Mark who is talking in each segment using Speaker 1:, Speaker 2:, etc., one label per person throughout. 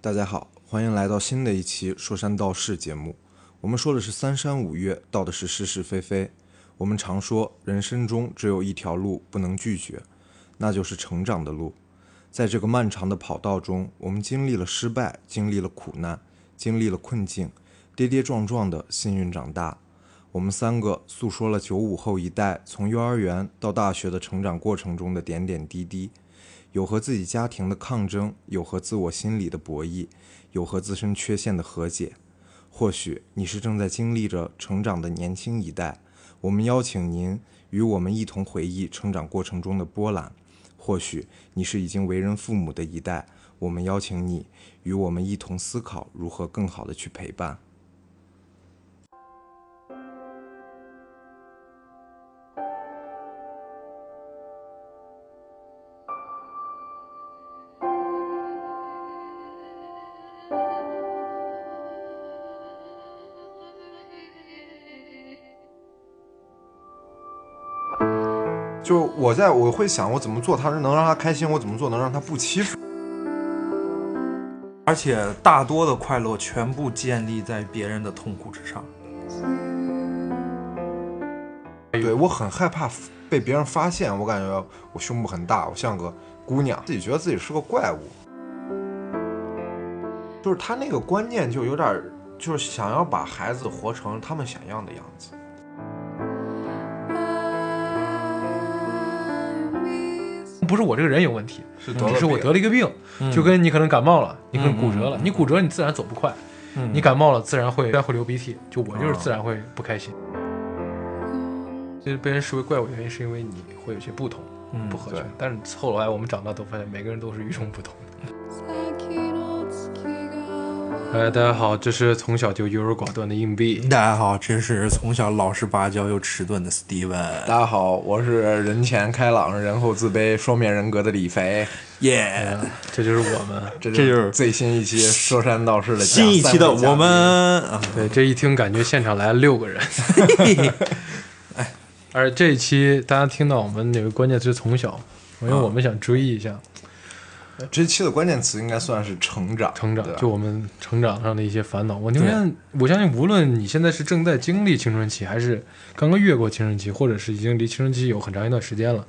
Speaker 1: 大家好，欢迎来到新的一期《说山道事》节目。我们说的是三山五岳，道的是是是非非。我们常说，人生中只有一条路不能拒绝，那就是成长的路。在这个漫长的跑道中，我们经历了失败，经历了苦难，经历了困境，跌跌撞撞的幸运长大。我们三个诉说了九五后一代从幼儿园到大学的成长过程中的点点滴滴，有和自己家庭的抗争，有和自我心理的博弈，有和自身缺陷的和解。或许你是正在经历着成长的年轻一代，我们邀请您与我们一同回忆成长过程中的波澜；或许你是已经为人父母的一代，我们邀请你与我们一同思考如何更好的去陪伴。就是我在我会想，我怎么做他能让他开心，我怎么做能让他不欺负。
Speaker 2: 而且大多的快乐全部建立在别人的痛苦之上。
Speaker 3: 哎
Speaker 1: 对我很害怕被别人发现，我感觉我胸部很大，我像个姑娘，自己觉得自己是个怪物。就是他那个观念就有点儿，就是想要把孩子活成他们想要的样
Speaker 3: 嗯
Speaker 1: 子。
Speaker 4: 不是我这个人有问题，
Speaker 1: 是
Speaker 4: 只是我得了一个病，嗯就跟你可能感冒了，你可能骨折了，你骨折你自然走不快，你感冒了自然会自然会流鼻涕，就我就是自然会不开心。就是被人视为怪物，原因是因为你会有些不同，
Speaker 2: 嗯
Speaker 4: 不合
Speaker 1: 对
Speaker 4: 群。但是后来我们长大都发现，每个人都是与众不同 的。呃，大家好，这是从小就优柔寡断的硬币。
Speaker 3: 大家好，这是从小老实巴交又迟钝的 Steven，
Speaker 1: 大家好，我是人前开朗、人后自卑、双面人格的李肥，
Speaker 3: 耶！
Speaker 4: 这就是我们。
Speaker 1: 这
Speaker 3: 这就是
Speaker 1: 最新一期说山道士的
Speaker 3: 新一期的我们 啊，
Speaker 4: 对，这一听感觉现场来了六个 人。而这一期大家听到我们有个关键词“从小”，因为我们想追忆一下
Speaker 1: 这期的关键词应该算是成长，
Speaker 4: 成长
Speaker 1: 对吧，啊
Speaker 4: 就我们成长上的一些烦恼。我宁愿我相信，无论你现在是正在经历青春期，还是刚刚越过青春期，或者是已经离青春期有很长一段时间了，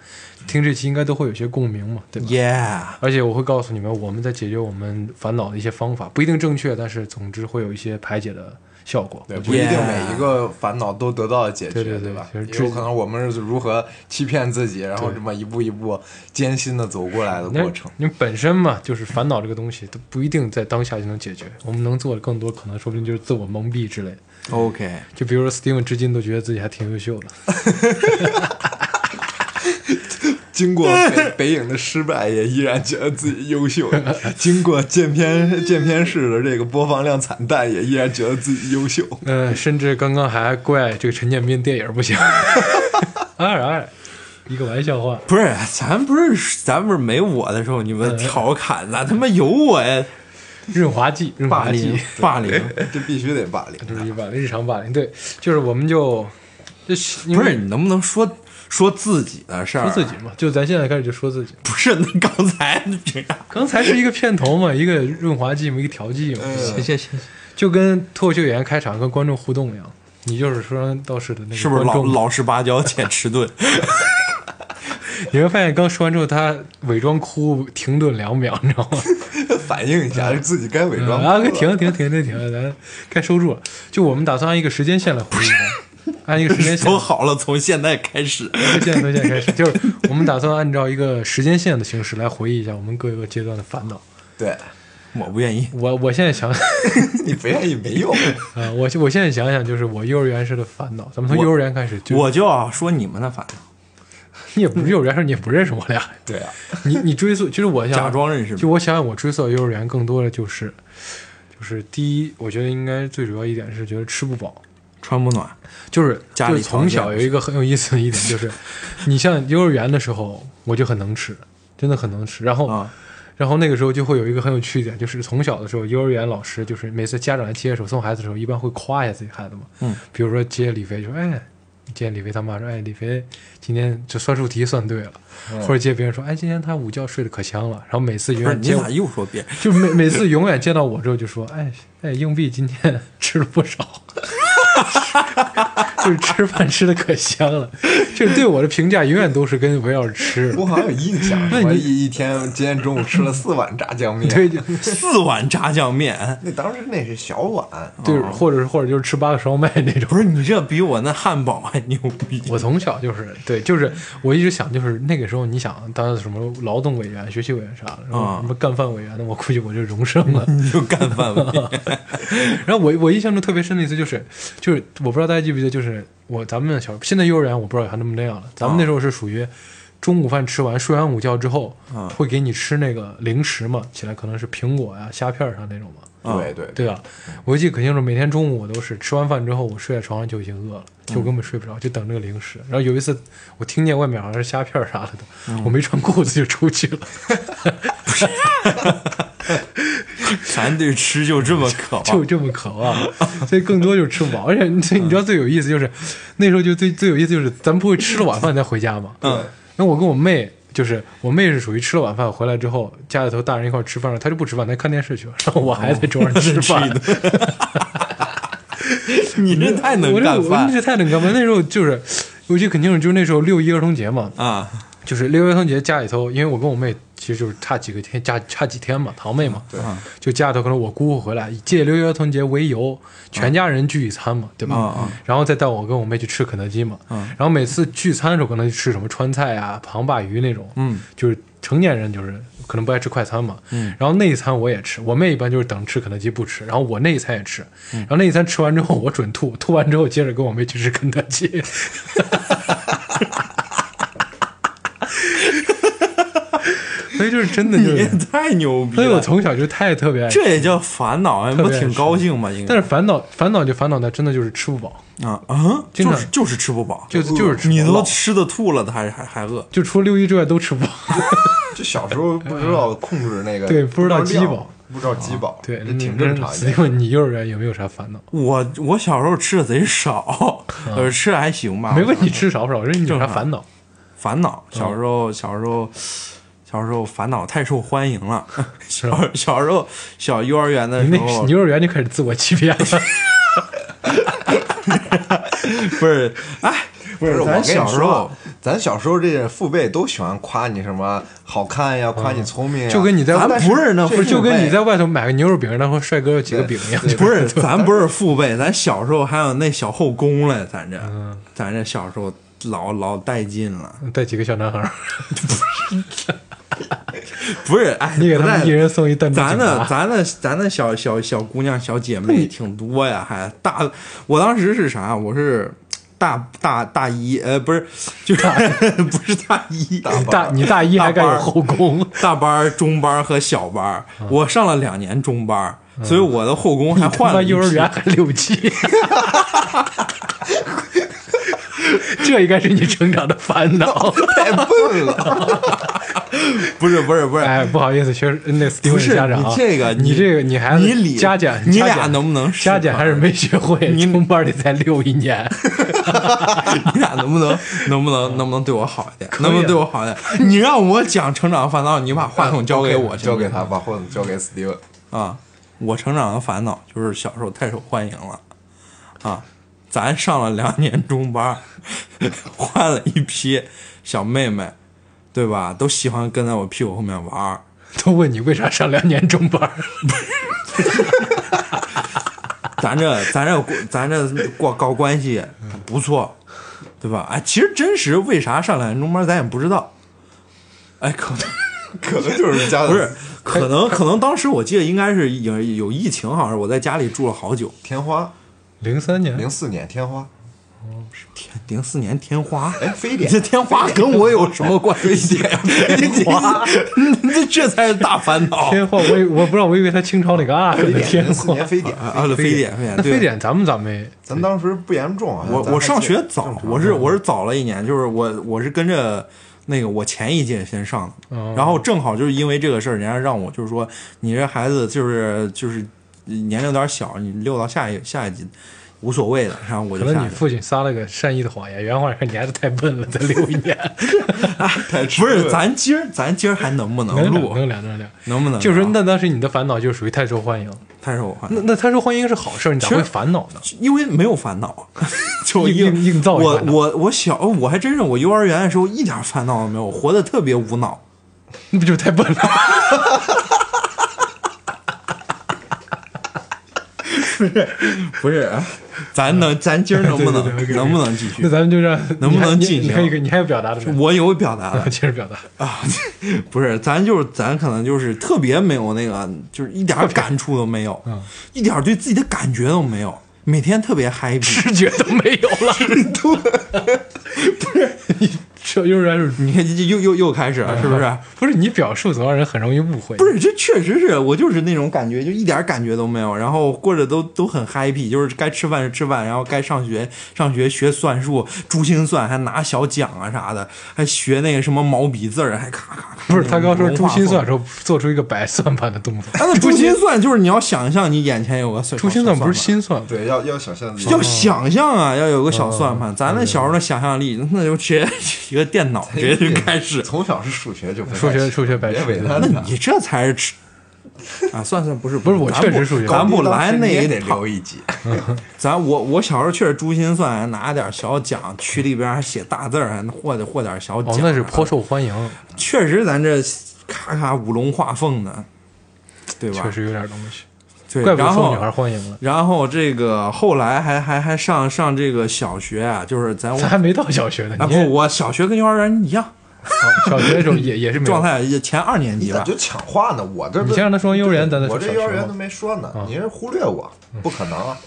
Speaker 4: 听这期应该都会有些共鸣嘛，对吧？
Speaker 1: 嗯
Speaker 3: 耶！
Speaker 4: 而且我会告诉你们，我们在解决我们烦恼的一些方法，不一定正确，但是总之会有一些排解的效果。
Speaker 1: 对，
Speaker 4: 我觉得
Speaker 1: 不一定
Speaker 3: Yeah
Speaker 1: 每一个烦恼都得到了解决，
Speaker 4: 对对对
Speaker 1: 吧？
Speaker 4: 其实
Speaker 1: 也
Speaker 4: 追
Speaker 1: 有可能我们是如何欺骗自己，然后这么一步一步艰辛的走过来的过程。
Speaker 4: 因为本身嘛，就是烦恼这个东西，它不一定在当下就能解决。我们能做的更多，可能说不定就是自我蒙蔽之类的。
Speaker 3: OK，
Speaker 4: 就比如说 Steven 至今都觉得自己还挺优秀的，
Speaker 1: 经过北 北影的失败，也依然觉得自己优秀；经过见片见片式的这个播放量惨淡，也依然觉得自己优秀。
Speaker 4: 嗯，甚至刚刚还怪这个陈建斌电影不 行。哎哎，一个玩笑话，
Speaker 3: 不是，咱不是咱不是没我的时候，你们调侃呐，他妈有我呀！
Speaker 4: 润滑剂，润
Speaker 3: 霸
Speaker 4: 滑
Speaker 3: 凌
Speaker 4: 剂，，
Speaker 3: 霸凌，
Speaker 1: 这必须得霸凌。
Speaker 4: 就是一般日常霸凌。对，就是我们就就是因
Speaker 3: 不是
Speaker 4: 为
Speaker 3: 你能不能说说自己的事儿？啊
Speaker 4: 说自己嘛，就咱现在开始就说自己。
Speaker 3: 不是？那刚才你凭啥？
Speaker 4: 刚才是一个片头嘛， 呃一个润滑剂嘛，一个调剂嘛，
Speaker 3: 行行行，
Speaker 4: 就跟脱口秀演员开场跟观众互动一样，你就是说道士的那个
Speaker 3: 是不是
Speaker 4: 观
Speaker 3: 老
Speaker 4: 众
Speaker 3: 老实巴交且迟钝？
Speaker 4: 你会发现刚说完之后，他伪装哭，停顿两秒，你知道吗？
Speaker 1: 反映一下，自己该伪装
Speaker 4: 啊，停停停停停，咱该收住了。就我们打算按一个时间线来回应的，按一个时间线
Speaker 3: 都，好了，从现在开始。
Speaker 4: 从现在从现在开始，就是我们打算按照一个时间线的形式来回忆一下我们各个阶段的烦恼。
Speaker 1: 对，
Speaker 3: 我不愿意。
Speaker 4: 我我现在想，
Speaker 1: 你不愿意没用。
Speaker 4: 啊，我我现在想想，就是我幼儿园时的烦恼。咱们从
Speaker 3: 我
Speaker 4: 幼儿园开始，就
Speaker 3: 我就要说你们的反应，
Speaker 4: 你也不是幼儿园时，你也不认识我俩，
Speaker 1: 对啊，
Speaker 4: 你你追溯，其实我想
Speaker 3: 假装认识
Speaker 4: 就我想想，我追溯到幼儿园更多的就是，就是第一，我觉得应该最主要一点是觉得吃不饱，
Speaker 3: 穿不暖。
Speaker 4: 就是
Speaker 3: 家
Speaker 4: 就
Speaker 3: 里
Speaker 4: 是从
Speaker 3: 条
Speaker 4: 小
Speaker 3: 件
Speaker 4: 有一个很有意思的 一点就是，你像幼儿园的时候，我就很能吃，真的很能吃。然后，
Speaker 3: 啊
Speaker 4: 然后那个时候就会有一个很有趣一点，就是从小的时候，幼儿园老师就是每次家长来接手送孩子的时候，一般会夸一下自己孩子嘛。
Speaker 3: 嗯，
Speaker 4: 比如说接李飞就说：“哎，今天李飞他妈说：“哎，李飞今天这算数题算对了。
Speaker 3: 嗯
Speaker 4: 或者接别人说：“哎，今天他午觉睡得可香了。”然后每 次永
Speaker 3: 不是
Speaker 4: 远
Speaker 3: 你
Speaker 4: 接我
Speaker 3: 咋又说别人？
Speaker 4: 就每每次永远见到我之后就说：“哎哎，硬币今天 吃了不少， 就是吃饭吃的可香了。”就是对我的评价永远都是跟围绕着吃。
Speaker 1: 哦
Speaker 5: 我好像有印象，
Speaker 4: 那你
Speaker 5: 我一一天今天中午吃了四碗炸酱面，
Speaker 4: 对，就
Speaker 3: 四碗炸酱面，
Speaker 5: 那当时那是小碗，
Speaker 4: 对，或者是或者就是吃八个烧麦那种。
Speaker 3: 不是你这比我那汉堡还牛逼。
Speaker 4: 我从小就是对，就是我一直想，就是那个时候你想当什么劳动委员、学习委员啥的，然后
Speaker 3: 啊
Speaker 4: 什么干饭委员的，我估计我就荣升了。
Speaker 3: 你就干饭吧，
Speaker 4: 然后我我印象中特别深的一次就是，就是我不知道大家记不记得，就是我咱们小现在幼儿园我不知道还那么那样了，咱们那时候是属于中午饭吃完睡完午觉之后，会给你吃那个零食嘛，起来可能是苹果呀、虾片儿啥啊那种嘛，
Speaker 1: 嗯
Speaker 5: 对对
Speaker 4: 对吧？我记得可清楚，每天中午我都是吃完饭之后，我睡在床上就已经饿了，就根本睡不着，就等这个零食。然后有一次我听见外面好像是虾片儿啥的的，我没穿裤子就出去了。
Speaker 3: 咱对吃就这么渴望。
Speaker 4: 就这么渴望，所以更多就是吃不饱。而且你最你知道最有意思就是，那时候就最最有意思就是，咱们不会吃了晚饭再回家嘛。嗯，那我跟我妹就是，我妹是属于吃了晚饭回来之后，家里头大人一块儿吃饭了，她就不吃饭，她看电视去了， 然后我还在桌
Speaker 3: 嗯
Speaker 4: 上吃饭。
Speaker 3: 你这太能
Speaker 4: 我这
Speaker 3: 干
Speaker 4: 我
Speaker 3: 饭
Speaker 4: 这太能干饭。那时候就是，我记得肯定是就是那时候六一儿童节嘛，
Speaker 3: 啊！
Speaker 4: 就是六一儿童节家里头，因为我跟我妹其实就是差几个天，差差几天嘛，堂妹嘛，对，就家里头可能我姑父回来，以借六一儿童节为由，全家人聚一餐嘛，对吧？然后再带我跟我妹去吃肯德基嘛，然后每次聚餐的时候可能就吃什么川菜啊、旁把鱼那种，嗯，就是成年人就是可能不爱吃快餐嘛，嗯，然后那一餐我也吃，我妹一般就是等吃肯德基不吃，然后我那一餐也吃，然后那一餐吃完之后我准吐，吐完之后接着跟我妹去吃肯德基。所以就是真的就
Speaker 3: 你也
Speaker 4: 是，
Speaker 3: 太牛逼
Speaker 4: 所以我
Speaker 3: 了，
Speaker 4: 从小就太特别爱吃。
Speaker 3: 这也叫烦恼啊？
Speaker 4: 别
Speaker 3: 不挺高兴吗？应该
Speaker 4: 但是烦恼烦恼就烦恼在真的就是吃不饱，
Speaker 3: 啊啊，
Speaker 4: 经
Speaker 3: 就
Speaker 4: 常
Speaker 3: 是就是吃不饱，
Speaker 4: 就是就是吃不
Speaker 3: 你
Speaker 4: 饱
Speaker 3: 都吃的吐了，还还还饿。
Speaker 4: 就除了六一之外都吃不饱。
Speaker 5: 就小时候不知
Speaker 3: 哎
Speaker 5: 道控制那个，
Speaker 4: 对不知道饥饱啊
Speaker 5: 不知道量，不知道饥饱，
Speaker 4: 对，
Speaker 5: 这挺正常
Speaker 4: 斯蒂
Speaker 5: 的。
Speaker 4: 芬，你幼儿园有没有啥烦恼？
Speaker 3: 我我小时候吃的贼少， 呃，吃的还行吧，
Speaker 4: 嗯没问你吃少不少，我说你有啥
Speaker 3: 正常
Speaker 4: 烦恼？
Speaker 3: 烦恼。小时候，
Speaker 4: 嗯
Speaker 3: 小时候，小时候烦恼太受欢迎了。
Speaker 4: 是吧？
Speaker 3: 小小时候，小幼儿园的
Speaker 4: 你
Speaker 3: 时
Speaker 4: 那
Speaker 3: 候啊
Speaker 4: 你，幼儿园就开始自我欺骗了，
Speaker 3: 不是，哎，
Speaker 5: 不是，
Speaker 3: 咱
Speaker 5: 我跟你
Speaker 3: 小时
Speaker 5: 说
Speaker 3: 候
Speaker 5: 啊，咱小时候这些父辈都喜欢夸你什么好看呀，夸你聪明呀，
Speaker 4: 啊就跟你在
Speaker 3: 咱不是那
Speaker 5: 这
Speaker 4: 不是就跟你
Speaker 5: 父辈
Speaker 4: 在外头买个牛肉饼，然后帅哥有几个饼一样。
Speaker 3: 不是，咱不是父辈，咱小时候还有那小后宫嘞，咱这，
Speaker 4: 嗯
Speaker 3: 咱这小时候老老带劲了。
Speaker 4: 带几个小男孩儿，
Speaker 3: 不是，哎，
Speaker 4: 你给他
Speaker 3: 不带
Speaker 4: 们一人送一蛋饼。
Speaker 3: 咱的咱的咱的小小小姑娘小姐妹挺多呀，还大。我当时是啥？我是大大大一，呃，不是，就是 不是大一，大
Speaker 4: 大你大一还敢有后宫？
Speaker 3: 大班儿、中班儿和小班儿。我上了两年中班儿，所以我的后宫还 换
Speaker 4: 嗯他妈
Speaker 3: 了一
Speaker 4: 幼儿
Speaker 3: 批
Speaker 4: 园还六 级， 这应该是你成长的烦恼。
Speaker 5: 太笨了，
Speaker 3: 不是不是不是，
Speaker 4: 哎，不好意思，学那 Steven
Speaker 3: 不是
Speaker 4: 家长啊，
Speaker 3: 你这个
Speaker 4: 你
Speaker 3: 你
Speaker 4: 这个你孩子
Speaker 3: 你理
Speaker 4: 加减，
Speaker 3: 你
Speaker 4: 加
Speaker 3: 俩
Speaker 4: 减
Speaker 3: 能不能试
Speaker 4: 加减还是没学会？你们班里才六一年，
Speaker 3: 你俩能不能能不能能不能对我好一点？
Speaker 4: 以啊
Speaker 3: 能不能对我好一点？你让我讲成长烦恼，你把话 筒交给我，
Speaker 5: 交给
Speaker 3: 行
Speaker 5: 他，把或者交给 Steven。
Speaker 3: 不行啊！我成长的烦恼就是小时候太受欢迎了啊！咱上了两年中班， 换了一批小妹妹，对吧？都喜欢跟在我屁股后面玩儿。
Speaker 4: 都问你为啥上两年中班儿？
Speaker 3: 咱这咱这咱这过搞关系不错，对吧？哎，其实真实为啥上两年中班咱也不知道，哎，可能。
Speaker 5: 可能就是家
Speaker 3: 不是，可能可能当时我记得应该是有有疫情，好像是我在家里住了好久。
Speaker 5: 天花，
Speaker 4: 零三年
Speaker 5: 零四年天花，
Speaker 3: 天，零四年天花，
Speaker 5: 哎，非
Speaker 3: 你
Speaker 5: 典
Speaker 3: 这天花跟我有什么关 系？天花， 这这才是大烦恼。
Speaker 4: 天花，我以我不让我以为他清朝那个 啊，我的天
Speaker 5: 零四
Speaker 4: 花
Speaker 5: 年。非 典，
Speaker 3: 啊，非典，非典，
Speaker 4: 那非
Speaker 3: 对。
Speaker 4: 典咱们咋没？
Speaker 5: 咱当时不严重啊。
Speaker 3: 我
Speaker 5: 咱还
Speaker 3: 我上
Speaker 5: 记得
Speaker 3: 学早，我是我是早了一年，就是我我是跟着那个我前一届先上的，
Speaker 4: 哦
Speaker 3: 然后正好就是因为这个事儿，人家让我就是说你这孩子就是就是年龄有点小，你溜到下一下一级无所谓的，然后我
Speaker 4: 可
Speaker 3: 就
Speaker 4: 能
Speaker 3: 下
Speaker 4: 你
Speaker 3: 去。
Speaker 4: 父亲撒了个善意的谎言，原话是你还是太笨了，再留一年，
Speaker 3: 不是，咱今儿咱今儿还能不能
Speaker 4: 能
Speaker 3: 录？嗯
Speaker 4: 能聊能聊。
Speaker 3: 能不能？
Speaker 4: 就是说，那当时你的烦恼就属于太受欢迎，
Speaker 3: 太受欢迎
Speaker 4: 那那太受欢迎是好事儿，你咋
Speaker 3: 其实
Speaker 4: 会烦恼呢？
Speaker 3: 因为没有烦恼， 就
Speaker 4: 硬
Speaker 3: 硬
Speaker 4: 硬造一
Speaker 3: 我
Speaker 4: 烦恼
Speaker 3: 我我小哦我还真是我幼儿园的时候一点烦恼都没有，我活得特别无脑。
Speaker 4: 那不就是太 笨了？
Speaker 3: 不是，啊 咱能咱今儿能不能能不能继续
Speaker 4: 那？咱们就让
Speaker 3: 能不能进行
Speaker 4: 你还你还有一个，你还有表达的没有？
Speaker 3: 我有表达了，
Speaker 4: 啊接着表达，
Speaker 3: 不是，咱就是咱可能就是特别没有那个，就是一点感触都没有，
Speaker 4: 嗯
Speaker 3: 一点对自己的感觉都没有，每天特别 happy。
Speaker 4: 知觉都没有了。不是你这幼儿园是
Speaker 3: 你看，这又又又开始
Speaker 4: 嗯
Speaker 3: 了，是不是？
Speaker 4: 不是你表述总让人很容易误会？
Speaker 3: 不是，这确实是我就是那种感觉，就一点感觉都没有，然后过着都都很 happy，就是该吃饭是吃饭，然后该上学上学学算术、珠心算，还拿小奖啊啥的，还学那个什么毛笔字儿，还咔咔咔。
Speaker 4: 不是，他刚说
Speaker 3: 那种
Speaker 4: 珠
Speaker 3: 文化
Speaker 4: 心
Speaker 3: 风
Speaker 4: 算的时候做出一个白算盘的动 作，
Speaker 3: 啊，那珠心算就是你要想象你眼前有个小
Speaker 4: 珠心算不哦是
Speaker 3: 小
Speaker 4: 心算，
Speaker 1: 对，要要想象力，
Speaker 3: 算盘，要想象啊，要有个小算盘。咱那小时候的想象力，那就直接 一个电脑直接就开 始。
Speaker 1: 从小是数学就不太
Speaker 4: 数学
Speaker 1: 行
Speaker 4: 数学白
Speaker 1: 别
Speaker 4: 痴
Speaker 1: 为 难
Speaker 3: 那
Speaker 1: 他。
Speaker 3: 你这才是吃啊！算算不是
Speaker 4: 不是我
Speaker 3: 咱
Speaker 4: 确实数学
Speaker 3: 咱不来那
Speaker 1: 也
Speaker 3: 一
Speaker 1: 得
Speaker 3: 套
Speaker 1: 留一集，
Speaker 3: 咱我我小时候确实珠心算，还拿点小奖，区里边还写大字儿，还获得获点小奖、啊
Speaker 4: 哦，那是颇受欢迎，
Speaker 3: 确实，咱这咔咔舞龙画凤的，对吧？
Speaker 4: 确实有点东西，
Speaker 3: 对，
Speaker 4: 怪不得
Speaker 3: 然
Speaker 4: 受
Speaker 3: 后
Speaker 4: 女孩欢迎了。
Speaker 3: 然后这个后来还还还上上这个小学啊，就是咱我
Speaker 4: 咱还没到小学呢，
Speaker 3: 啊
Speaker 4: 你
Speaker 3: 不
Speaker 4: 也，
Speaker 3: 我小学跟幼儿园一样，
Speaker 4: 小学的时候也也是没有
Speaker 3: 状。态也前二年级
Speaker 1: 你咋
Speaker 3: 吧。
Speaker 1: 就抢话呢？我这都
Speaker 4: 你先让他说幼儿园咱再说
Speaker 1: 我这
Speaker 4: 小啊
Speaker 1: 幼
Speaker 4: 学
Speaker 1: 儿园
Speaker 4: 吧
Speaker 1: 都没说呢，您是忽略我，
Speaker 4: 嗯
Speaker 1: 不可能啊！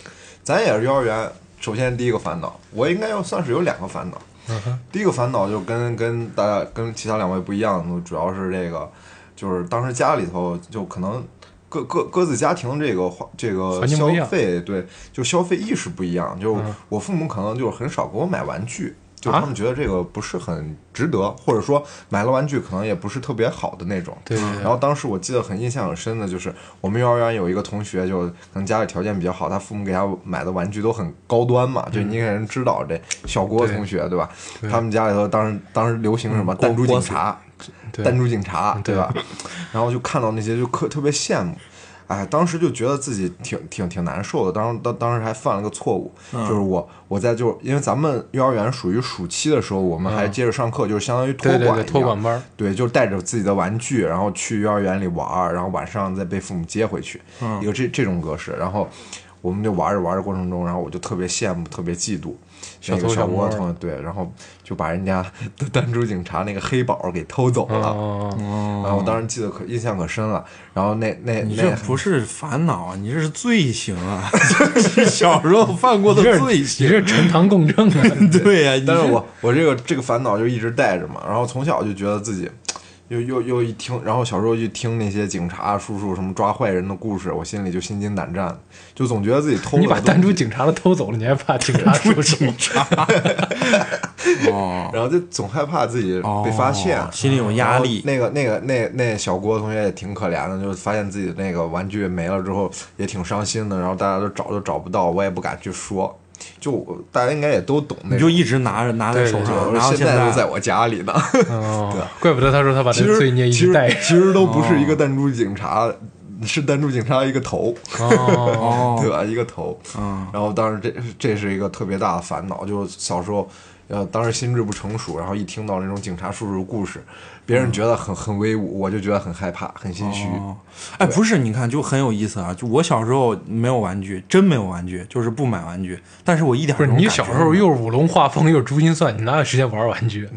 Speaker 1: 咱也是幼儿园，首先第一个烦恼，我应该要算是有两个烦恼。
Speaker 4: 嗯
Speaker 1: 第一个烦恼就跟跟大家跟其他两位不一样，主要是这个，就是当时家里头就可能各各各自家庭这个花这个
Speaker 4: 环境
Speaker 1: 消
Speaker 4: 不一样
Speaker 1: 费，对，就消费意识不一样。就
Speaker 4: 嗯
Speaker 1: 我父母可能就是很少给我买玩具，就
Speaker 4: 啊
Speaker 1: 他们觉得这个不是很值得，或者说买了玩具可能也不是特别好的那种。
Speaker 4: 对对对
Speaker 1: 然后当时我记得很印象很深的就是，我们幼儿园有一个同学，就可能家里条件比较好，他父母给他买的玩具都很高端嘛，就你可能知道这小郭
Speaker 4: 嗯对嗯
Speaker 1: 同学对吧？他们家里头当时当时流行什么
Speaker 3: 郭
Speaker 1: 弹珠警
Speaker 3: 郭
Speaker 1: 察，
Speaker 4: 对嗯
Speaker 1: 弹珠警察
Speaker 4: 对
Speaker 1: 对吧？ 然后就看到那些就特特别羡慕。哎，当时就觉得自己挺挺挺难受的，当时当当时还犯了个错误，
Speaker 4: 嗯
Speaker 1: 就是我我在就因为咱们幼儿园属于暑期的时候，我们还接着上课，就是相当于托
Speaker 4: 嗯对
Speaker 1: 管
Speaker 4: 对对，
Speaker 1: 一
Speaker 4: 托
Speaker 1: 样
Speaker 4: 管班儿，
Speaker 1: 对，就带着自己的玩具，然后去幼儿园里玩儿，然后晚上再被父母接回去，
Speaker 4: 嗯
Speaker 1: 有这这种格式。然后我们就玩着玩着过程中，然后我就特别羡慕，特别嫉妒那个
Speaker 4: 偷小
Speaker 1: 小
Speaker 4: 摸
Speaker 1: 窝
Speaker 4: 儿
Speaker 1: 头，对，然后就把人家的弹珠警察那个黑宝儿给偷走了。
Speaker 4: 哦，
Speaker 1: 然后我当时记得可印象可深了，然后那那
Speaker 3: 你这
Speaker 1: 那
Speaker 3: 不是烦恼啊，你这是罪行 啊！这是小时候犯过的
Speaker 4: 你这
Speaker 3: 罪
Speaker 4: 是你
Speaker 3: 行。
Speaker 4: 这是呈堂供 证啊！
Speaker 3: 对呀、你
Speaker 1: 但是
Speaker 3: 这
Speaker 1: 我我这个这个烦恼就一直带着嘛，然后从小就觉得自己，又又又一听，然后小时候就听那些警察叔叔什么抓坏人的故事，我心里就心惊胆战，就总觉得自己偷了
Speaker 4: 你把
Speaker 1: 个东
Speaker 4: 弹珠
Speaker 1: 西
Speaker 4: 警察都偷走了，你还怕警察出手？
Speaker 3: 哦
Speaker 1: 然后就总害怕自己被发现，
Speaker 3: 哦心里有压力
Speaker 1: 然后那个、那个、那那小郭同学也挺可怜的，就是发现自己那个玩具没了之后，也挺伤心的。然后大家都找都找不到，我也不敢去说，就我大家应该也都懂那
Speaker 3: 你就
Speaker 1: 种。
Speaker 3: 一直拿着拿在手
Speaker 4: 对
Speaker 3: 上，
Speaker 1: 就
Speaker 3: 啊然后
Speaker 1: 现在
Speaker 3: 在
Speaker 1: 都在我家 里呢。
Speaker 4: 哦，怪不得他说他把
Speaker 1: 其
Speaker 4: 这
Speaker 1: 实
Speaker 4: 罪孽一
Speaker 1: 其实
Speaker 4: 直带着。
Speaker 1: 其实都不是一个
Speaker 3: 哦
Speaker 1: 弹珠警察，是弹珠警察一个头，
Speaker 4: 哦，
Speaker 3: 哦
Speaker 1: 对吧？一个头。
Speaker 3: 嗯，
Speaker 1: 然后当时这这是一个特别大的烦恼，就是小时候，呃，当时心智不成熟，然后一听到那种警察叔叔故事，别人觉得很很威武，我就觉得很害怕，很心虚。
Speaker 3: 哦，哎，不是，你看就很有意思啊！就我小时候没有玩具，真没有玩具，就是不买玩具。但是我一点
Speaker 4: 不是
Speaker 3: 这种
Speaker 4: 你
Speaker 3: 感
Speaker 4: 小
Speaker 3: 觉
Speaker 4: 时候
Speaker 3: 没有
Speaker 4: 又是舞龙画凤又是珠心算，你哪有时间玩玩 具？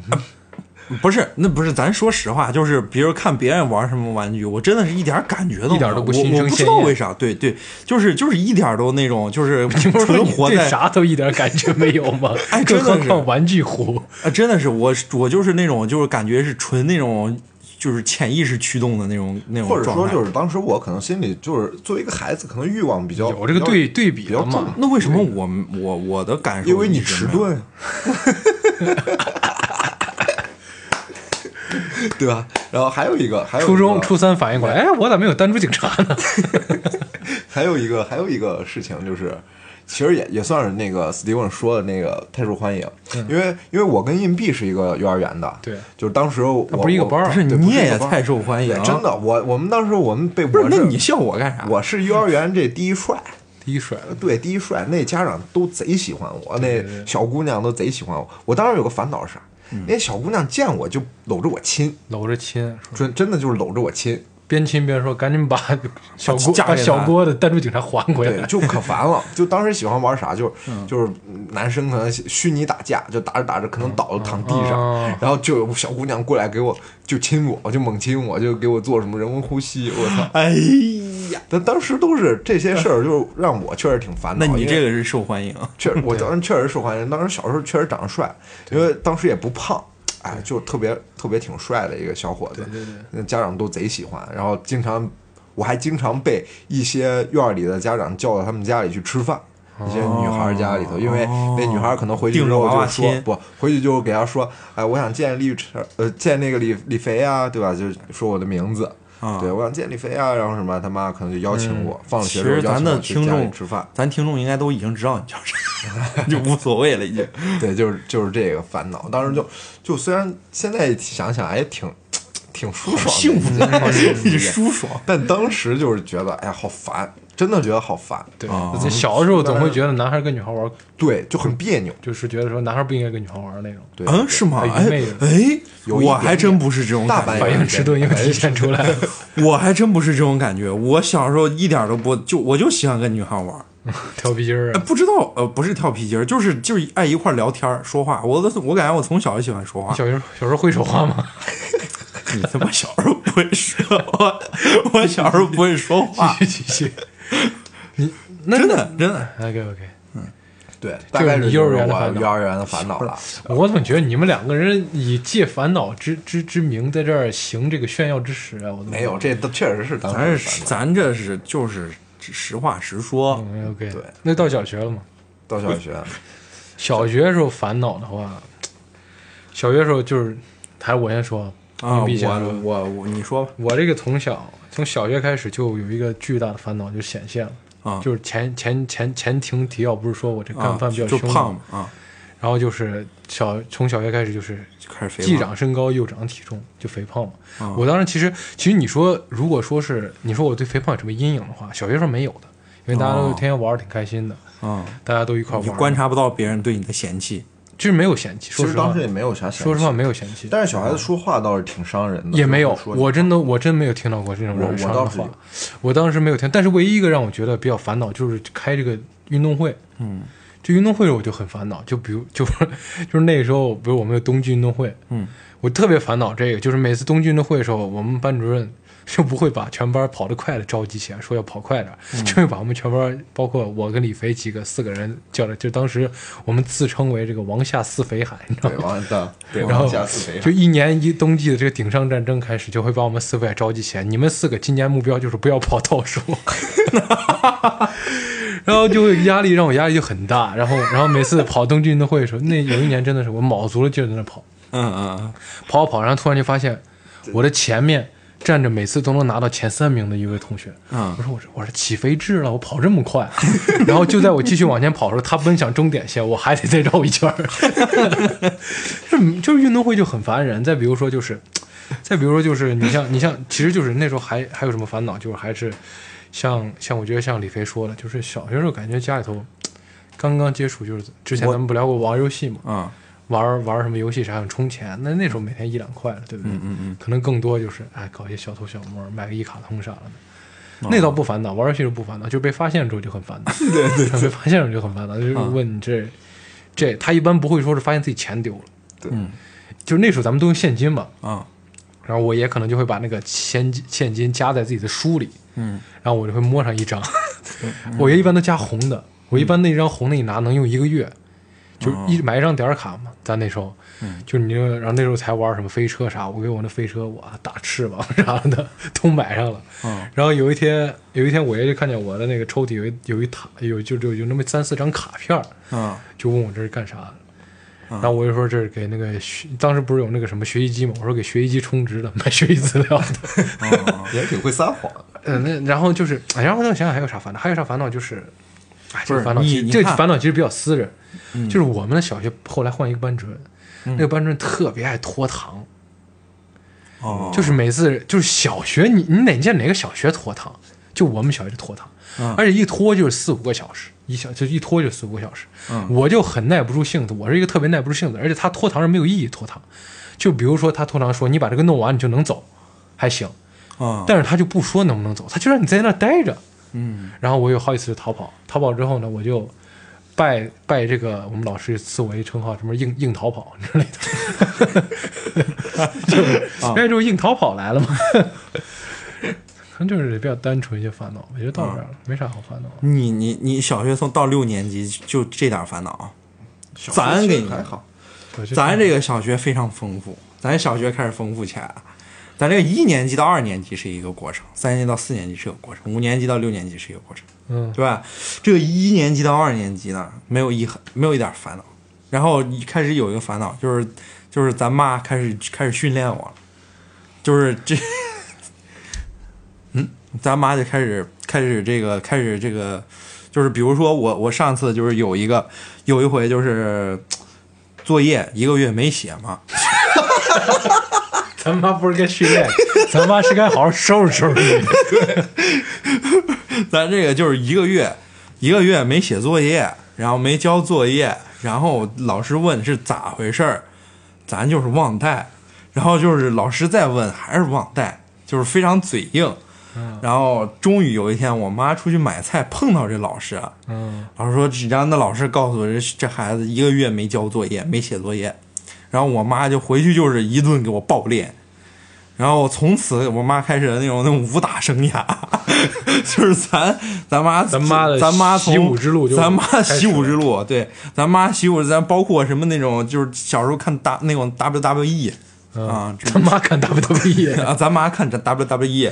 Speaker 3: 不是那不是，咱说实话，就是比如看别人玩什么玩具，我真的是一点感觉都没有
Speaker 4: 一点都不
Speaker 3: 我
Speaker 4: 心生
Speaker 3: 我不知
Speaker 4: 羡
Speaker 3: 道
Speaker 4: 艳
Speaker 3: 为啥，对对，就是就是一点都那种，就是
Speaker 4: 不是
Speaker 3: 纯
Speaker 4: 你
Speaker 3: 活
Speaker 4: 对
Speaker 3: 在。
Speaker 4: 啥都一点感觉没有吗？
Speaker 3: 哎真
Speaker 4: 更
Speaker 3: 的
Speaker 4: 何
Speaker 3: 是
Speaker 4: 况玩具虎。
Speaker 3: 啊，真的是我，我就是那种，就是感觉是纯那种，就是潜意识驱动的那种那种
Speaker 1: 或者
Speaker 3: 状态。
Speaker 1: 说，就是当时我可能心里就是作为一个孩子，可能欲望比较
Speaker 4: 有这个对，对比
Speaker 1: 比较
Speaker 4: 了嘛
Speaker 1: 重？
Speaker 3: 那为什么我我我的感
Speaker 1: 比
Speaker 3: 受？
Speaker 1: 较因为你迟，钝， 对吧？然后还有一个，还有一个
Speaker 4: 初中初三反应过来，哎，我咋没有弹珠警察呢？
Speaker 1: 还有一个还有一个事情就是，其实也也算是那个 Steven 说的那个太受欢迎，因为因为我跟硬币是一个幼儿园的，
Speaker 4: 对
Speaker 1: 就是当时我
Speaker 4: 它不是一个班儿
Speaker 1: 我
Speaker 4: 不
Speaker 3: 啊是
Speaker 1: 对
Speaker 3: 你也
Speaker 1: 一个班儿
Speaker 3: 太受欢迎
Speaker 1: 对真的，我我们当时我们被
Speaker 3: 不是，
Speaker 1: 我
Speaker 3: 那你啊笑我干啥？
Speaker 1: 我是幼儿园这第一帅，
Speaker 4: 第一甩了，
Speaker 1: 对第一帅，那家长都贼喜欢我，那小姑娘都贼喜欢我。我当时有个烦恼是，
Speaker 3: 嗯
Speaker 1: 那小姑娘见我就搂着我亲，
Speaker 4: 搂着亲，说
Speaker 1: 真真的就是搂着我亲，
Speaker 4: 边亲边说赶紧把小郭
Speaker 3: 嫁给
Speaker 4: 把小
Speaker 3: 他
Speaker 4: 郭的弹珠警察还回
Speaker 1: 对，
Speaker 4: 来。
Speaker 1: 就可烦了。就当时喜欢玩啥，
Speaker 3: 嗯
Speaker 1: 就是就是男生可能虚拟打架，就打着打着可能倒了躺地上
Speaker 3: 哦
Speaker 4: 嗯，
Speaker 1: 然后就有小姑娘过来给我就亲我，就猛亲我，就给我做什么人工呼吸，我 操！
Speaker 3: 哎呀，
Speaker 1: 但当时都是这些事儿，就让我确实挺烦恼。
Speaker 3: 那你
Speaker 1: 因为
Speaker 3: 这个是受欢迎，
Speaker 1: 确实，我当时确实受欢迎。当时小时候确实长得帅，因为当时也不胖，哎，就特别特别挺帅的一个小伙子。
Speaker 4: 对对
Speaker 1: 那家长都贼喜欢，然后经常我还经常被一些院儿里的家长叫到他们家里去吃饭。一些女孩儿家里头，因为那女孩儿可能回去
Speaker 3: 哦定
Speaker 1: 之
Speaker 3: 着
Speaker 1: 后
Speaker 3: 娃娃
Speaker 1: 就说
Speaker 3: 亲
Speaker 1: 不，回去就给她说，哎，我想见李晨，呃，见那个李李肥啊，对吧？就说我的名字，
Speaker 3: 啊嗯
Speaker 1: 对我想见李肥啊，然后什么，他妈可能就邀请我，放了学
Speaker 3: 其
Speaker 1: 之后
Speaker 3: 实
Speaker 1: 邀
Speaker 3: 咱
Speaker 1: 请
Speaker 3: 的
Speaker 1: 我去
Speaker 3: 听
Speaker 1: 家里
Speaker 3: 众
Speaker 1: 吃饭。
Speaker 3: 咱听众应该都已经知道你叫啥，就无所谓了，已经。
Speaker 1: 对，就是就是这个烦恼。当时
Speaker 4: 嗯
Speaker 1: 就就虽然现在想想，哎，挺挺舒爽的一件，
Speaker 3: 幸福的
Speaker 1: 好幸 福的一件
Speaker 3: 舒爽。
Speaker 1: 但当时就是觉得，哎呀，好烦，真的觉得好烦，
Speaker 4: 对，
Speaker 3: 啊
Speaker 4: 就小的时候总会觉得男孩跟女孩玩，
Speaker 1: 对，就很别扭。
Speaker 4: 就是觉得说男孩不应该跟女孩玩那种。
Speaker 1: 对，
Speaker 3: 嗯，是吗？
Speaker 4: 哎
Speaker 3: 哎
Speaker 4: 那个
Speaker 3: 哎，
Speaker 1: 有一
Speaker 3: 我
Speaker 1: 点
Speaker 3: 还真不是这种
Speaker 1: 大半
Speaker 3: 感觉，
Speaker 4: 反应迟钝又体现出 来了。
Speaker 3: 我还真不是这种感觉。我小时候一点都不就我就喜欢跟女孩玩，
Speaker 4: 跳皮筋儿
Speaker 3: 哎，
Speaker 4: 啊，
Speaker 3: 不知道呃，不是跳皮筋儿，就是就是爱一块儿聊天儿说话。我都我感觉我从小就喜欢说话
Speaker 4: 你。小时候小时候会说话吗？
Speaker 3: 你他妈小时候不会说，我 我小时候不会说 话，
Speaker 4: 继续继续，你那
Speaker 3: 真的真的。
Speaker 4: OK OK，
Speaker 1: 对，大概
Speaker 4: 你
Speaker 1: 是
Speaker 4: 幼
Speaker 1: 就
Speaker 4: 儿
Speaker 1: 是
Speaker 4: 园的
Speaker 1: 我
Speaker 4: 烦恼
Speaker 1: 幼儿园的烦恼 了。
Speaker 4: 我总觉得你们两个人以借烦恼之之之名在这儿行这个炫耀之实啊，我都
Speaker 1: 没有，这都确实是当
Speaker 3: 咱
Speaker 1: 时
Speaker 3: 是
Speaker 1: 的烦恼
Speaker 3: 咱这是就是实话实说，
Speaker 4: 嗯 OK，
Speaker 1: 对
Speaker 4: 那到小学了吗？
Speaker 1: 到小学，
Speaker 4: 小学时候烦恼的话，小学时候就是，还是我先说
Speaker 3: 啊，
Speaker 4: 硬币先
Speaker 3: 我
Speaker 4: 说，
Speaker 3: 我我，你说吧，
Speaker 4: 啊我这个从小从小学开始就有一个巨大的烦恼就显现了，
Speaker 3: 啊
Speaker 4: 就是前前前前庭提要不是说我这干
Speaker 3: 啊，
Speaker 4: 饭比较
Speaker 3: 就
Speaker 4: 凶吗
Speaker 3: 胖嘛啊，
Speaker 4: 然后就是小从小学开始就是
Speaker 3: 就开始肥
Speaker 4: 既
Speaker 3: 胖
Speaker 4: 长身高又长体重，就肥胖了。
Speaker 1: 啊
Speaker 4: 我当时其实其实你说，如果说是你说我对肥胖有什么阴影的话，小学时候没有的，因为大家都
Speaker 3: 哦
Speaker 4: 天天玩儿挺开心的，
Speaker 3: 啊，
Speaker 4: 大家都一块儿
Speaker 3: 你
Speaker 4: 玩儿，
Speaker 3: 观察不到别人对你的嫌弃，
Speaker 4: 就是没有嫌弃。
Speaker 1: 其
Speaker 4: 说
Speaker 1: 实
Speaker 4: 实话
Speaker 1: 当时，也没有啥想。
Speaker 4: 说实话，没有嫌弃，
Speaker 1: 但是小孩子说话倒是挺伤人的，
Speaker 4: 也没有
Speaker 1: 就是，说你
Speaker 4: 我真的我真没有听到过这种
Speaker 1: 我
Speaker 4: 人
Speaker 1: 我
Speaker 4: 伤
Speaker 1: 倒
Speaker 4: 的
Speaker 1: 是
Speaker 4: 话
Speaker 1: 有。
Speaker 4: 我当时没有听，但是唯一一个让我觉得比较烦恼就是开这个运动会，嗯，这运动会我就很烦恼，就比如就是 就是那个时候，比如我们有冬季运动会，嗯，我特别烦恼这个，就是每次冬季运动会的时候，我们班主任。 就不会把全班跑得快的召集起来，说要跑快点儿，
Speaker 1: 嗯
Speaker 4: 就会把我们全班，包括我跟李肥几个四个人叫来，就当时我们自称为这个“王下四肥海”，你知道吗
Speaker 1: 对？王蛋，对，
Speaker 4: 然后
Speaker 1: 下次肥
Speaker 4: 就一年一冬季的这个顶上战争开始，就会把我们四个也召集起来。你们四个今年目标就是不要跑倒数，然后就会压力让我压力就很大。然后，然后每次跑冬季运动会的时候，那有一年真的是我卯足了劲儿在那跑，
Speaker 3: 嗯嗯嗯，
Speaker 4: 跑啊跑，然后突然就发现我的前面站着每次都能拿到前三名的一位同学。
Speaker 3: 嗯
Speaker 4: 我说我说我说起飞智了，我跑这么快。 然后就在我继续往前跑的时候，他奔向终点线，我还得再绕一圈儿。 就是就是运动会就很烦人。再比如说就是，再比如说就是你像你像，其实就是那时候还还有什么烦恼，就是还是像像我觉得像李飞说的，就是小学时候感觉家里头刚刚接触，就是之前咱们不聊过玩游戏嘛，
Speaker 3: 啊，
Speaker 4: 玩玩什么游戏啥想充钱，那那时候每天一两块了，对不对？嗯嗯嗯可能更多就是哎搞一些小偷小摸，买个一卡通啥的。那倒不烦恼，玩游戏是不烦恼，就是被发现之后就很烦恼。哦 对对对，嗯被发现了就很烦恼，就是问你这、这，他一般不会说是发现自己钱丢了，
Speaker 1: 对
Speaker 4: 嗯，就是那时候咱们都用现金嘛，
Speaker 3: 啊，
Speaker 4: 然后我也可能就会把那个现金现金夹在自己的书里，嗯，然后我就会摸上一张， 我一般都夹红的，我一般那张红的一拿能用一个月，就是一买一张点儿卡嘛，咱那时候，就是你就然后那时候才玩什么飞车啥，我给我那飞车我打翅膀 啥的都买上了，然后有一天有一天我爷就看见我的那个抽屉有一有一沓有就就有那么三四张卡片儿，
Speaker 3: 啊
Speaker 4: 就问我这是干啥的。然后我就说这是给那个学，当时不是有那个什么学习机嘛，我说给学习机充值的， 买学习资料的。
Speaker 5: 也挺会撒谎的。
Speaker 4: 嗯，那然后就是，哎然后我想想还有啥烦恼？还有啥烦恼就是，哎，
Speaker 3: 不
Speaker 4: 这个
Speaker 3: 是
Speaker 4: 烦恼
Speaker 3: 你
Speaker 4: 其实
Speaker 3: 你嗯
Speaker 4: 这个
Speaker 3: 看
Speaker 4: 烦恼其实比较私人，就是我们的小学后来换一个班主任，
Speaker 3: 嗯
Speaker 4: 那个班主任特别爱拖堂，
Speaker 3: 哦，
Speaker 4: 就是每次就是小学你你哪见哪个小学拖堂？就我们小学就拖堂，而且一拖就是四五个小时，一小就一拖就四五个小时。我就很耐不住性子，我是一个特别耐不住性子，而且他拖堂是没有意义拖堂。就比如说他拖堂说你把这个弄完你就能走，还行，
Speaker 3: 啊，
Speaker 4: 但是他就不说能不能走，他就让你在那儿待着。嗯，然后我有好几次逃跑，逃跑之后呢，我就拜拜这个我们老师赐我一称号，什么硬硬逃跑之类 的， 就是哎，就是硬逃跑来了嘛。可能就是比较单纯一些烦恼，我觉得到这儿了，没啥好烦恼。
Speaker 3: 你你你小学从到六年级就这点儿烦恼，啊咱给你
Speaker 5: 还好，
Speaker 4: 我觉得
Speaker 3: 咱这个小学非常丰富，咱小学开始丰富起来了。咱这个一年级到二年级是一个过程，三年级到四年级是个过程，五年级到六年级是一个过程，
Speaker 4: 嗯，
Speaker 3: 对吧？这个一年级到二年级呢，没有一没有一点烦恼，然后一开始有一个烦恼就是就是咱妈开始开始训练我了，就是这， 嗯，咱妈就开始开始这个开始这个，就是比如说我我上次就是有一个有一回就是作业一个月没写嘛，
Speaker 4: 咱妈不是该训 练，咱妈是该好好收拾收拾你。
Speaker 3: 咱这个就是一个月，一个月没写作业，然后没交作业，然后老师问是咋回事儿，咱就是忘带，然后就是老师再问还是忘带，就是非常嘴硬。然后终于有一天，我妈出去买菜碰到这老师啊了，
Speaker 4: 嗯，
Speaker 3: 老师说，然后那老师告诉我这这孩子一个月没交作业，没写作业，然后我妈就回去就是一顿给我暴练，然后从此我妈开始了那种那种武打生涯， 就是咱咱妈
Speaker 4: 咱妈的
Speaker 3: 咱妈
Speaker 4: 习武之路就
Speaker 3: 咱妈
Speaker 4: 开始了
Speaker 3: 习武之路，对，咱妈习武，咱包括什么那种就是小时候看大那种 WWE
Speaker 4: 嗯
Speaker 3: 啊，这
Speaker 4: 咱妈看 E WWE，
Speaker 3: 啊，咱妈看这 E，WWE，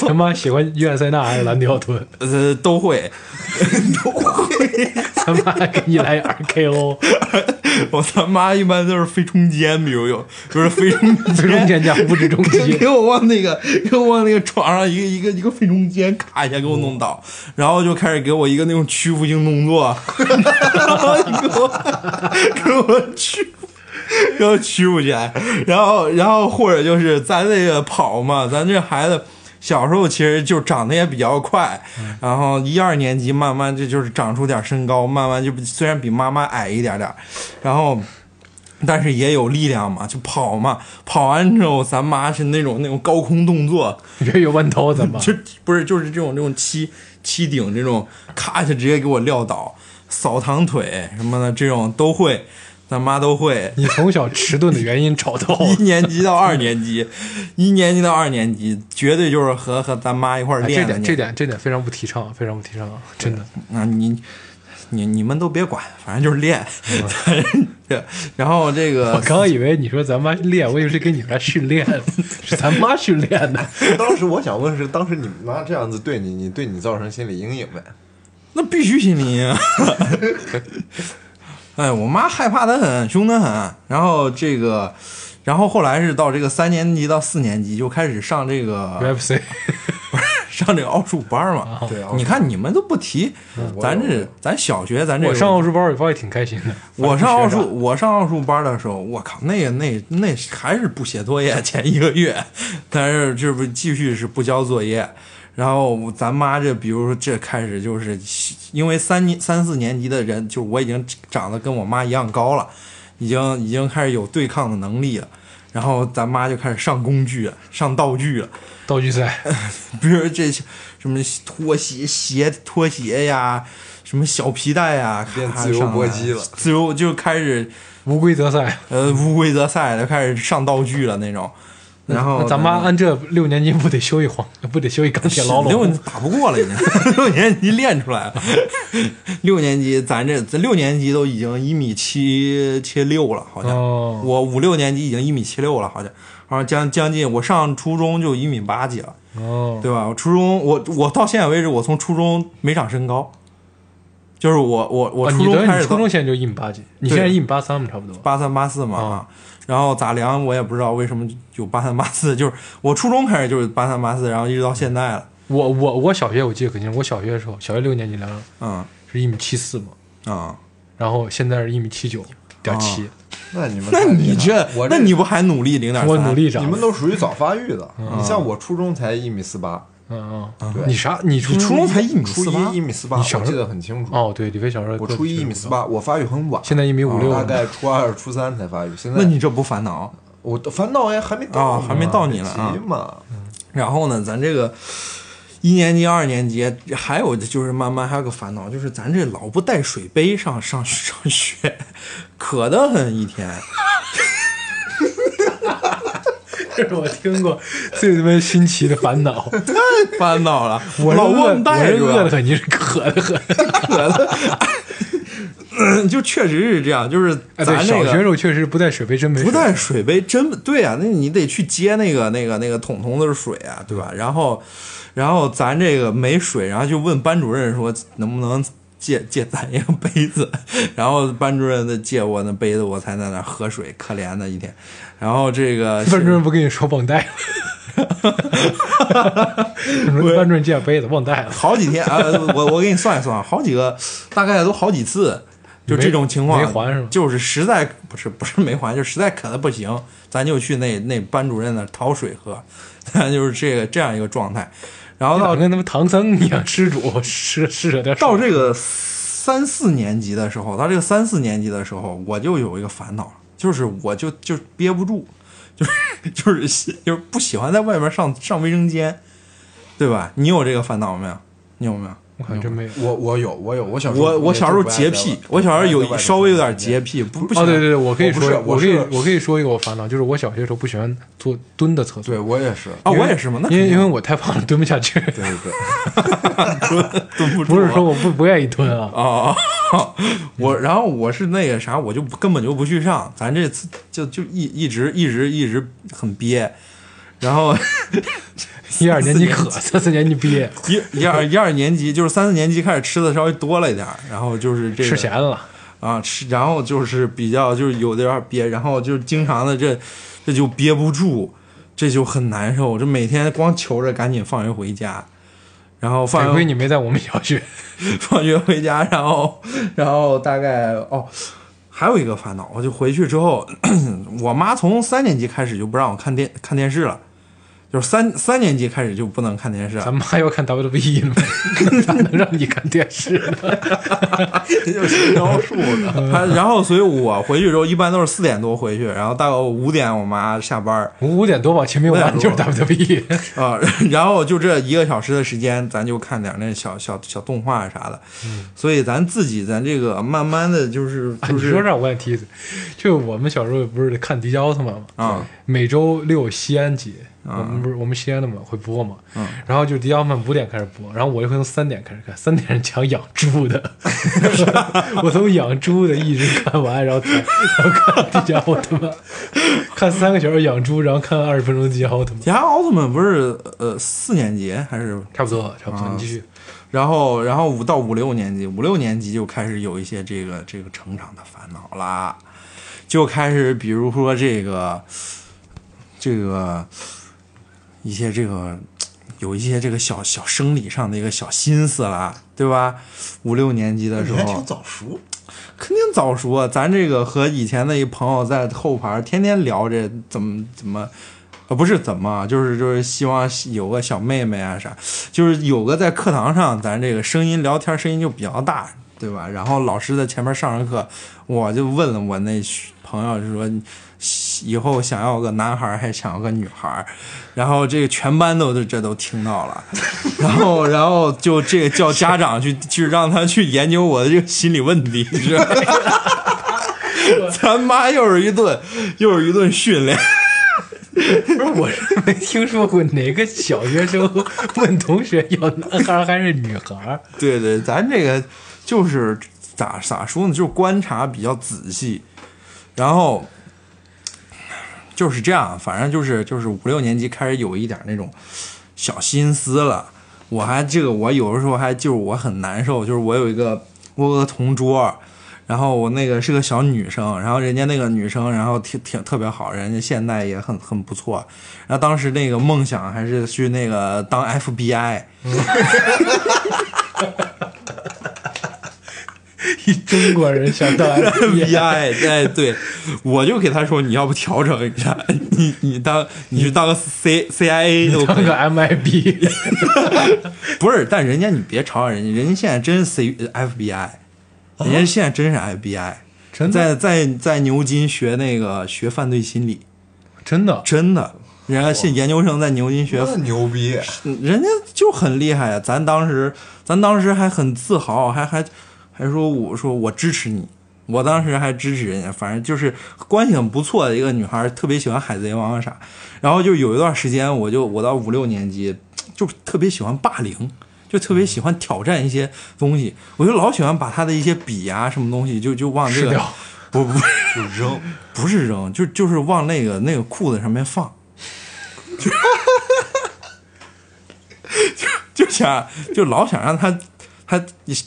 Speaker 4: 咱妈喜欢约翰塞纳还是兰迪奥顿，
Speaker 3: 呃，都会， 都会。
Speaker 4: 咱妈还给你来 RKO。
Speaker 3: 我他妈一般都是飞冲肩，比如有就是飞冲
Speaker 4: 最中间加五指中
Speaker 3: 给给
Speaker 4: 间，
Speaker 3: 我往那个给我往那个床上一个一个一个飞冲肩咔一下给我弄倒，然后就开始给我一个那种屈服性动作，然后给我给我屈服。给我屈服起来，然后，然后或者就是咱那个跑嘛，咱这孩子小时候其实就长得也比较快，然后一二年级慢慢这就是长出点身高，慢慢就虽然比妈妈矮一点点儿，然后但是也有力量嘛，就跑嘛，跑完之后，咱妈是那种那种高空动作，
Speaker 4: 越有弯刀怎么？
Speaker 3: 就不是就是这种这种七七顶这种，咔一下直接给我撂倒，扫堂腿什么的这种都会，咱妈都会。
Speaker 4: 你从小迟钝的原因找到了
Speaker 3: 一年级到二年级， 一年级到二年级，绝对就是和和咱妈一块儿
Speaker 4: 哎
Speaker 3: 练
Speaker 4: 这
Speaker 3: 的
Speaker 4: 点
Speaker 3: 那
Speaker 4: 这点这点非常不提倡，非常不提倡啊，真的。
Speaker 3: 啊，你你你们都别管，反正就是练。 对，然后这个
Speaker 4: 嗯我刚以为你说咱妈练，我以为是给你们来训 练，是咱妈训练的。
Speaker 5: 当时我想问是，当时你妈这样子对你，你对你造成心理阴影没？
Speaker 3: 那必须心理阴影。啊 哎，我妈害怕的很，凶的很。然后这个，然后后来是到这个三年级到四年级就开始上这个
Speaker 4: UFC
Speaker 3: 上这个奥数班嘛。
Speaker 5: 对啊
Speaker 3: 你看你们都不提，咱这咱小学咱这
Speaker 4: 我
Speaker 3: 个
Speaker 4: 上奥数班儿，我也挺开心的。
Speaker 3: 我上奥数
Speaker 4: 学，
Speaker 3: 我上奥数班的时候，我靠，那个那那还是不写作业前一个月， 但是这不继续是不交作业，然后咱妈这比如说这开始就是因为三年三四年级的人，就是我已经长得跟我妈一样高了，已经已经开始有对抗的能力了，然后咱妈就开始上工具了，上道具了。
Speaker 4: 长道具赛，
Speaker 3: 比如这些什么拖鞋、鞋拖鞋呀，什么小皮带呀，咔
Speaker 5: 变自由搏击了
Speaker 3: 上来自由就开始
Speaker 4: 无规则赛。
Speaker 3: 呃无规则赛了，开始上道具了那种。然后
Speaker 4: 那咱妈按这六年级不得修一黄，不得修一钢铁牢
Speaker 3: 六
Speaker 4: 笼？
Speaker 3: 打不过了，已经 六年级练出来了。 六年级咱这咱六年级都已经一米七七六了，好像、
Speaker 4: 哦
Speaker 3: 我五六年级已经一米七六了，好像好像将将近我上初中就一米八几了。
Speaker 4: 哦，
Speaker 3: 对吧？我初中我我到现在为止，我从初中没长身高，就是我我我
Speaker 4: 啊，
Speaker 3: 初
Speaker 4: 你
Speaker 3: 中
Speaker 4: 的
Speaker 3: 开
Speaker 4: 你
Speaker 3: 始
Speaker 4: 初
Speaker 3: 到
Speaker 4: 中现在就一米八几，你现在一米八三嘛，差不多。
Speaker 3: 八三八四嘛啊，然后杂粮我也不知道为什么有八三八四， 就是我初中开始就是八三八四，然后一直到现在了，
Speaker 4: 我我我小学我记得可清，我小学的时候，小学六年级量
Speaker 3: 嗯
Speaker 4: 是一米七四嘛，
Speaker 3: 啊，
Speaker 4: 然后现在是一米七九点七，
Speaker 1: 那你们
Speaker 3: 那
Speaker 1: 太厉
Speaker 3: 你
Speaker 1: 害
Speaker 3: 这
Speaker 1: 我
Speaker 3: 那你不还努力零点？
Speaker 4: 我努，力长。
Speaker 1: 你们都属于早发育的，
Speaker 3: 嗯
Speaker 1: 你像我初中才一米四八，
Speaker 4: 嗯
Speaker 1: 对
Speaker 4: 嗯，你啥？你初
Speaker 3: 你初中才一米
Speaker 1: 初
Speaker 3: 四八
Speaker 1: 一一，米四八，
Speaker 4: 你小
Speaker 1: 我
Speaker 4: 时候
Speaker 1: 记得很清楚。
Speaker 4: 哦，对，李飞小时候
Speaker 1: 我
Speaker 4: 个
Speaker 1: 初一
Speaker 4: 子
Speaker 1: 一
Speaker 4: 挺
Speaker 1: 米四
Speaker 4: 高，
Speaker 1: 八，我发育很晚，啊
Speaker 4: 现在一米五六
Speaker 1: 大，概初二、初三才发育。现
Speaker 3: 那
Speaker 1: 在
Speaker 3: 你这不烦恼？
Speaker 1: 我烦恼哎，还没到
Speaker 3: 哦还没到你呢啊
Speaker 1: 急嘛？
Speaker 3: 然后呢，咱这个一年级、二年级，还有就是慢慢还有个烦恼，就是咱这老不带水杯上上上学， 渴得很一天。
Speaker 4: 这 是我听过最他妈新奇的烦恼。
Speaker 3: 烦恼了，
Speaker 4: 我是
Speaker 3: 老
Speaker 4: 饿，
Speaker 3: 忘带
Speaker 4: 我是
Speaker 3: 是
Speaker 4: 饿
Speaker 3: 吧
Speaker 4: 得？很，你是渴得很。
Speaker 3: 就确实是这样，就是
Speaker 4: 哎，
Speaker 3: 咱
Speaker 4: 对，
Speaker 3: 那
Speaker 4: 小学
Speaker 3: 个
Speaker 4: 时候确实不带水杯，真没
Speaker 3: 不
Speaker 4: 水
Speaker 3: 带水杯，真对啊，那你得去接那个那个那个桶桶的水啊，对吧？然后，然后咱这个没水，然后就问班主任说能不能借借咱一个杯子， 然后班主任的借我那杯子，我才在那儿喝水，可怜的一天。然后这个
Speaker 4: 班主任不跟你说忘 带了？你说班主任借杯子忘带了，
Speaker 3: 好几天啊， 我我给你算一算，好几个，大概都好几次，就这种情况
Speaker 4: 没没还是吗
Speaker 3: 就是实在不是不是没还，就实在渴的不行，咱就去那那班主任那儿讨水喝， 咱就是这个这样一个状态。然后
Speaker 4: 老
Speaker 3: 到
Speaker 4: 跟他们唐僧一样施主 施施舍点水
Speaker 3: 到这个三四年级的时候，到这个三四年级的时候，我就有一个烦恼，就是我就就憋不住， 就是就是喜就是不喜欢在外面上上卫生间，对吧？你有这个烦恼没有？你有没有？
Speaker 4: 我好像真没有。
Speaker 1: 我我有我有，我小时候
Speaker 3: 我我小时候
Speaker 1: 也就不爱
Speaker 3: 洁
Speaker 1: 在
Speaker 3: 癖
Speaker 1: 外，
Speaker 3: 我小时候
Speaker 1: 不爱在
Speaker 3: 有
Speaker 1: 外
Speaker 3: 稍微有点
Speaker 1: 面
Speaker 3: 洁癖，不不喜
Speaker 4: 哦，
Speaker 3: 欢
Speaker 4: 对对对，我可以
Speaker 1: 我不
Speaker 4: 说
Speaker 1: 是，
Speaker 4: 我
Speaker 1: 我
Speaker 4: 可以
Speaker 1: 是
Speaker 4: 我可以说一个我烦恼，就是我小学的时候不喜欢坐蹲的厕所，
Speaker 1: 对我也是，
Speaker 3: 啊，
Speaker 4: 因为
Speaker 3: 我也是嘛，那
Speaker 4: 因为
Speaker 3: 肯定
Speaker 4: 因为我太胖了，蹲不下去。
Speaker 1: 对对，
Speaker 3: 蹲不住
Speaker 4: 不是
Speaker 3: 啊
Speaker 4: 说我不不愿意蹲啊，
Speaker 3: 哦，哦 我然后我是那个啥，我就不根本就不去上，咱这次就就一一直一直一直很憋，然后
Speaker 4: 一二年级渴，三四年级憋，
Speaker 3: 一一二一二年级就是三四年级开始吃的稍微多了一点儿，然后就是这个
Speaker 4: 吃咸了。
Speaker 3: 啊吃，然后就是比较就是有点儿憋，然后就经常的这这就憋不住，这就很难受，这每天光求着赶紧放学回家。然后放
Speaker 4: 得
Speaker 3: 学
Speaker 4: 亏你没在我们小学。
Speaker 3: 放学回家，然后然后大概哦，还有一个烦恼，我就回去之后， 我妈从三年级开始就不让我看电看电视了。就是三三年级开始就不能看电视了，
Speaker 4: 咱妈要看 WWE 呢，咋能让你看电视 呢？
Speaker 1: 就是描述的，
Speaker 3: 她然后所以我回去之后一般都是四点多回去，然后大概五点我妈下班儿
Speaker 4: 我五点多往前面玩就是 E
Speaker 3: 5
Speaker 4: WWE，
Speaker 3: 啊、 然后就这一个小时的时间，咱就看点儿那小小小动画啥的，所以咱自己咱这个慢慢的就是
Speaker 4: 嗯啊
Speaker 3: 就
Speaker 4: 你
Speaker 3: 是
Speaker 4: 说这我也提一嘴，就我们小时候不是看迪迦奥特曼吗？
Speaker 3: 啊
Speaker 4: 每周六西安集，我们不是我们西安的嘛，会播嘛。然后就迪迦奥特曼五点开始播，然后我就会从三点开始看，三点是讲养猪 的，我从养猪的一直看完，然后才然后看迪迦奥特曼，看三个小时养猪，然后看二十分钟迪迦奥特曼，
Speaker 3: 迪迦奥特曼不是呃四年级还是
Speaker 4: 差不多差不多，你继续。
Speaker 3: 然后，然后五到五六年级，五六年级就开始有一些这个这个成长的烦恼啦，就开始比如说这个这个一些这个有一些这个小小生理上的一个小心思啦，对吧？五六年级的时
Speaker 1: 你还挺
Speaker 3: 候
Speaker 1: 早熟，
Speaker 3: 肯定早熟啊，咱这个和以前的一朋友在后排儿天天聊这怎么怎么。啊，不是怎么啊，就是就是希望有个小妹妹啊啥，就是有个在课堂上，咱这个声音聊天声音就比较大，对吧？然后老师在前面上着课，我就问了我那朋友，就说你以后想要个男孩儿还想要个女孩儿，然后这个全班都都这都听到了， 然后然后就这个叫家长去去让他去研究我的这个心理问题，是吧咱妈又是一顿又是一顿训练。
Speaker 4: 不是，我是没听说过哪个小学生问同学要男孩儿还是女孩儿。
Speaker 3: 对对，咱这个就是咋咋说呢，就是观察比较仔细，然后就是这样，反正就是就是五六年级开始有一点那种小心思了。我还这个，我有的时候还就是我很难受，就是我有一个我有个同桌，然后我那个是个小女生，然后人家那个女生，然后挺挺特别好，人家现在也很很不错。然后当时那个梦想还是去那个当 FBI，
Speaker 4: 一中国人想 当
Speaker 3: FBI，哎，对，我就给他说，你要不调整一下，你你当你去当个 C CIA 都可
Speaker 4: 当
Speaker 3: 以
Speaker 4: 个，MIB，
Speaker 3: 不是，但人家你别嘲笑人家，人家现在真是 C FBI，人家现在真是 FBI，、
Speaker 4: 啊真的
Speaker 3: 在在在牛津学那个学犯罪心理，
Speaker 4: 真的
Speaker 3: 真的，人家现研究生在牛津学
Speaker 1: 那牛 逼，
Speaker 3: 人家就很厉害呀。咱当时，咱当时还很自豪，还还还说我说我支持你，我当时还支持人家，反正就是关系很不错的一个女孩，特别喜欢海贼王啊啥。然后就有一段时间，我就我到五六年级，就特别喜欢霸凌。就特别喜欢挑战一些东西，我就老喜欢把他的一些笔啊什么东西就就往这
Speaker 4: 吃
Speaker 3: 个
Speaker 4: 掉，
Speaker 3: 不不
Speaker 1: 就扔，
Speaker 3: 不是扔，就就是往那个那个裤子上面放，就就想就老想让他他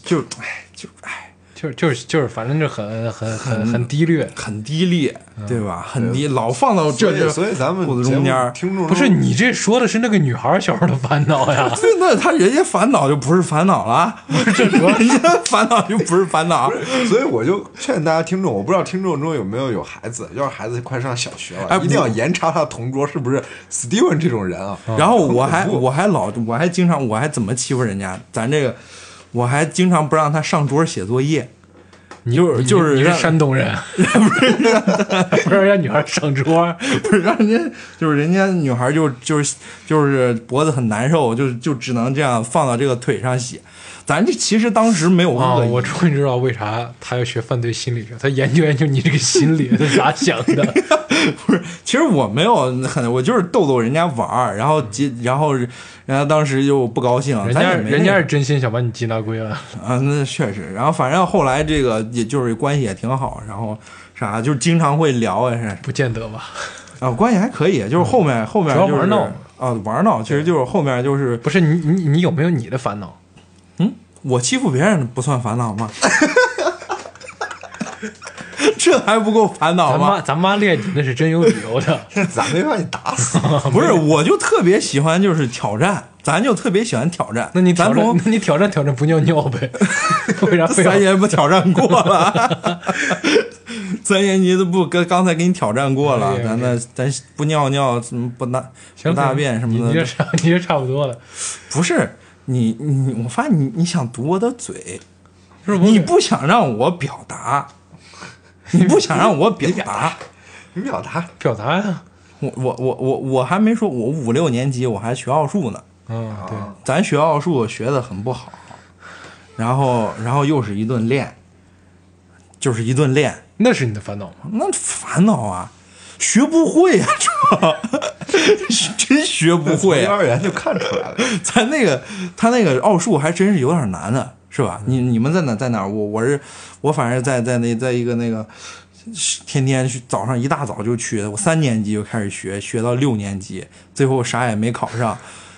Speaker 3: 就哎就哎
Speaker 4: 就是就是就是，反正就很很很很低劣。
Speaker 3: 很低劣，对吧？很低，老放到
Speaker 1: 所
Speaker 3: 这
Speaker 1: 以
Speaker 3: 就
Speaker 1: 嗯所以咱们
Speaker 3: 裤子
Speaker 1: 节
Speaker 3: 中
Speaker 1: 目
Speaker 3: 间儿。
Speaker 1: 听众
Speaker 4: 不是你这说的是那个女孩小时候的烦恼 呀？
Speaker 3: 对，那他人家烦恼就不是烦恼了，
Speaker 4: 这主要
Speaker 3: 人家烦恼就不是烦恼，
Speaker 1: 所以我就劝大家听众，我不知道听众中有没有有孩子，要是孩子快上小学了，
Speaker 3: 哎
Speaker 1: 一定要严查他同桌是不是 Steven 这种人啊。
Speaker 3: 然后我还我还老我还经常我还怎么欺负人家？咱这个我还经常不让他上桌写作业，
Speaker 4: 你
Speaker 3: 就是就是
Speaker 4: 你是
Speaker 3: 让
Speaker 4: 山 东人，不是不是让女孩上桌，
Speaker 3: 不是让人家就是人家女孩就就是就是脖子很难受，就就只能这样放到这个腿上洗。咱这其实当时没有
Speaker 4: 啊！
Speaker 3: 恶意，
Speaker 4: 我终于知道为啥他要学犯罪心理学，他研究研究你这个心理，他咋想的？
Speaker 3: 不是，其实我没有很，我就是逗逗人家玩儿，然后结，然后人家当时就不高兴，
Speaker 4: 嗯人
Speaker 3: 咱
Speaker 4: 家
Speaker 3: 也没
Speaker 4: 人家
Speaker 3: 那
Speaker 4: 是真心想把你缉拿归案，
Speaker 3: 啊，那确实。然后反正后来这个也就是关系也挺好，然后啥就经常会聊呀啥
Speaker 4: 不见得吧？
Speaker 3: 啊，关系还可以，就是后面后面
Speaker 4: 主要
Speaker 3: 就是
Speaker 4: 玩闹
Speaker 3: 啊玩闹，其实就是后面就是
Speaker 4: 不是你你你有没有你的烦恼？
Speaker 3: 嗯，我欺负别人不算烦 恼吗？这还不够烦恼
Speaker 4: 咱妈
Speaker 3: 吗？
Speaker 4: 咱妈练你那是真有理 由的，
Speaker 1: 咋没把你打死？
Speaker 3: 不是，我就特别喜欢就是挑战，咱就特别喜欢挑战。
Speaker 4: 那你挑
Speaker 3: 咱
Speaker 4: 战
Speaker 3: 从
Speaker 4: 那你挑战挑战不尿尿 呗？为啥非要
Speaker 3: 三 年不挑战过了？三年级都不跟刚才给你挑战过了
Speaker 4: 可以，可以
Speaker 3: 咱那咱不尿尿，什么不大不
Speaker 4: 哎行
Speaker 3: 大便什么
Speaker 4: 你你这
Speaker 3: 的，
Speaker 4: 差你这差不多了，
Speaker 3: 不是你你，我发现你你想堵我的嘴，
Speaker 4: 是不是？
Speaker 3: 你不想让我表达，你不想让我表达。
Speaker 1: 你秒 他！
Speaker 4: 表达啊呀？
Speaker 3: 我我我我我还没说，我五六年级我还学奥数呢，
Speaker 4: 嗯，
Speaker 3: 啊
Speaker 4: 对。
Speaker 3: 咱学奥数学的很不好，然后然后又是一顿练，就是一顿练，
Speaker 4: 那是你的烦恼吗？
Speaker 3: 那烦恼啊，学不会啊，主要 真学不
Speaker 1: 从
Speaker 3: 会
Speaker 1: 幼
Speaker 3: 啊，
Speaker 1: 儿园就看出来了，
Speaker 3: 咱那个他那个奥数还真是有点难的，是吧？你你们在哪在哪儿？我我是我反正在在那在一个那个。天天去早上一大早就去，我三年级就开始学，学到六年级，最后啥也没考上。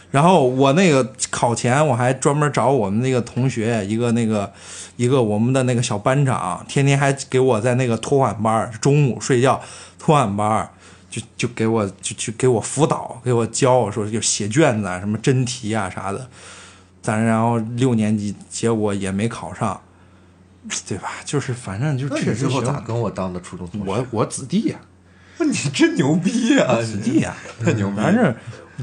Speaker 3: 然后我那个考前我还专门找我们那个同学，一个那个一个我们的那个小班长，天天还给我在那个托管班儿，中午睡觉托管班儿，就就给我就就给我辅导，给我教，说就写卷子啊，什么真题啊啥的。咱然后六年级结果也没考上，对吧？就是反正就
Speaker 1: 那
Speaker 3: 确
Speaker 1: 你
Speaker 3: 实
Speaker 1: 最后
Speaker 3: 学
Speaker 1: 咋跟我当的初中同学？
Speaker 3: 我我子弟呀、
Speaker 1: 你真牛逼啊！
Speaker 3: 子弟呀、
Speaker 1: 太牛逼了！
Speaker 3: 反正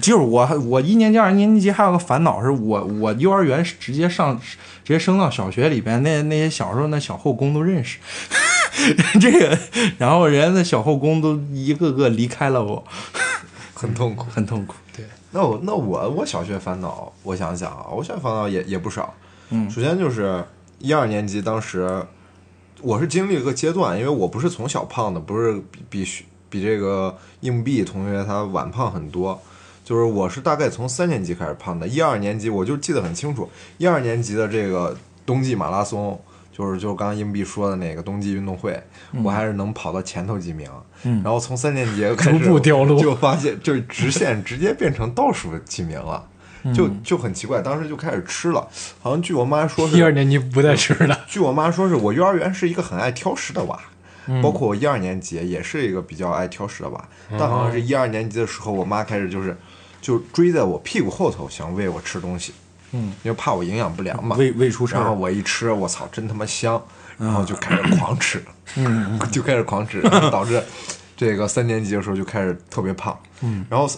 Speaker 3: 就是我我一年级、二年级还有个烦恼是我我幼儿园是直接上直接升到小学里边，那那些小时候那小后宫都认识。 这个，然后人家那小后宫都一个个离开了我，
Speaker 1: 很痛苦。
Speaker 3: 很痛苦。
Speaker 1: 那我那我我小学烦恼，我想想啊，我小学烦恼也也不少。
Speaker 3: 嗯
Speaker 1: 首先就是一二年级当时，我是经历了个阶段，因为我不是从小胖的，不是比比学比这个硬币同学他晚胖很多。就是我是大概从三年级开始胖的，一二年级我就记得很清楚，一二年级的这个冬季马拉松，就是就是刚刚硬币说的那个冬季运动会，
Speaker 4: 嗯
Speaker 1: 我还是能跑到前头几名。然后 从三年级开始
Speaker 4: 逐步掉落
Speaker 1: 就发现就是直线直接变成倒数几名了。
Speaker 4: 嗯
Speaker 1: 就就很奇怪，当时就开始吃了。好像据我妈说
Speaker 4: 一二
Speaker 1: 是，
Speaker 4: 年级不带吃的，
Speaker 1: 据我妈说是我幼儿园是一个很爱挑食的娃，
Speaker 4: 嗯
Speaker 1: 包括我一二年级也是一个比较爱挑食的娃。
Speaker 4: 哦
Speaker 1: 但好像是一二年级的时候，我妈开始就是就追在我屁股后头想喂我吃东西，嗯，因为怕我营养不良嘛，
Speaker 3: 胃胃出事
Speaker 1: 然后
Speaker 3: 儿，嗯
Speaker 1: 我一吃，我操，真他妈香，然后就开始狂吃， 就开始狂吃，然后导致这个三年级的时候就开始特别胖，嗯，然后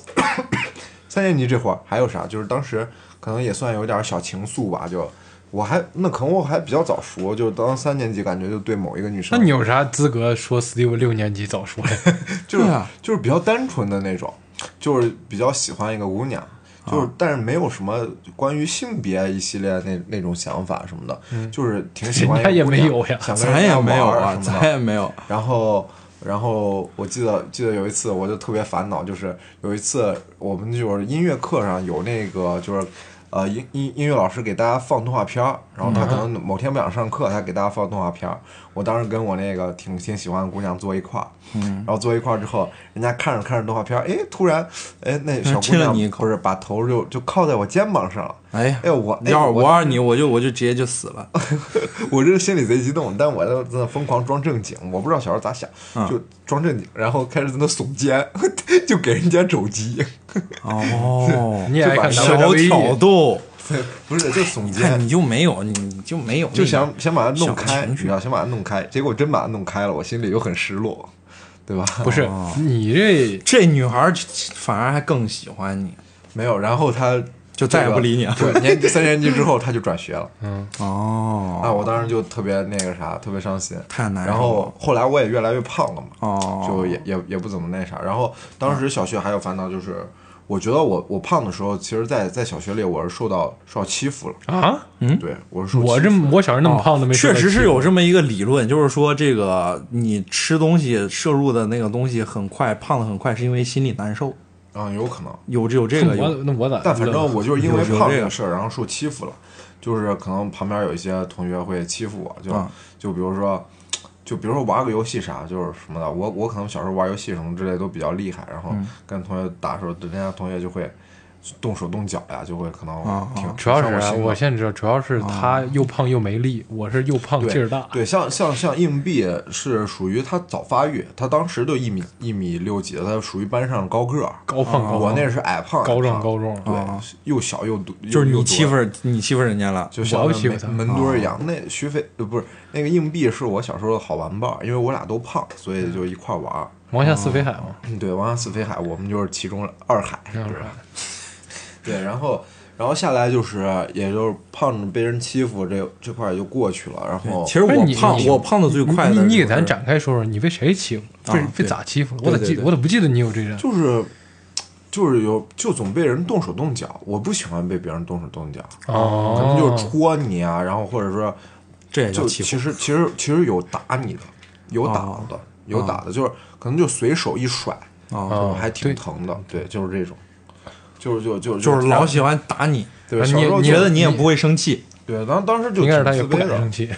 Speaker 1: 三年级这会儿还有啥？就是当时可能也算有点小情愫吧，就我还那可能我还比较早熟，就当三年级感觉就对某一个女
Speaker 4: 那
Speaker 1: 生，
Speaker 4: 你有啥资格说 Steve 六年级早熟呀？
Speaker 1: 就是、
Speaker 3: 对啊
Speaker 1: 就是比较单纯的那种，就是比较喜欢一个姑娘，
Speaker 3: 啊
Speaker 1: 就是、但是没有什么关于性别一系列那那种想法什么的，
Speaker 3: 嗯
Speaker 1: 就是挺喜欢一个
Speaker 4: 人家也
Speaker 1: 姑娘
Speaker 4: 没有呀
Speaker 1: 想跟
Speaker 3: 咱
Speaker 1: 人家
Speaker 3: 也没有
Speaker 1: 玩
Speaker 3: 啊
Speaker 1: 儿，什么
Speaker 3: 咱
Speaker 1: 的
Speaker 3: 也没有。
Speaker 1: 然后，然后我记得记得有一次，我就特别烦恼，就是有一次我们就是音乐课上有那个就是。呃，音音音乐老师给大家放动画片儿，然后他可能某天不想上课，他给大家放动画片儿。我当时跟我那个挺挺喜欢的姑娘坐一块儿，
Speaker 3: 嗯
Speaker 1: 然后坐一块儿之后，人家看着看着动画片儿，哎，突然，哎，那小姑
Speaker 3: 亲了
Speaker 1: 娘
Speaker 3: 你一口
Speaker 1: 不是把头就就靠在我肩膀上了，
Speaker 3: 哎呀
Speaker 1: 哎呦我哎
Speaker 3: 要是
Speaker 1: 我
Speaker 3: 我要是你，我就我就直接就死了。
Speaker 1: 我这个心里贼激动，但我在那疯狂装正经，我不知道小时候咋想，
Speaker 3: 嗯
Speaker 1: 就装正经，然后开始在那耸肩， 就给人家肘击，
Speaker 3: 哦，
Speaker 4: 你也爱看
Speaker 3: 小挑
Speaker 4: WWE，
Speaker 3: 逗，
Speaker 1: 不是就耸
Speaker 3: 你看
Speaker 1: 肩，
Speaker 3: 你就没有，你就没有那个，
Speaker 1: 就想想把他弄
Speaker 3: 小
Speaker 1: 开，
Speaker 3: 情
Speaker 1: 你
Speaker 3: 绪
Speaker 1: 知道，想把他弄开，结果真把他弄开了，我心里又很失落，对吧？
Speaker 4: 不是
Speaker 3: 哦
Speaker 4: 你这
Speaker 3: 这女孩儿反而还更喜欢你。
Speaker 1: 没有，然后他
Speaker 3: 就再也不理你了
Speaker 1: 这个对，年级三年级之后他就转学了，
Speaker 3: 哦
Speaker 1: 啊，我当时就特别那个啥，特别伤心，
Speaker 3: 太难受了
Speaker 1: 然后后来我也越来越胖了嘛，
Speaker 3: 哦，
Speaker 1: 就也也也不怎么那啥。然后当时小学还有烦恼就是，我觉得我我胖的时候，其实在，在小学里我是受到受到欺负了。
Speaker 4: 啊，
Speaker 1: 对，我是受
Speaker 4: 我
Speaker 1: 欺
Speaker 4: 这
Speaker 1: 负
Speaker 4: 么我小时候那么胖都没吃
Speaker 3: 确
Speaker 4: 过
Speaker 3: 实是
Speaker 4: 鸡
Speaker 3: 有这么一个理论，就是说这个你吃东西摄入的那个东西很快胖的很快，是因为心里难受，
Speaker 1: 啊，有可能。
Speaker 3: 有这有这
Speaker 4: 那
Speaker 3: 个
Speaker 4: 我
Speaker 3: 有
Speaker 4: 那我咋？
Speaker 1: 但反正我就是因为
Speaker 3: 有有
Speaker 1: 胖
Speaker 3: 这
Speaker 1: 这
Speaker 3: 个
Speaker 1: 个事儿，然后受欺负了，就是可能旁边有一些同学会欺负我，就、
Speaker 3: 啊
Speaker 1: 就比如说。就比如说玩个游戏啥，就是什么的，我我可能小时候玩游戏什么之类都比较厉害，然后
Speaker 3: 嗯
Speaker 1: 跟同学打的时候，人家同学就会动手动脚呀，就会可能
Speaker 3: 啊
Speaker 1: 挺、挺
Speaker 4: 主要
Speaker 1: 伤
Speaker 4: 是啊
Speaker 1: 心的
Speaker 4: 我现在知道，主要是他又胖又没力，我是又胖
Speaker 1: 对
Speaker 4: 劲儿大。
Speaker 1: 对，像像像硬币是属于他早发育，他当时就一米一米六几，他属于班上高个儿。
Speaker 4: 高胖高
Speaker 1: 啊
Speaker 4: 胖
Speaker 1: 我那是啊矮胖，
Speaker 4: 哦高壮
Speaker 1: 矮胖
Speaker 4: 高壮
Speaker 1: 对，又小又多，
Speaker 3: 就是
Speaker 1: 又
Speaker 3: 你
Speaker 4: 啊
Speaker 1: 又
Speaker 3: 欺
Speaker 1: 多
Speaker 3: 负你欺负人家了，
Speaker 1: 就像
Speaker 4: 我
Speaker 1: 那
Speaker 4: 欺负
Speaker 1: 门
Speaker 4: 他
Speaker 1: 门墩儿一样。那徐飞呃不是那个硬币是我小时候的好玩伴儿，因为我俩都胖，所以就一块儿玩儿。嗯
Speaker 4: 王下四飞海嘛，
Speaker 1: 对，王洋四飞海，我们就是其中二海，是 吧？对，然后然后下来就是，也就是胖子被人欺负这这块儿也就过去了。然后
Speaker 3: 其实
Speaker 4: 不是
Speaker 3: 我
Speaker 4: 你
Speaker 3: 胖
Speaker 4: 你
Speaker 3: 我胖的最快的
Speaker 4: 你你
Speaker 3: 就
Speaker 4: 给
Speaker 3: 是
Speaker 4: 咱展开说说，你被谁欺负了？被
Speaker 3: 啊
Speaker 4: 被
Speaker 3: 对
Speaker 4: 咋欺负了？
Speaker 3: 对
Speaker 4: 我咋
Speaker 3: 对
Speaker 4: 记
Speaker 3: 对
Speaker 4: 我咋不记得你有这人？
Speaker 1: 就是就是有就总被人动手动脚，我不喜欢被别人动手动脚，可能就
Speaker 4: 哦
Speaker 1: 是戳你啊，然后或者说
Speaker 3: 这也叫
Speaker 1: 就
Speaker 3: 欺负哦
Speaker 1: 其实其实其实有打你的，有打的，有打的，就是可能就随手一甩，就
Speaker 3: 啊，
Speaker 4: 哦
Speaker 1: 还挺
Speaker 4: 对
Speaker 1: 疼的，对，就是这种，就是就就
Speaker 3: 就是老喜
Speaker 1: 小，
Speaker 3: 欢打你，
Speaker 1: 对，
Speaker 4: 啊
Speaker 1: 小时候
Speaker 4: 你
Speaker 3: 觉得你也
Speaker 4: 你
Speaker 3: 不会生气，
Speaker 1: 对，当当时就挺
Speaker 4: 应该是他也
Speaker 1: 自
Speaker 4: 不
Speaker 1: 卑
Speaker 4: 敢
Speaker 1: 的
Speaker 4: 生，气。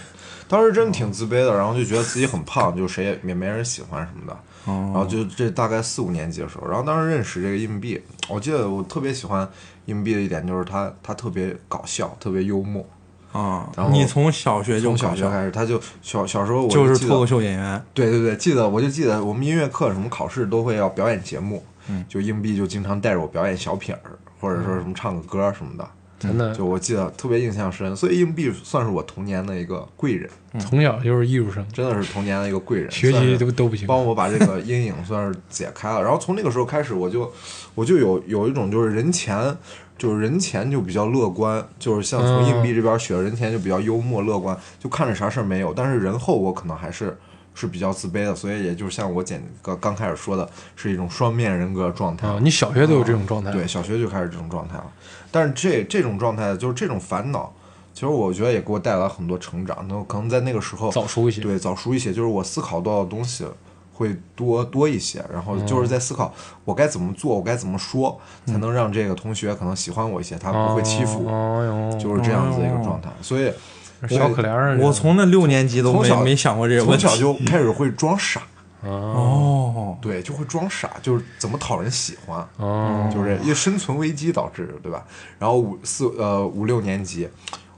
Speaker 1: 当时真挺自卑的，然后就觉得自己很胖，就谁也也没人喜欢什么的。然
Speaker 3: 哦
Speaker 1: 后
Speaker 3: 嗯
Speaker 1: 就这大概四五年级的时候，然后当时认识这个硬币，我记得我特别喜欢硬币的一点就是他他特别搞笑，特别幽默。
Speaker 3: 啊
Speaker 1: 然后
Speaker 3: 你从小学就
Speaker 1: 从小学
Speaker 3: 搞笑
Speaker 1: 开始，他就小小时候我
Speaker 3: 就是
Speaker 1: 记得
Speaker 3: 脱口秀演员，
Speaker 1: 对对对，记得我就记得我们音乐课什么考试都会要表演节目，
Speaker 3: 嗯
Speaker 1: 就硬币就经常带着我表演小品儿，或者说什么唱个歌什么的。
Speaker 4: 真
Speaker 3: 嗯
Speaker 4: 的
Speaker 1: 就我记得特别印象深，所以硬币算是我童年的一个贵人，
Speaker 4: 从小就是艺术生，
Speaker 1: 真的是童年的一个贵人。
Speaker 4: 学
Speaker 1: 算
Speaker 4: 习
Speaker 1: 是
Speaker 4: 都都不行。
Speaker 1: 帮我把这个阴影算是解开了。然后从那个时候开始，我就我就有有一种就是人前就是人前就比较乐观，就是像从硬币这边学，人前就比较幽默乐观，就看着啥事儿没有。但是人后我可能还是是比较自卑的，所以也就是像我简刚刚开始说的，是一种双面人格状态。
Speaker 4: 啊，你小学都有这种状态，
Speaker 1: 对，小学就开始这种状态了。但是这这种状态就是这种烦恼，其实我觉得也给我带来很多成长。那可能在那个时候
Speaker 4: 早熟一些。
Speaker 1: 对，早熟一些，就是我思考到的东西会多多一些，然
Speaker 3: 嗯
Speaker 1: 后就是在思考我该怎么做，我该怎么说，才能让这个同学可能喜欢我一些，他啊不会欺负我，
Speaker 4: 哦哎呦，
Speaker 1: 就是这样子一个状态。所以哎我也
Speaker 4: 小可怜儿啊。
Speaker 3: 我从那六年级都
Speaker 1: 从
Speaker 3: 没
Speaker 1: 小
Speaker 3: 没想过这个
Speaker 1: 从
Speaker 3: 问题
Speaker 1: 小就开始会装傻，
Speaker 4: 啊，
Speaker 3: 哦。哦，
Speaker 1: 对，就会装傻，就是怎么讨人喜欢，
Speaker 4: 哦，
Speaker 1: 就是因为生存危机导致，对吧？然后五四呃五六年级，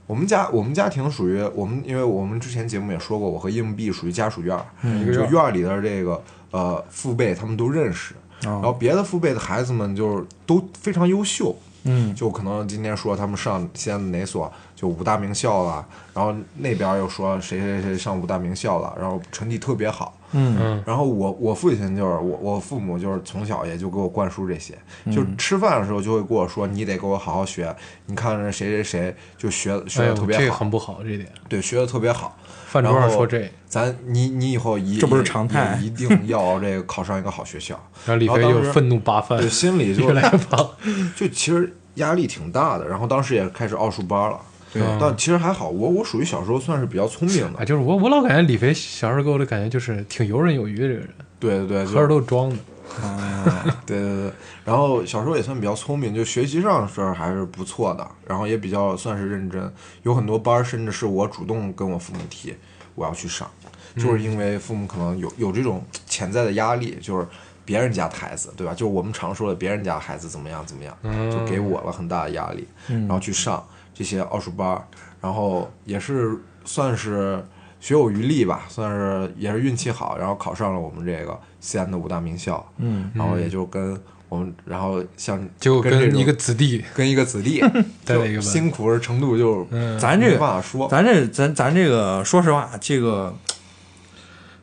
Speaker 1: 我们家我们家庭属于我们，因为我们之前节目也说过，我和硬币属于家属院儿，就院儿里的这个呃父辈他们都认识，然后别的父辈的孩子们就是都非常优秀，
Speaker 3: 嗯，
Speaker 1: 就可能今天说他们上现在哪所就五大名校了，然后那边又说谁谁谁上五大名校了，然后成绩特别好，
Speaker 4: 嗯，
Speaker 1: 然后我我父亲就是我我父母就是从小也就给我灌输这些，就
Speaker 4: 嗯
Speaker 1: 吃饭的时候就会跟我说你得给我好好学，你看着谁谁谁就学学
Speaker 4: 哎
Speaker 1: 的
Speaker 4: 呦
Speaker 1: 特，
Speaker 4: 这
Speaker 1: 别
Speaker 4: 个
Speaker 1: 好，
Speaker 4: 很不好，这点
Speaker 1: 对，学的特别好。
Speaker 4: 范主
Speaker 1: 然后
Speaker 4: 任说这，然
Speaker 1: 咱你你以后一
Speaker 3: 这不是
Speaker 1: 一
Speaker 3: 常态
Speaker 1: 一一 定要这个考上一个好学校，
Speaker 4: 后李飞
Speaker 1: 然后当
Speaker 4: 就
Speaker 1: 时
Speaker 4: 愤怒扒饭
Speaker 1: 对，，心里就
Speaker 4: 越来越棒，
Speaker 1: 就其实压力挺大的。然后当时也开始奥数班了，对
Speaker 4: 嗯
Speaker 1: 但其实还好，我我属于小时候算是比较聪明
Speaker 4: 啊，
Speaker 1: 的，
Speaker 4: 就是我我老感觉李飞小时候给我的感觉就是挺游刃有余的这个人，
Speaker 1: 对对对，就
Speaker 4: 合着都是装的，
Speaker 1: 对对对，然后小时候也算比较聪明，就学习上是还是不错的，然后也比较算是认真，有很多班儿甚至是我主动跟我父母提我要去上，
Speaker 4: 嗯
Speaker 1: 就是因为父母可能有有这种潜在的压力，就是别人家的孩子，对吧？就是我们常说的别人家的孩子怎么样怎么样，
Speaker 4: 嗯
Speaker 1: 就给我了很大的压力，然后去上这些奥数班儿，然后也是算是。学有余力吧，算是也是运气好，然后考上了我们这个西安的五大名校，
Speaker 3: 嗯，
Speaker 1: 然后也就跟我们，然后像
Speaker 4: 就
Speaker 1: 跟这
Speaker 4: 跟
Speaker 1: 种
Speaker 4: 一个子弟，
Speaker 1: 跟一个子 弟
Speaker 4: 带了一个
Speaker 1: 就
Speaker 4: 班
Speaker 1: 辛苦的程度就
Speaker 4: 嗯，
Speaker 3: 咱这
Speaker 1: 没
Speaker 3: 个
Speaker 1: 办法说，
Speaker 3: 咱这咱咱这个，说实话，这个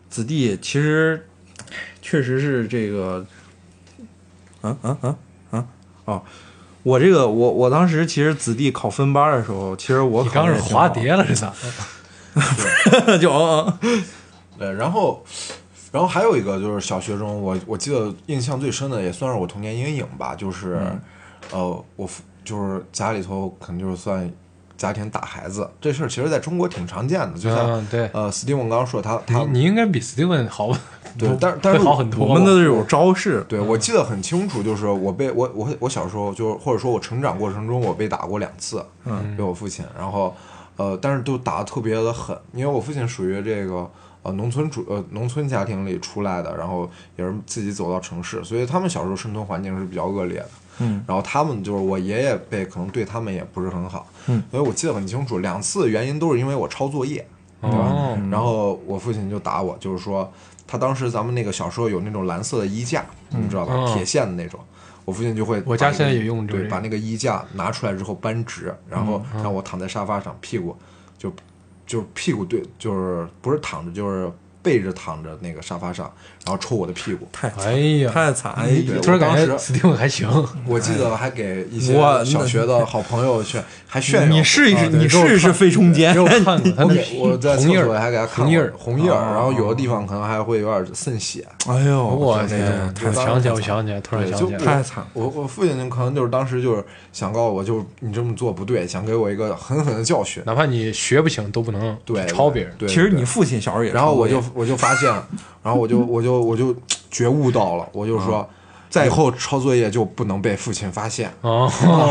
Speaker 3: 子弟其实确实是这个，嗯嗯嗯嗯哦，我这个我我当时其实子弟考分班的时候，其实我
Speaker 4: 你刚
Speaker 3: 考
Speaker 4: 是
Speaker 3: 得也挺
Speaker 4: 滑
Speaker 3: 好
Speaker 4: 碟了是咋？
Speaker 3: 的 就嗯嗯
Speaker 1: 对，然后，然后还有一个就是小学中，我我记得印象最深的也算是我童年阴影吧，就是，
Speaker 4: 嗯
Speaker 1: 呃，我父就是家里头可能就是算家庭打孩子这事儿，其实在中国挺常见的，就像、
Speaker 4: 嗯，对，
Speaker 1: 呃，Steven 刚刚说他他
Speaker 4: 你你应该比 Steven 好，
Speaker 1: 对，但是但是
Speaker 4: 会好很多。
Speaker 3: 我们都是有招式，
Speaker 1: 对，我记得很清楚，就是我被我我我小时候就是或者说我成长过程中我被打过两次，嗯，被我父亲，然后呃，但是都打得特别的狠，因为我父亲属于这个呃农村主呃农村家庭里出来的，然后也是自己走到城市，所以他们小时候生存环境是比较恶劣的。
Speaker 3: 嗯，
Speaker 1: 然后他们就是我爷爷被可能对他们也不是很好，
Speaker 3: 嗯，
Speaker 1: 所以我记得很清楚，两次原因都是因为我抄作业，
Speaker 4: 哦，
Speaker 1: 然后我父亲就打我，就是说他当时咱们那个小时候有那种蓝色的衣架，你知道吧，
Speaker 4: 嗯
Speaker 1: 铁线的那种。我父亲就会把那个，
Speaker 4: 我家现在也用就是
Speaker 1: 对，
Speaker 4: 这个嗯
Speaker 1: 把那个衣架拿出来之后扳直，然后让我躺在沙发上，屁股就就是屁股对，就是不是躺着，就是背着躺着那个沙发上，然后抽我的屁股。
Speaker 3: 太惨
Speaker 4: 哎呀，
Speaker 3: 太惨，哎
Speaker 1: 对
Speaker 4: 突然感觉
Speaker 1: 我当
Speaker 4: Steven 还行，
Speaker 1: 我记得还给一些
Speaker 3: 我
Speaker 1: 小学的好朋友炫，还炫耀
Speaker 3: 你
Speaker 1: 我
Speaker 3: 试一试，
Speaker 1: 啊对
Speaker 3: 你试一试飞冲间
Speaker 4: 给，我看过他
Speaker 1: 我
Speaker 4: 那
Speaker 1: 给我在厕
Speaker 4: 红印
Speaker 1: 所
Speaker 4: 儿，
Speaker 1: 还给他看
Speaker 4: 红印儿哦
Speaker 1: 过红印儿，然后有的地方可能还会有点渗血。
Speaker 3: 哎呦，
Speaker 4: 我
Speaker 3: 这
Speaker 4: 天！
Speaker 3: 太
Speaker 4: 我
Speaker 3: 惨
Speaker 4: 想起来，我想起来，突然
Speaker 1: 对
Speaker 4: 想
Speaker 1: 就
Speaker 4: 起来，
Speaker 3: 太惨了。
Speaker 1: 我我父亲可能就是当时就是想告诉我，就是你这么做不对，想给我一个狠狠的教训。
Speaker 4: 哪怕你学不行都不能
Speaker 1: 对，
Speaker 4: 抄别人。
Speaker 1: 对，
Speaker 3: 其实你
Speaker 1: 对
Speaker 3: 父亲小时候也抄
Speaker 1: 然
Speaker 3: 过
Speaker 1: 后我
Speaker 3: 我
Speaker 1: 就我就发现，然后我就我就我就觉悟到了，我就
Speaker 4: 嗯
Speaker 1: 说，在以后抄作业就不能被父亲发现。
Speaker 4: 哦，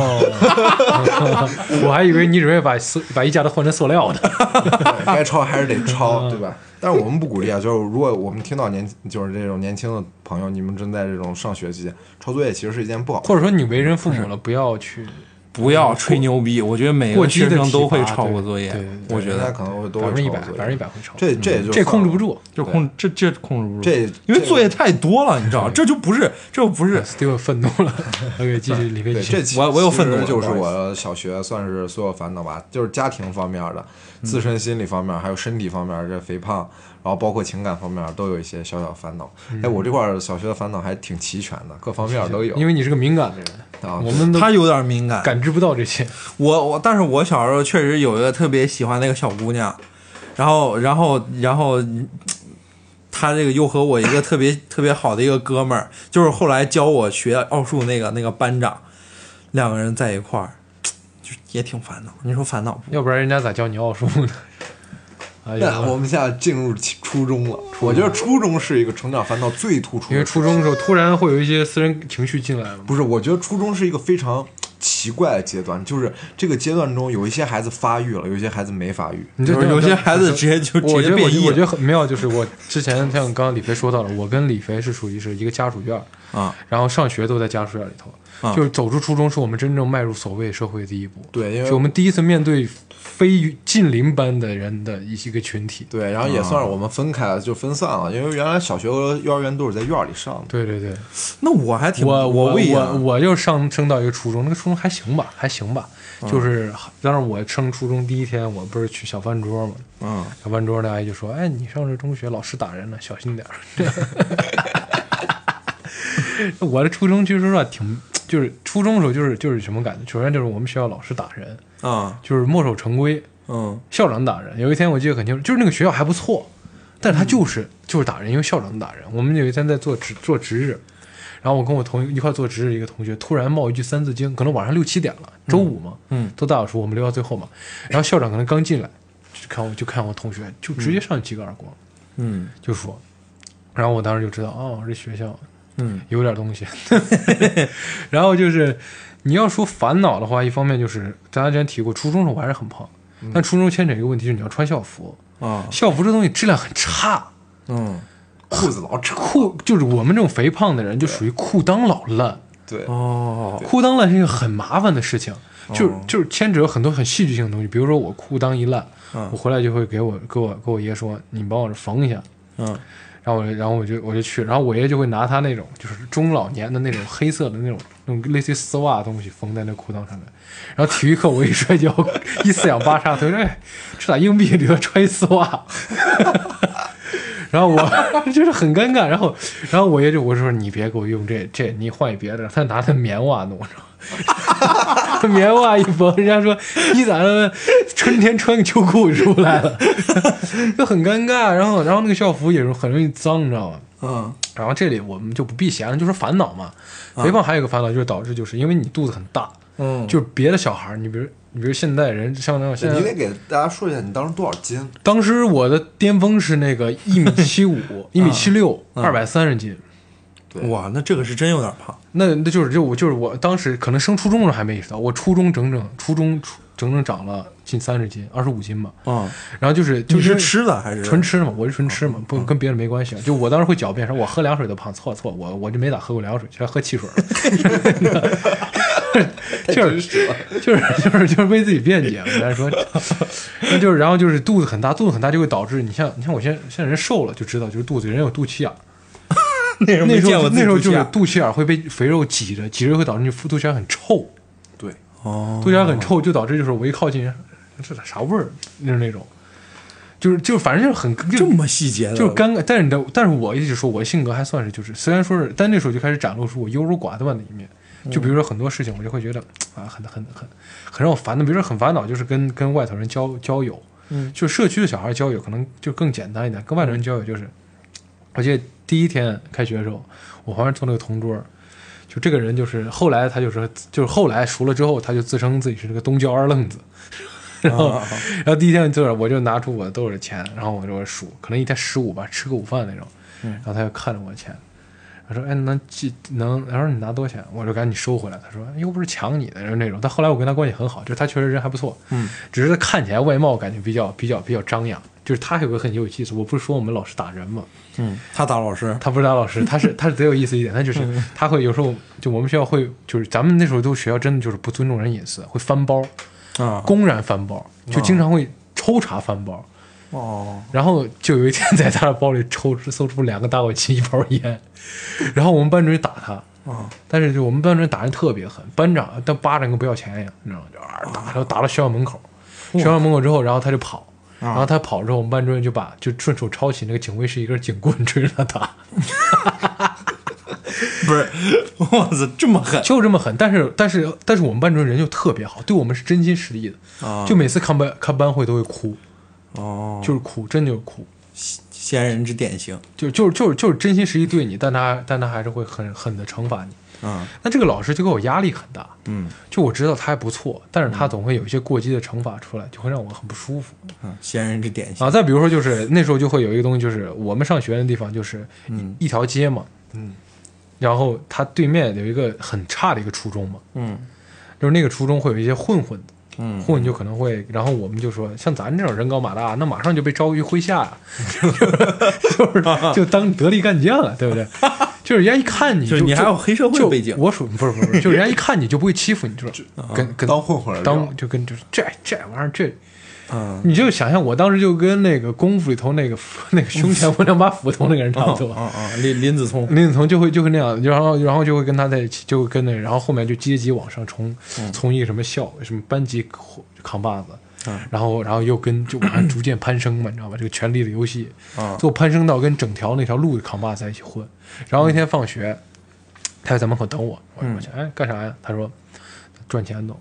Speaker 4: 我还以为你准备把塑把衣架都换成塑料的。
Speaker 1: 对该抄还是得
Speaker 4: 嗯
Speaker 1: 抄，对吧？但是我们不鼓励啊，就是如果我们听到年就是这种年轻的朋友，你们正在这种上学期间，抄作业其实是一件不好的事。
Speaker 4: 或者说你为人父母了，不要去
Speaker 3: 不要吹牛逼，我觉得每
Speaker 4: 嗯过
Speaker 3: 个
Speaker 4: 激的
Speaker 3: 学生都会
Speaker 4: 体罚
Speaker 3: 抄过
Speaker 4: 对
Speaker 3: 作业
Speaker 4: 对对，对
Speaker 3: 我觉
Speaker 1: 大家
Speaker 3: 得
Speaker 1: 可能会都
Speaker 4: 百
Speaker 1: 会
Speaker 4: 分之一
Speaker 1: 抄
Speaker 4: 百，
Speaker 1: 作业，
Speaker 4: 百分之一百会抄。
Speaker 1: 这这就
Speaker 4: 这控制不
Speaker 1: 住，
Speaker 4: 住。
Speaker 3: 就控这这控制不住，
Speaker 1: 这
Speaker 3: 因为
Speaker 1: 这
Speaker 3: 作业太多了，你知道，这就不是这就不是
Speaker 4: Steven 愤怒了，OK，继续李飞
Speaker 1: 对，
Speaker 4: 继续
Speaker 1: 这。其
Speaker 3: 我我又
Speaker 1: 其
Speaker 3: 愤怒
Speaker 1: 实
Speaker 3: 了
Speaker 1: 就
Speaker 3: 不
Speaker 1: 是
Speaker 3: 好意
Speaker 1: 我小学算是所有烦恼吧，就是家庭方面的、自身心理方面，还有身体方面，这肥胖，然后包括情感方面都有一些小小烦恼。哎，我这块儿小学的烦恼还挺齐全的，各方面都有。
Speaker 4: 因为你是个敏感的人，
Speaker 1: 啊，
Speaker 4: 我们都
Speaker 3: 他有点敏感。
Speaker 4: 感知不到这些。
Speaker 3: 我我，但是我小时候确实有一个特别喜欢那个小姑娘，然后然后然后，嗯她这个又和我一个特别特别好的一个哥们儿，就是后来教我学奥数那个那个班长，两个人在一块儿，就也挺烦恼。你说烦恼不？
Speaker 4: 要不然人家咋教你奥数呢？哎
Speaker 1: 那
Speaker 4: 呀，
Speaker 1: 我们现在进入其初中了，我觉得初中是一个成长烦恼最突出
Speaker 4: 因
Speaker 1: 的
Speaker 4: 为
Speaker 1: 时候。
Speaker 4: 初中的时候突然会有一些私人情绪进来了嘛。
Speaker 1: 不是，我觉得初中是一个非常奇奇怪的阶段，就是这个阶段中有一些孩子发育了，有一些孩子没发育。
Speaker 4: 你就
Speaker 3: 就是有些孩子直接就
Speaker 4: 我
Speaker 3: 直接
Speaker 4: 觉得我
Speaker 3: 变
Speaker 4: 觉
Speaker 3: 异
Speaker 4: 得我觉
Speaker 3: 了
Speaker 4: 得很妙，就是我之前像刚刚李飞说到了，我跟李飞是属于是一个家属院儿，
Speaker 3: 啊！
Speaker 4: 然后上学都在家属院里头，
Speaker 3: 啊
Speaker 4: 就是走出初中是我们真正迈入所谓社会的第一步，
Speaker 1: 对，因为
Speaker 4: 是我们第一次面对非近邻般的人的一些个群体。
Speaker 1: 对，然后也算是我们分开了，就分散了，因为原来小学和幼儿园都是在院儿里上的。
Speaker 4: 对对对，
Speaker 3: 那我还挺啊
Speaker 4: 我
Speaker 3: 我
Speaker 4: 我
Speaker 3: 不一
Speaker 4: 我
Speaker 3: 样，
Speaker 4: 我就上升到一个初中，那个初中还行吧，还行吧，就是当时我上初中第一天，我不是去小饭桌嘛，
Speaker 3: 嗯，
Speaker 4: 小饭桌那阿姨就说：“哎，你上这中学老师打人了，小心点儿。”我的初中其实说实话挺，就是初中的时候就是就是什么感觉？首先就是我们学校老师打人，
Speaker 3: 啊
Speaker 4: 就是墨守成规，
Speaker 3: 嗯
Speaker 4: 校长打人。有一天我记得很清楚，就是那个学校还不错，但是他就是、
Speaker 3: 嗯
Speaker 4: 就是打人，因为校长打人。我们有一天在做值做值日，然后我跟我同一块做值日一个同学突然冒一句《三字经》，可能晚上六七点了，周五嘛，
Speaker 3: 嗯，
Speaker 4: 都大扫除，我们留到最后嘛。然后校长可能刚进来，就看我就看我同学，就直接上去几个耳光，
Speaker 3: 嗯
Speaker 4: 就说，然后我当时就知道，哦，这学校
Speaker 3: 嗯
Speaker 4: 有点东西。 然后就是你要说烦恼的话，一方面就是大家之前提过，初中时候我还是很胖，
Speaker 1: 嗯
Speaker 4: 但初中牵扯一个问题就是你要穿校服，
Speaker 3: 啊
Speaker 4: 校服这东西质量很差，
Speaker 3: 嗯
Speaker 1: 裤子老扯，
Speaker 4: 裤就是我们这种肥胖的人就属于裤裆老烂，
Speaker 1: 对，哦
Speaker 3: 哦
Speaker 4: 裤裆烂是一个很麻烦的事情，就是就是牵扯很多很戏剧性的东西，比如说我裤裆一烂，
Speaker 3: 嗯
Speaker 4: 我回来就会给我给我给我爷说，你帮我缝一下。
Speaker 3: 嗯
Speaker 4: 然后我就，然后我就我就去，然后我爷就会拿他那种就是中老年的那种黑色的那种那种类似于丝袜的东西缝在那裤裆上面。然后体育课我一摔跤，一四仰八叉腿，他说哎，这咋硬币里头揣一丝袜？ 然后我 就是很尴尬，然后然后我爷就我说你别给我用这这，你换一别的。他拿那棉袜弄着。 棉袜一缝，人家说你咋了春天穿个秋裤出来了，就很尴尬。然后，然后那个校服也是很容易脏，你知道吗？
Speaker 3: 嗯
Speaker 4: 然后这里我们就不避嫌了，就是烦恼嘛。肥胖还有一个烦恼就是导致就是因为你肚子很大，
Speaker 3: 啊嗯
Speaker 4: 就是别的小孩儿，你比如你比如现在人像那种现
Speaker 1: 你
Speaker 4: 在
Speaker 1: 得，给大家说一下你当时多少斤，
Speaker 4: 当时我的巅峰是那个一米七五、 一米七六、
Speaker 3: 啊
Speaker 4: 二百三十斤。
Speaker 1: 对
Speaker 3: 哇，那这个是真有点胖，
Speaker 4: 那那就是就我就是我当时可能升初中的时候还没意识到，我初中整整初中初整整长了近三十斤，二十五斤吧。
Speaker 3: 嗯，
Speaker 4: 然后就是啊就
Speaker 3: 你
Speaker 4: 是
Speaker 3: 是吃的 还是哦嗯
Speaker 4: 纯吃嘛，我是纯吃嘛，不跟别人没关系。啊就我当时会狡辩说，我喝凉水都胖，错错，我我就没咋喝过凉水，全喝汽水了。就是就是就是就是为自己辩解，我来说，那就是然后就是肚子很大，肚子很大就会导致你像你像我现在现在人瘦了就知道，就是肚子人有肚脐眼儿，
Speaker 3: 那时候
Speaker 4: 那
Speaker 3: 没
Speaker 4: 时
Speaker 3: 见
Speaker 4: 候
Speaker 3: 过自
Speaker 4: 就那
Speaker 3: 己
Speaker 4: 时候就
Speaker 3: 肚脐眼
Speaker 4: 是肚脐眼儿会被肥肉挤着，挤着会导致你腹肚脐眼很臭，
Speaker 1: 对，
Speaker 3: 哦
Speaker 4: 肚脐眼很臭，就导致就是我一靠近，这咋啥味儿，就是那种，就是就反正就是很就
Speaker 3: 这么细节的，啊
Speaker 4: 就是尴尬，但是你的，但是我一直说，我性格还算是就是，虽然说是，但那时候就开始展露出我优柔寡断的一面。
Speaker 3: 嗯
Speaker 4: 就比如说很多事情，我就会觉得啊，很很很很让我烦的，比如说很烦恼，就是跟跟外头人交交友，
Speaker 3: 嗯
Speaker 4: 就社区的小孩交友可能就更简单一点，跟外头人交友就是，我记得第一天开学的时候，我旁边坐那个同桌，就这个人就是后来他就是就是后来熟了之后，他就自称自己是这个东郊二愣子，然
Speaker 3: 啊
Speaker 4: 后、 然后第一天就是我就拿出我兜里的钱，然后我就数，可能一天十五吧，吃个午饭那种，然后他就看着我的钱。他说：“哎，能记能？”然后你拿多少钱？我就赶紧收回来。他说：“又不是抢你的，就是那种。”但后来我跟他关系很好，就是他确实人还不错，嗯，只是他看起来外貌感觉比较比较比较张扬，就是他有个很有意思。我不是说我们老师打人嘛，
Speaker 3: 嗯，他打老师，
Speaker 4: 他不是当老师，他是他是贼有意思一点，他就是 他会有时候就我们学校会就是咱们那时候都学校真的就是不尊重人隐私，会翻包，
Speaker 3: 啊，
Speaker 4: 公然翻包，就经常会抽查翻包。
Speaker 3: 哦，
Speaker 4: 然后就有一天在他的包里抽搜出两个打火机、一包烟，然后我们班主任打他。
Speaker 3: 啊
Speaker 4: 但是就我们班主任打人特别狠，班长但巴掌跟不要钱一样，你知道吗？就啊打，然后打到学校门口，学校门口之后，然后他就跑，
Speaker 3: 啊
Speaker 4: 然后他跑之后，我们班主任就把就顺手抄起那个警卫室一根警棍追着他打。
Speaker 3: 不是， 哇塞，这么狠
Speaker 4: 就这么狠。但是但是但是我们班主任人就特别好，对我们是真心实意的。
Speaker 3: 啊
Speaker 4: 就每次看班看班会都会哭，
Speaker 3: 哦，
Speaker 4: 就是哭，真就是哭，
Speaker 3: 仙人之典型，
Speaker 4: 就就是就是就是真心实意对你，但他但他还是会很狠的惩罚你。
Speaker 3: 嗯
Speaker 4: 那这个老师就给我压力很大，
Speaker 3: 嗯
Speaker 4: 就我知道他还不错，但是他总会有一些过激的惩罚出来，就会让我很不舒服
Speaker 3: 嗯，仙人之典型，
Speaker 4: 啊。再比如说，就是那时候就会有一个东西，就是我们上学的地方就是一,、一
Speaker 3: 嗯
Speaker 4: 条街嘛，嗯，然后他对面有一个很差的一个初中嘛，
Speaker 3: 嗯
Speaker 4: 就是那个初中会有一些混混，
Speaker 3: 嗯
Speaker 4: 混就可能会，然后我们就说，像咱这种人高马大，那马上就被招于麾下 呀、就是就当得力干将了，对不对？就是人家一看你
Speaker 3: 就
Speaker 4: 就，
Speaker 3: 是你还有黑社会
Speaker 4: 就
Speaker 3: 背景，
Speaker 4: 我属不是不是，不是就是人家一看你就不会欺负你，就是跟跟
Speaker 1: 啊当混混儿啊
Speaker 4: 当就跟就是这这玩意儿这。
Speaker 3: 嗯，
Speaker 4: 你就想象我当时就跟那个功夫里头那个 那个胸前纹两把斧头那个人差不
Speaker 1: 啊
Speaker 4: 多，
Speaker 3: 嗯嗯，林林子聪，
Speaker 4: 林子聪就会就会那样，然后然后就会跟他在一起，就会跟那，然后后面就阶级往上冲，从一个什么校什么班级扛把子，
Speaker 3: 嗯
Speaker 4: 然后然后又跟就往上逐渐攀升嘛，你知道吧？这个权力的游戏，
Speaker 3: 嗯
Speaker 4: 最后攀升到跟整条那条路的扛把子在一起混，然后一天放学，他就在门口等我，我说
Speaker 3: 嗯
Speaker 4: 我去，哎，干啥呀？他说赚钱呢，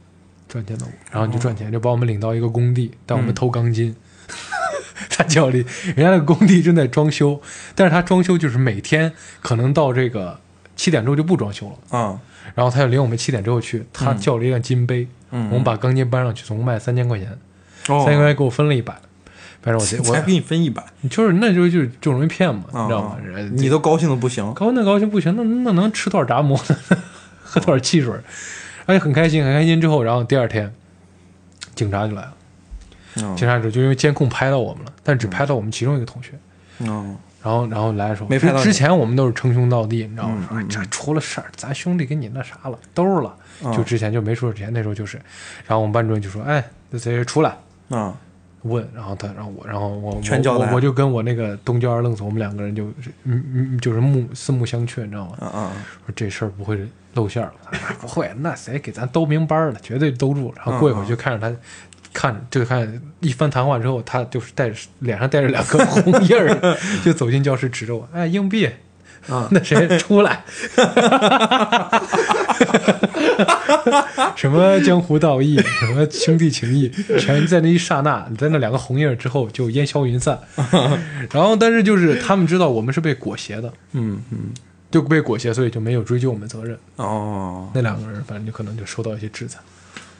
Speaker 4: 赚钱呢，然后你就赚钱，就把我们领到一个工地，带我
Speaker 3: 嗯
Speaker 4: 们偷钢筋。 他教练，人家那个工地正在装修，但是他装修就是每天可能到这个七点之后就不装修了，
Speaker 3: 嗯
Speaker 4: 然后他就领我们七点之后去，他叫了一辆金杯，
Speaker 3: 嗯
Speaker 4: 我们把钢筋搬上去，总共卖三千块钱，
Speaker 3: 哦
Speaker 4: 三千块钱给我分了一百，反 正我
Speaker 3: 才给
Speaker 4: 我
Speaker 3: 你分一百，
Speaker 4: 就是那就就就容易骗嘛，
Speaker 3: 啊
Speaker 4: 你知道吗？人
Speaker 3: 你都高兴的不行，
Speaker 4: 高那高兴不行，那那能吃多少炸馍， 喝多少汽水，而且很开心，很开心之后，然后第二天警察就来了，
Speaker 3: 嗯
Speaker 4: 警察就就因为监控拍到我们了，但只拍到我们其中一个同学。
Speaker 3: 嗯
Speaker 4: 然后然后来的时候，
Speaker 3: 没拍到你
Speaker 4: 之前我们都是称兄道弟，你知道吗？
Speaker 3: 嗯嗯
Speaker 4: 说哎这出了事儿，咱兄弟给你那啥了，兜了。就之前就没说之前那时候就是，然后我们班主任就说：“哎，那谁谁出来
Speaker 3: 嗯，
Speaker 4: 问？”然后他，然后我，然后我
Speaker 3: 全交代
Speaker 4: 我我就跟我那个东郊二愣子，我们两个人就嗯嗯就是目四目相觑，你知道吗？
Speaker 3: 嗯嗯
Speaker 4: 说这事儿不会露馅儿吧？他说 哎不会，那谁给咱兜明白儿了，绝对兜住了。然后过一会儿就看着他，看就看一番谈话之后，他就是带着脸上带着两个 红印儿，就走进教室指着我，哎，硬币。
Speaker 3: 啊
Speaker 4: 那谁出来？什么江湖道义，什么兄弟情谊，全在那一刹那，在那两个红印儿之后就烟消云 散。然后，但是就是他们知道我们是被裹挟的，
Speaker 3: 嗯嗯，
Speaker 4: 就被裹挟，所以就没有追究我们责任。
Speaker 3: 哦
Speaker 4: 那两个人反正就可能就受到一些制裁。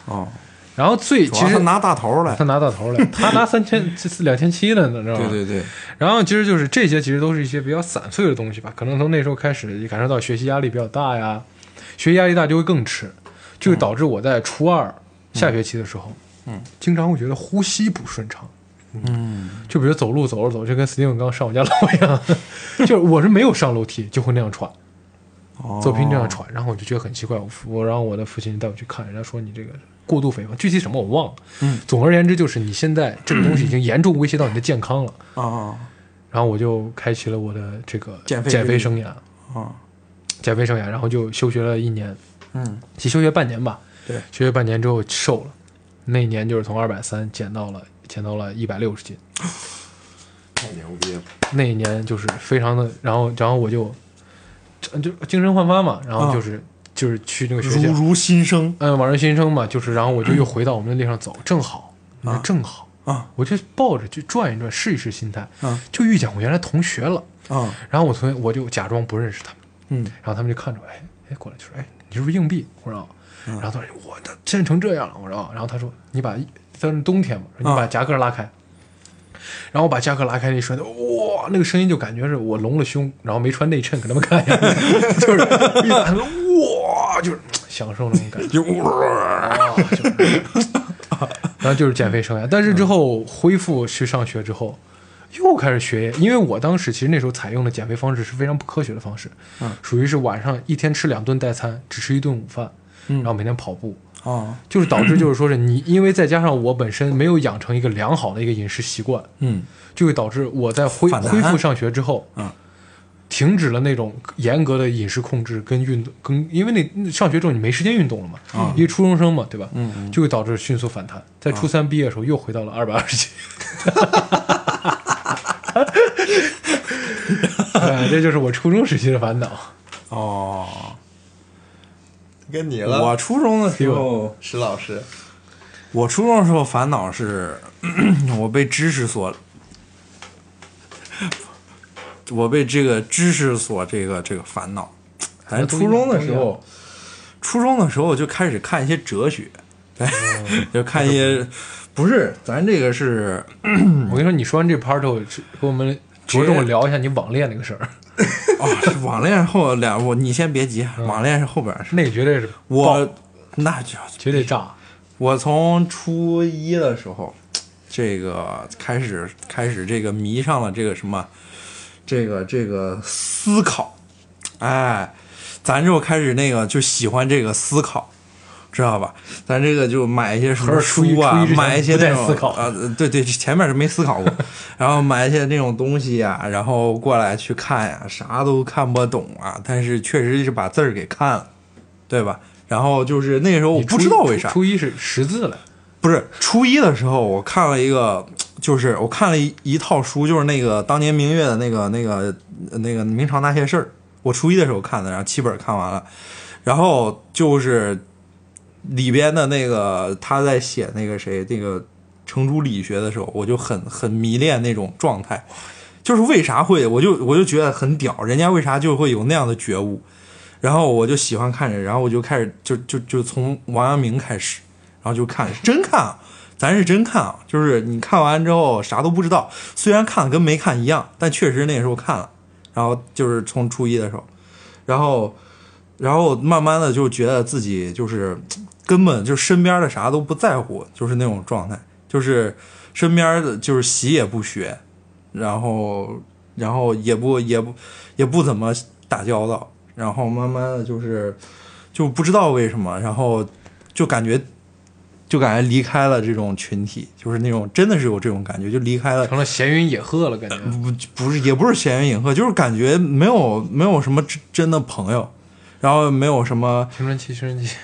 Speaker 3: 哦，
Speaker 4: 然后最
Speaker 3: 主
Speaker 4: 其
Speaker 3: 要
Speaker 4: 实
Speaker 3: 他拿大头来
Speaker 4: 他，拿到头来，他拿三千这是两千七了呢，知道吧？
Speaker 3: 对对对，
Speaker 4: 然后其实就是这些，其实都是一些比较散碎的东西吧。可能从那时候开始，也感受到学习压力比较大呀，学习压力大就会更吃，就会导致我在初二下学期的时候，
Speaker 3: 嗯，
Speaker 4: 经常会觉得呼吸不顺畅。
Speaker 3: 嗯
Speaker 4: 就比如走路走着走着，就跟 Steven 刚上我家楼一样， 就是我是没有上楼梯就会那样喘，
Speaker 3: 哦，
Speaker 4: 走平这样喘，然后我就觉得很奇怪，我父我让我的父亲带我去看，人家说你这个过度肥胖，具体什么我忘了。
Speaker 3: 嗯，
Speaker 4: 总而言之就是你现在这个东西已经严重威胁到你的健康了，
Speaker 3: 啊
Speaker 4: 然后我就开启了我的这个
Speaker 3: 减肥之
Speaker 4: 减
Speaker 3: 旅
Speaker 4: 肥生涯，
Speaker 3: 啊
Speaker 4: 减肥生涯，然后就休学了一年，
Speaker 3: 嗯
Speaker 4: 其实休学半年吧，
Speaker 3: 对，
Speaker 4: 休学半年之后瘦了，那一年就是从二百三减到了减到了一百六十斤，
Speaker 1: 太牛逼了！
Speaker 4: 那一年就是非常的，然后然后我就呃就精神焕发嘛，然后
Speaker 3: 啊
Speaker 4: 就是、就是去那个学校
Speaker 3: 如嗯如新生
Speaker 4: 嗯，往日新生嘛，就是，然后我就又回到我们的列上走，正好，我说正好，
Speaker 3: 啊
Speaker 4: 我就抱着去转一转，试一试心态，
Speaker 3: 啊
Speaker 4: 就遇见我原来同学了。
Speaker 3: 啊
Speaker 4: 然后我同学我就假装不认识他们，
Speaker 3: 嗯
Speaker 4: 然后他们就看着我，哎哎过来就说，哎你是不是硬币？我说啊，然后他说我的现在成这样了，我说啊，然后他说你把他是冬天嘛，说你把
Speaker 3: 啊
Speaker 4: 夹克拉开。然后我把夹克拉开那一瞬间，哇，那个声音就感觉是我隆了胸，然后没穿内衬给他们看一下， 就是一打开哇，就是享受那种感觉。
Speaker 3: 就哇
Speaker 4: 啊，就是然后就是减肥生涯，但是之后恢复去上学之后，又开始学，因为我当时其实那时候采用的减肥方式是非常不科学的方式，属于是晚上一天吃两顿代餐，只吃一顿午饭，然后每天跑步，
Speaker 3: 啊
Speaker 4: 就是导致就是说是你，因为再加上我本身没有养成一个良好的一个饮食习惯，
Speaker 3: 嗯
Speaker 4: 就会导致我在恢
Speaker 3: 反弹
Speaker 4: 恢复上学之后，
Speaker 3: 嗯
Speaker 4: 停止了那种严格的饮食控制跟运动，跟因为那上学之后你没时间运动了嘛，因为初中生嘛，对吧？
Speaker 3: 嗯嗯
Speaker 4: 就会导致迅速反弹，在初三毕业的时候又回到了二百二十斤。哎，这就是我初中时期的烦恼。
Speaker 3: 哦，
Speaker 1: 跟你了，
Speaker 3: 我初中的时候。
Speaker 1: 石老师，
Speaker 3: 我初中的时候烦恼是，我被知识所，我被这个知识所这个这个烦恼。反正初中的时候，初中的时候就开始看一些哲学，对，就看一些，不嗯是，咱这个是嗯
Speaker 4: 我跟你说，你说完这 part 后，是跟我们着重聊一下你网恋那个事儿，
Speaker 3: 嗯哦，是网恋后两，我你先别急，网恋是后边儿的事。
Speaker 4: 那个绝对是
Speaker 3: 我那就
Speaker 4: 绝对炸。
Speaker 3: 我从初一的时候，这个开始开始这个迷上了这个什么，这个这个思考，哎，咱就开始那个就喜欢这个思考，知道吧？咱这个就买一些什么
Speaker 4: 合着初一
Speaker 3: 书啊
Speaker 4: 初一之，前
Speaker 3: 买一些
Speaker 4: 不带
Speaker 3: 那种
Speaker 4: 思考
Speaker 3: 啊，对对，前面是没思考 过，然后买一些那种东西呀、然后过来去看呀、啥都看不懂啊，但是确实是把字儿给看了，对吧？然后就是那个时候我
Speaker 4: 你
Speaker 3: 不
Speaker 4: 初
Speaker 3: 知道为啥，
Speaker 4: 初一是识字了，
Speaker 3: 不是初一的时候，我看了一个，就是我看了一一套书，就是那个当年明月的那个那个那个明朝那些事儿，我初一的时候看的，然后七本看完了，然后就是里边的那个他在写那个谁那个程朱理学的时候，我就很很迷恋那种状态，就是为啥会，我就我就觉得很屌，人家为啥就会有那样的觉悟，然后我就喜欢看着，然后我就开始就就就从王阳明开始，然后就看真看啊，咱是真看啊，就是你看完之后啥都不知道，虽然看跟没看一样，但确实那时候看了，然后就是从初一的时候，然后然后慢慢的就觉得自己就是根本就身边的啥都不在乎，就是那种状态，就是身边的就是习也不学，然后然后也不也不也不怎么打交道，然后慢慢的就是就不知道为什么，然后就感觉就感觉离开了这种群体，就是那种真的是有这种感觉，就离开了。
Speaker 4: 成了闲云野鹤了，感觉。
Speaker 3: 不不是也不是闲云野鹤，就是感觉没有没有什么真真的朋友，然后没有什么
Speaker 4: 青春期，青春期，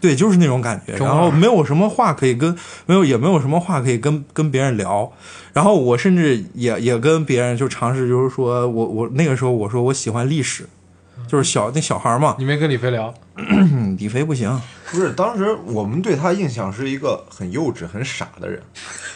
Speaker 3: 对，就是那种感觉。
Speaker 4: 中
Speaker 3: 然
Speaker 4: 二
Speaker 3: 后没有什么话可以跟，没有也没有什么话可以跟跟别人聊。然后我甚至也也跟别人就尝试，就是说我我那个时候我说我喜欢历史，就是小那小孩嘛，
Speaker 4: 你没跟李飞聊，
Speaker 3: 嗯李飞不行，
Speaker 1: 不是，当时我们对他印象是一个很幼稚、很傻的人，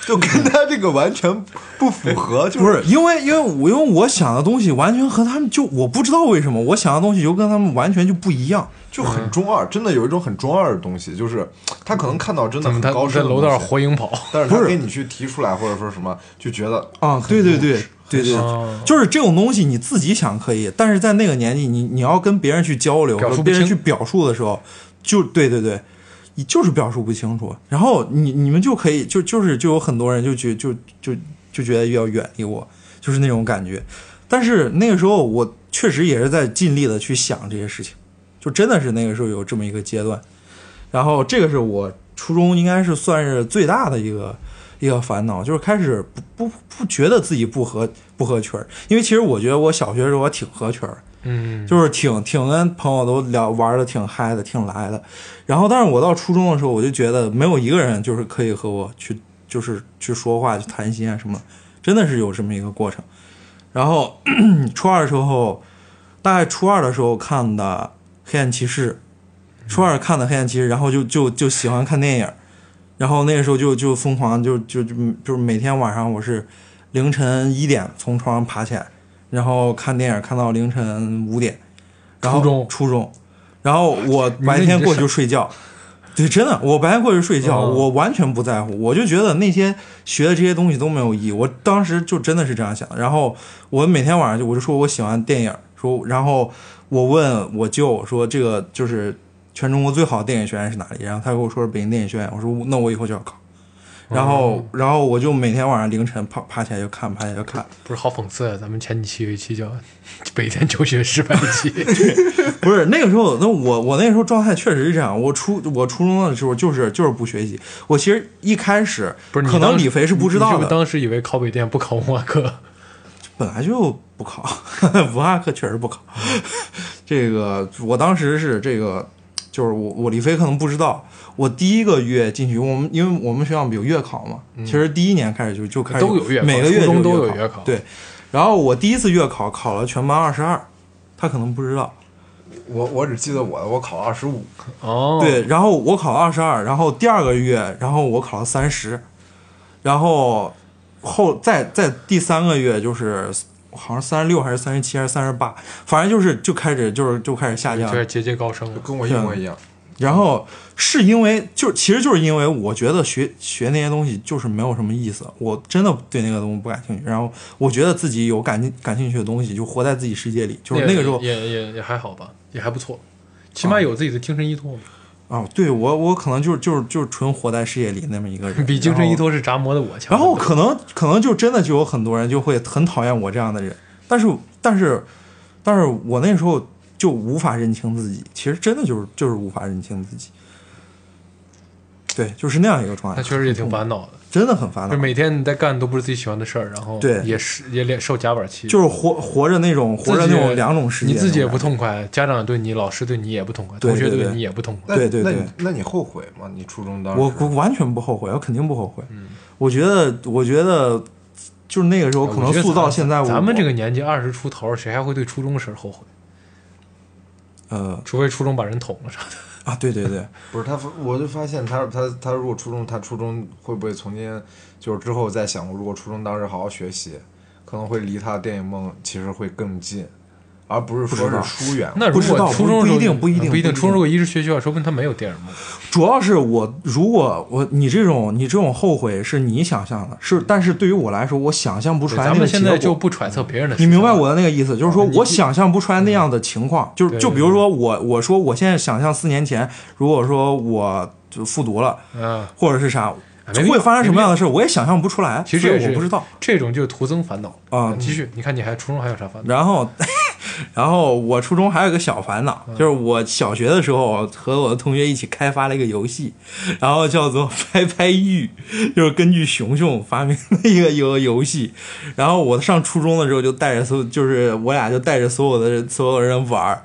Speaker 1: 就跟他这个完全不符合。就
Speaker 3: 不是因为因为我因为我想的东西完全和他们就我不知道为什么我想的东西就跟他们完全就不一样。
Speaker 1: 就很中二，真的有一种很中二的东西，就是他可能看到真的
Speaker 4: 怎么
Speaker 1: 很
Speaker 4: 他
Speaker 1: 高
Speaker 4: 在
Speaker 1: 深的
Speaker 4: 楼
Speaker 1: 东
Speaker 4: 道上
Speaker 1: 西
Speaker 4: 火影跑？
Speaker 1: 但是他
Speaker 3: 不是
Speaker 1: 给你去提出来或者说什么，就觉得
Speaker 3: 啊，对对对对对
Speaker 4: 哦，
Speaker 3: 就是这种东西你自己想可以，但是在那个年纪，你你要跟别人去交流，
Speaker 4: 表述
Speaker 3: 和
Speaker 4: 不
Speaker 3: 别人
Speaker 4: 清
Speaker 3: 去表述的时候，就对对对，你就是表述不清楚，然后你你们就可以就就是就有很多人就觉就就就觉得要远离我，就是那种感觉。但是那个时候我确实也是在尽力的去想这些事情，就真的是那个时候有这么一个阶段。然后这个是我初中应该是算是最大的一个一个烦恼，就是开始不不不觉得自己不合不合群儿，因为其实我觉得我小学的时候我挺合群儿，
Speaker 4: 嗯，
Speaker 3: 就是挺挺跟朋友都聊玩的挺嗨的，挺来的。然后，但是我到初中的时候，我就觉得没有一个人就是可以和我去就是去说话、去谈心啊什么，真的是有这么一个过程。然后 初二的时候，大概初二的时候看的《黑暗骑士》，初二看的《黑暗骑士》，然后就就就喜欢看电影，然后那个时候就就疯狂就就就就是每天晚上我是凌晨一点从床上爬起来，然后看电影看到凌晨五点，然后
Speaker 4: 初中
Speaker 3: 初中，然后我
Speaker 4: 你
Speaker 3: 白天
Speaker 4: 这
Speaker 3: 过去
Speaker 4: 是
Speaker 3: 就睡觉。对，真的，我白天过去睡觉，
Speaker 4: 哦
Speaker 3: 我完全不在乎，我就觉得那些学的这些东西都没有意义。我当时就真的是这样想的。然后我每天晚上就我就说我喜欢电影，说然后我问我舅我说这个就是全中国最好的电影学院是哪里？然后他跟我说是北京电影学院，我说那我以后就要考。然
Speaker 4: 哦
Speaker 3: 后，然后我就每天晚上凌晨爬爬起来就看，爬起来就看。
Speaker 4: 不是好讽刺啊！咱们前几期有一期叫“北电求学失败期
Speaker 3: 不是那个时候，那我我那时候状态确实是这样。我初我初中的时候就是就是不学习。我其实一开始”，
Speaker 4: 不是你
Speaker 3: 可能
Speaker 4: 当时
Speaker 3: 李飞是不知
Speaker 4: 你
Speaker 3: 道
Speaker 4: 是不
Speaker 3: 的
Speaker 4: 是，当时以为考北电不考文化课，
Speaker 3: 本来就不考， 文化课确实不考。 这个我当时是这个，就是我我李飞可能不知道，我第一个月进去，我们因为我们学校有月考嘛，其实第一年开始就就开始
Speaker 4: 嗯都有月考
Speaker 3: 每个月
Speaker 4: 初
Speaker 3: 就
Speaker 4: 中都有
Speaker 3: 月
Speaker 4: 月考
Speaker 3: 对。然后我第一次月考考了全班二十二，他可能不知道，
Speaker 1: 我我只记得我我考了二十五，
Speaker 4: 哦，
Speaker 3: 对，然后我考了二十二，然后第二个月，然后我考了三十，然后后再再第三个月就是好像三十六还是三十七还是三十八，反正就是就开始就是就开始下降
Speaker 4: 有，点节节高升了。
Speaker 1: 跟我一模一样。
Speaker 3: 然后是因为就其实就是因为我觉得学学那些东西就是没有什么意思，我真的对那个东西不感兴趣。然后我觉得自己有感感兴趣的东西，就活在自己世界里。就是那个时候，
Speaker 4: 也也也也还好吧，也还不错，起码有自己的精神依托嘛。
Speaker 3: 啊，对我我可能就是就是就是纯活在事业里那么一个人，
Speaker 4: 比精神依托是杂魔的我强。
Speaker 3: 然后哦可能可能就真的就有很多人就会很讨厌我这样的人，但是但是但是我那时候就无法认清自己，其实真的就是就是无法认清自己，对，就是那样一个状态
Speaker 4: 那，确实也挺烦恼的，
Speaker 3: 真的很烦
Speaker 4: 就是
Speaker 3: 恼，
Speaker 4: 每天你在干都不是自己喜欢的事儿，然后
Speaker 3: 对
Speaker 4: 也是也脸受夹板气，
Speaker 3: 就是活活着那种活着那种两种世界，
Speaker 4: 你自己也不
Speaker 3: 痛，
Speaker 4: 痛快，家长对你，老师对你也不痛快，
Speaker 3: 对
Speaker 4: 同学
Speaker 3: 对对
Speaker 4: 你也不痛
Speaker 1: 那
Speaker 4: 快。
Speaker 3: 对对
Speaker 1: 那
Speaker 3: 对
Speaker 1: 你那你后悔吗？你初中当时
Speaker 3: 我我完全不后悔，我肯定不后悔，
Speaker 4: 嗯
Speaker 3: 我觉得我觉得就是那个时候可能
Speaker 4: 我觉得
Speaker 3: 塑造
Speaker 4: 咱
Speaker 3: 现在我
Speaker 4: 咱们这个年纪二十出头，谁还会对初中的事儿后悔？
Speaker 3: 呃
Speaker 4: 除非初中把人捅了啥的。
Speaker 3: 啊，对对对。
Speaker 1: 不是他，我就发现他他他如果初中他初中会不会从今就是之后再想过，如果初中当时好好学习，可能会离他的电影梦其实会更近，而不是说
Speaker 3: 不知
Speaker 1: 是
Speaker 3: 道
Speaker 1: 疏远。
Speaker 4: 那
Speaker 3: 不
Speaker 4: 如
Speaker 3: 知道
Speaker 4: 果初中的时候
Speaker 3: 不一定不一定
Speaker 4: 不一
Speaker 3: 不一定
Speaker 4: 定，初中如果一直学学校，说不定他没有电影梦。
Speaker 3: 主要是我，如果我你这种你这种后悔是你想象的，是，但是对于我来说，我想象不出来
Speaker 4: 咱
Speaker 3: 那个
Speaker 4: 们
Speaker 3: 结
Speaker 4: 现
Speaker 3: 果。
Speaker 4: 在就不揣测别人的。
Speaker 3: 你明白？我的那个意思，就是说
Speaker 1: 你
Speaker 3: 我想象不出来那样的情况，就是
Speaker 4: 对
Speaker 3: 就
Speaker 4: 对
Speaker 3: 比如说我我说我现在想象四年前，如果说我就复读了，
Speaker 4: 嗯，
Speaker 3: 或者是啥，
Speaker 4: 没必要
Speaker 3: 会发生什么样的事，我也想象不出来，
Speaker 4: 其实
Speaker 3: 所以
Speaker 4: 也
Speaker 3: 我
Speaker 4: 是
Speaker 3: 不知道。
Speaker 4: 这种就是徒增烦恼嗯
Speaker 3: 啊
Speaker 4: 继续，你看你还初中还有啥烦恼？
Speaker 3: 然后， 然后我初中还有一个小烦恼，
Speaker 4: 嗯
Speaker 3: 就是我小学的时候和我的同学一起开发了一个游戏，然后叫做“拍拍玉”， 就是根据熊熊发明的一个游游戏。然后我上初中的时候就带着所，就是我俩就带着所有的所有人玩儿。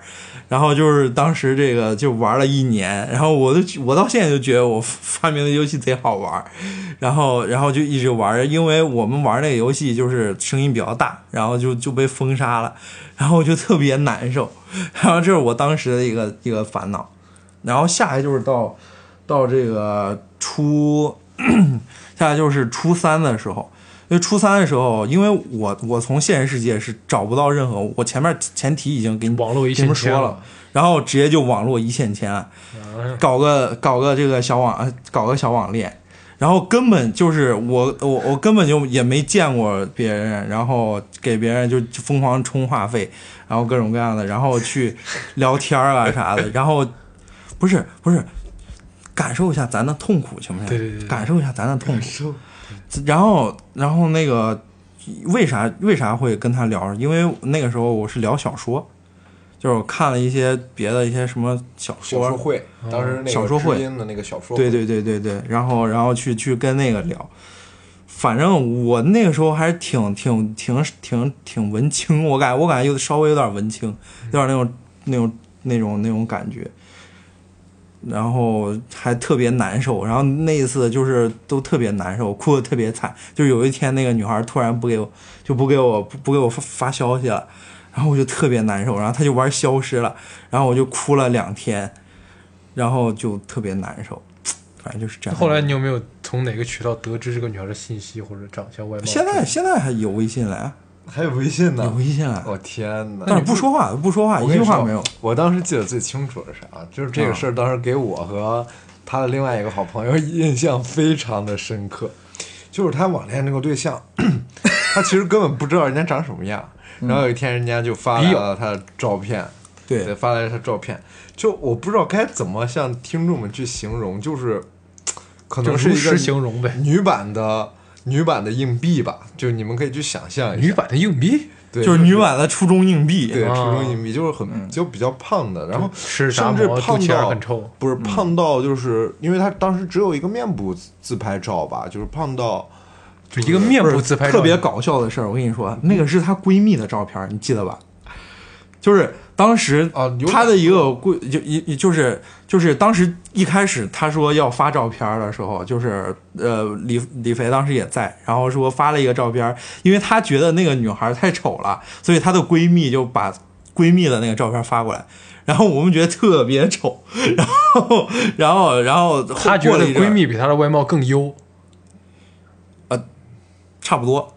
Speaker 3: 然后就是当时这个就玩了一年，然后我就我到现在就觉得我发明的游戏贼好玩儿，然后然后就一直玩儿，因为我们玩儿那个游戏就是声音比较大，然后就就被封杀了，然后我就特别难受，然后这是我当时的一个一个烦恼，然后下来就是到到这个初，下来就是初三的时候。因为初三的时候，因为我我从现实世界是找不到任何，我前面前提已经给你
Speaker 4: 网络一
Speaker 3: 给你
Speaker 4: 线
Speaker 3: 们说
Speaker 4: 牵
Speaker 3: 了，，然后直接就网络一线牵，
Speaker 4: 嗯
Speaker 3: 搞个搞个这个小网，呃搞个小网恋，然后根本就是我我我根本就也没见过别人，然后给别人就就疯狂充话费，然后各种各样的，然后去聊天儿啊啥的，然后不是不是，感受一下咱的痛苦行不行？
Speaker 4: 对对对对
Speaker 3: 感受一下咱的痛苦。然后然后那个为啥为啥会跟他聊？因为那个时候我是聊小说。就是我看了一些别的一些什么小
Speaker 1: 小
Speaker 3: 说，
Speaker 1: 说会，当时那个
Speaker 3: 哦小说会
Speaker 1: 知音的那个小说
Speaker 3: 对对对对对，然后然后去去跟那个聊，反正我那个时候还是挺挺挺挺挺文青，我感我感觉有稍微有点文青，有点那种那种那种那种感觉，然后还特别难受，然后那一次就是都特别难受，哭的特别惨，就是有一天那个女孩突然不给我就不给我不不给我发发消息了。然后我就特别难受，然后她就玩消失了，然后我就哭了两天，然后就特别难受，反正就是这样。
Speaker 4: 后来你有没有从哪个渠道得知这个女孩的信息或者长相外貌？
Speaker 3: 现在现在还有微信来，
Speaker 1: 还有微信
Speaker 3: 有
Speaker 1: 呢。
Speaker 3: 微信来，
Speaker 1: 我、天哪！
Speaker 3: 但是不说话，不说话，
Speaker 1: 我
Speaker 3: 啊一
Speaker 1: 跟
Speaker 3: 句
Speaker 1: 你
Speaker 3: 话
Speaker 1: 说
Speaker 3: 没有。。啊
Speaker 1: 我当时记得最清楚的是啥，就是这个事儿，当时给我和他的另外一个好朋友印象非常的深刻，就是他网恋那个对象， 他其实根本不知道人家长什么样，然后有一天人家就发来了他的照片，
Speaker 3: 嗯对
Speaker 1: 对，发来了他照片，就我不知道该怎么向听众们去形容，就是可
Speaker 4: 就
Speaker 1: 能是
Speaker 4: 是
Speaker 1: 一个
Speaker 4: 形容呗，
Speaker 1: 女版的女版的硬币吧，就你们可以去想象一下，
Speaker 4: 女版的硬币
Speaker 1: 对，
Speaker 3: 就是女版的初中硬币，
Speaker 1: 对，
Speaker 4: 啊
Speaker 1: 初中硬币就是很就比较胖的，然后
Speaker 4: 吃啥
Speaker 1: 甚至
Speaker 4: 馍，肚
Speaker 1: 胖
Speaker 4: 脐眼儿
Speaker 1: 到
Speaker 4: 很臭。
Speaker 1: 不是胖到就是因为他当时只有一个面部自自拍照吧，就是胖到
Speaker 4: 就一个面
Speaker 3: 不
Speaker 4: 部
Speaker 3: 是
Speaker 4: 自拍照，
Speaker 3: 特别搞笑的事儿。我跟你说，那个是她闺蜜的照片，你记得吧？就是当时
Speaker 4: 哦
Speaker 1: 啊有
Speaker 3: 她的一个闺就一就是就是当时一开始她说要发照片的时候，就是呃李李肥当时也在，然后说发了一个照片，因为她觉得那个女孩太丑了，所以她的闺蜜就把闺蜜的那个照片发过来。然后我们觉得特别丑，然后，然后，然后后
Speaker 4: 她觉
Speaker 3: 过
Speaker 4: 得
Speaker 3: 了一阵儿
Speaker 4: 闺蜜比她的外貌更优，
Speaker 3: 差不多，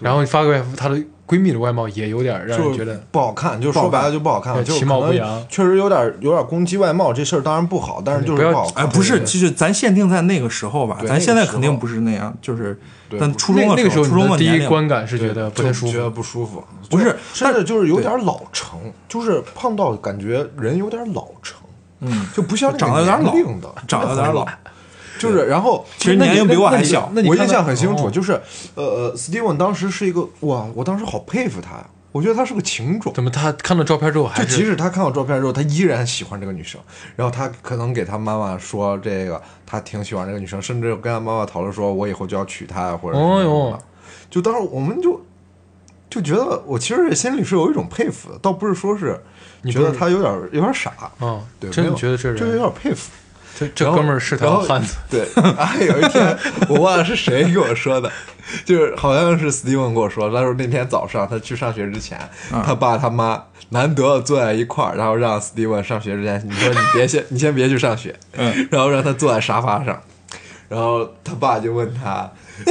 Speaker 4: 然后发给她的闺蜜的外貌也有点儿让
Speaker 1: 就
Speaker 4: 人
Speaker 1: 是
Speaker 4: 觉得
Speaker 1: 不好看，就
Speaker 3: 不好
Speaker 1: 说
Speaker 3: 看
Speaker 1: 白了就不好看，
Speaker 4: 对
Speaker 1: 就是
Speaker 4: 其
Speaker 1: 可
Speaker 4: 貌不
Speaker 1: 能
Speaker 4: 扬
Speaker 1: 确实有点有点攻击外貌这事儿，当然不好，但是就
Speaker 4: 不
Speaker 1: 是
Speaker 4: 要
Speaker 1: 不好看。
Speaker 3: 哎，不是，
Speaker 1: 对
Speaker 3: 就是咱限定在那个时候吧，
Speaker 1: 对
Speaker 3: 咱现在
Speaker 1: 那个时
Speaker 3: 肯定
Speaker 1: 候
Speaker 3: 不是那样，就是
Speaker 1: 对
Speaker 3: 但
Speaker 1: 不是
Speaker 3: 初中的
Speaker 4: 那个时候
Speaker 3: 初中
Speaker 4: 你的第
Speaker 3: 年
Speaker 4: 一
Speaker 3: 龄，
Speaker 4: 观感是觉
Speaker 1: 对
Speaker 4: 得不太
Speaker 1: 就
Speaker 4: 舒
Speaker 1: 觉得
Speaker 4: 服，
Speaker 1: 不舒服，
Speaker 3: 不是
Speaker 1: 就甚至就是有
Speaker 3: 对
Speaker 1: 点老成，就是胖到感觉人有点老成。
Speaker 3: 嗯，
Speaker 1: 就不像那个
Speaker 3: 长得有点老
Speaker 1: 年龄的，
Speaker 3: 长得有点老，
Speaker 1: 就是然后
Speaker 3: 其实年龄比我还小
Speaker 4: 那你
Speaker 1: 我
Speaker 4: 看
Speaker 1: 印
Speaker 4: 他
Speaker 1: 象很清楚，
Speaker 4: 哦
Speaker 1: 就是呃呃，Steven 当时是一个哇，我当时好佩服他呀，啊我觉得他是个情种。
Speaker 4: 怎么他看到照片之后
Speaker 1: 就
Speaker 4: 还
Speaker 1: 即
Speaker 4: 是
Speaker 1: 使他看到照片之后，他依然喜欢这个女生，然后他可能给他妈妈说这个他挺喜欢这个女生，甚至跟他妈妈讨论说，我以后就要娶她呀，啊或者什么什么的。
Speaker 4: 哦哟
Speaker 1: 就当时我们就就觉得，我其实心里是有一种佩服的，倒不是说是
Speaker 4: 你
Speaker 1: 觉
Speaker 4: 不
Speaker 1: 得
Speaker 4: 是
Speaker 1: 他有点有点傻，
Speaker 4: 啊
Speaker 1: 对，，
Speaker 4: 真
Speaker 1: 没
Speaker 4: 的
Speaker 1: 有
Speaker 4: 觉得这
Speaker 1: 就有
Speaker 4: 人
Speaker 1: 点佩服。
Speaker 4: 这这哥们儿是条
Speaker 1: 然后
Speaker 4: 汉子，。
Speaker 1: 对， 啊，有一天我忘了是谁给我说的，就是好像是 Steven 跟我说，他说那天早上他去上学之前，
Speaker 4: 嗯
Speaker 1: 他爸他妈难得坐在一块儿，然后让 Steven 上学之前，你说你别先，你先别去上学，嗯，然后让他坐在沙发上，然后他爸就问他。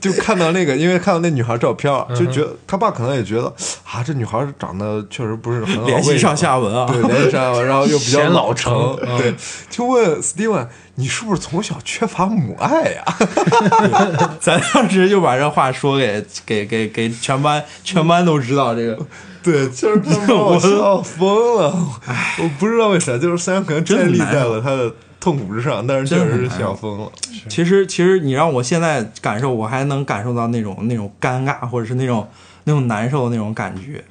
Speaker 1: 就看到那个，因为看到那女孩照片，就
Speaker 4: 嗯
Speaker 1: 觉得他爸可能也觉得啊，这女孩长得确实不是很好，
Speaker 3: 联系上下文啊，
Speaker 1: 对，联系上，然后又比较
Speaker 4: 显老
Speaker 1: 成，
Speaker 4: 成嗯
Speaker 1: 对，就问 Steven，你是不是从小缺乏母爱呀、
Speaker 3: 咱当时就把这话说给给给给全班，全班都知道这个，
Speaker 1: 对，就是他妈 我笑疯了，我不知道为啥，就是虽然可能
Speaker 3: 真的
Speaker 1: 建立
Speaker 3: 难
Speaker 4: 啊
Speaker 1: 在了他的痛苦之上，但是确
Speaker 3: 真的
Speaker 1: 实是
Speaker 3: 难
Speaker 1: 笑疯了。
Speaker 3: 其实，其实你让我现在感受，我还能感受到那种那种尴尬，或者是那种那种难受的那种感觉，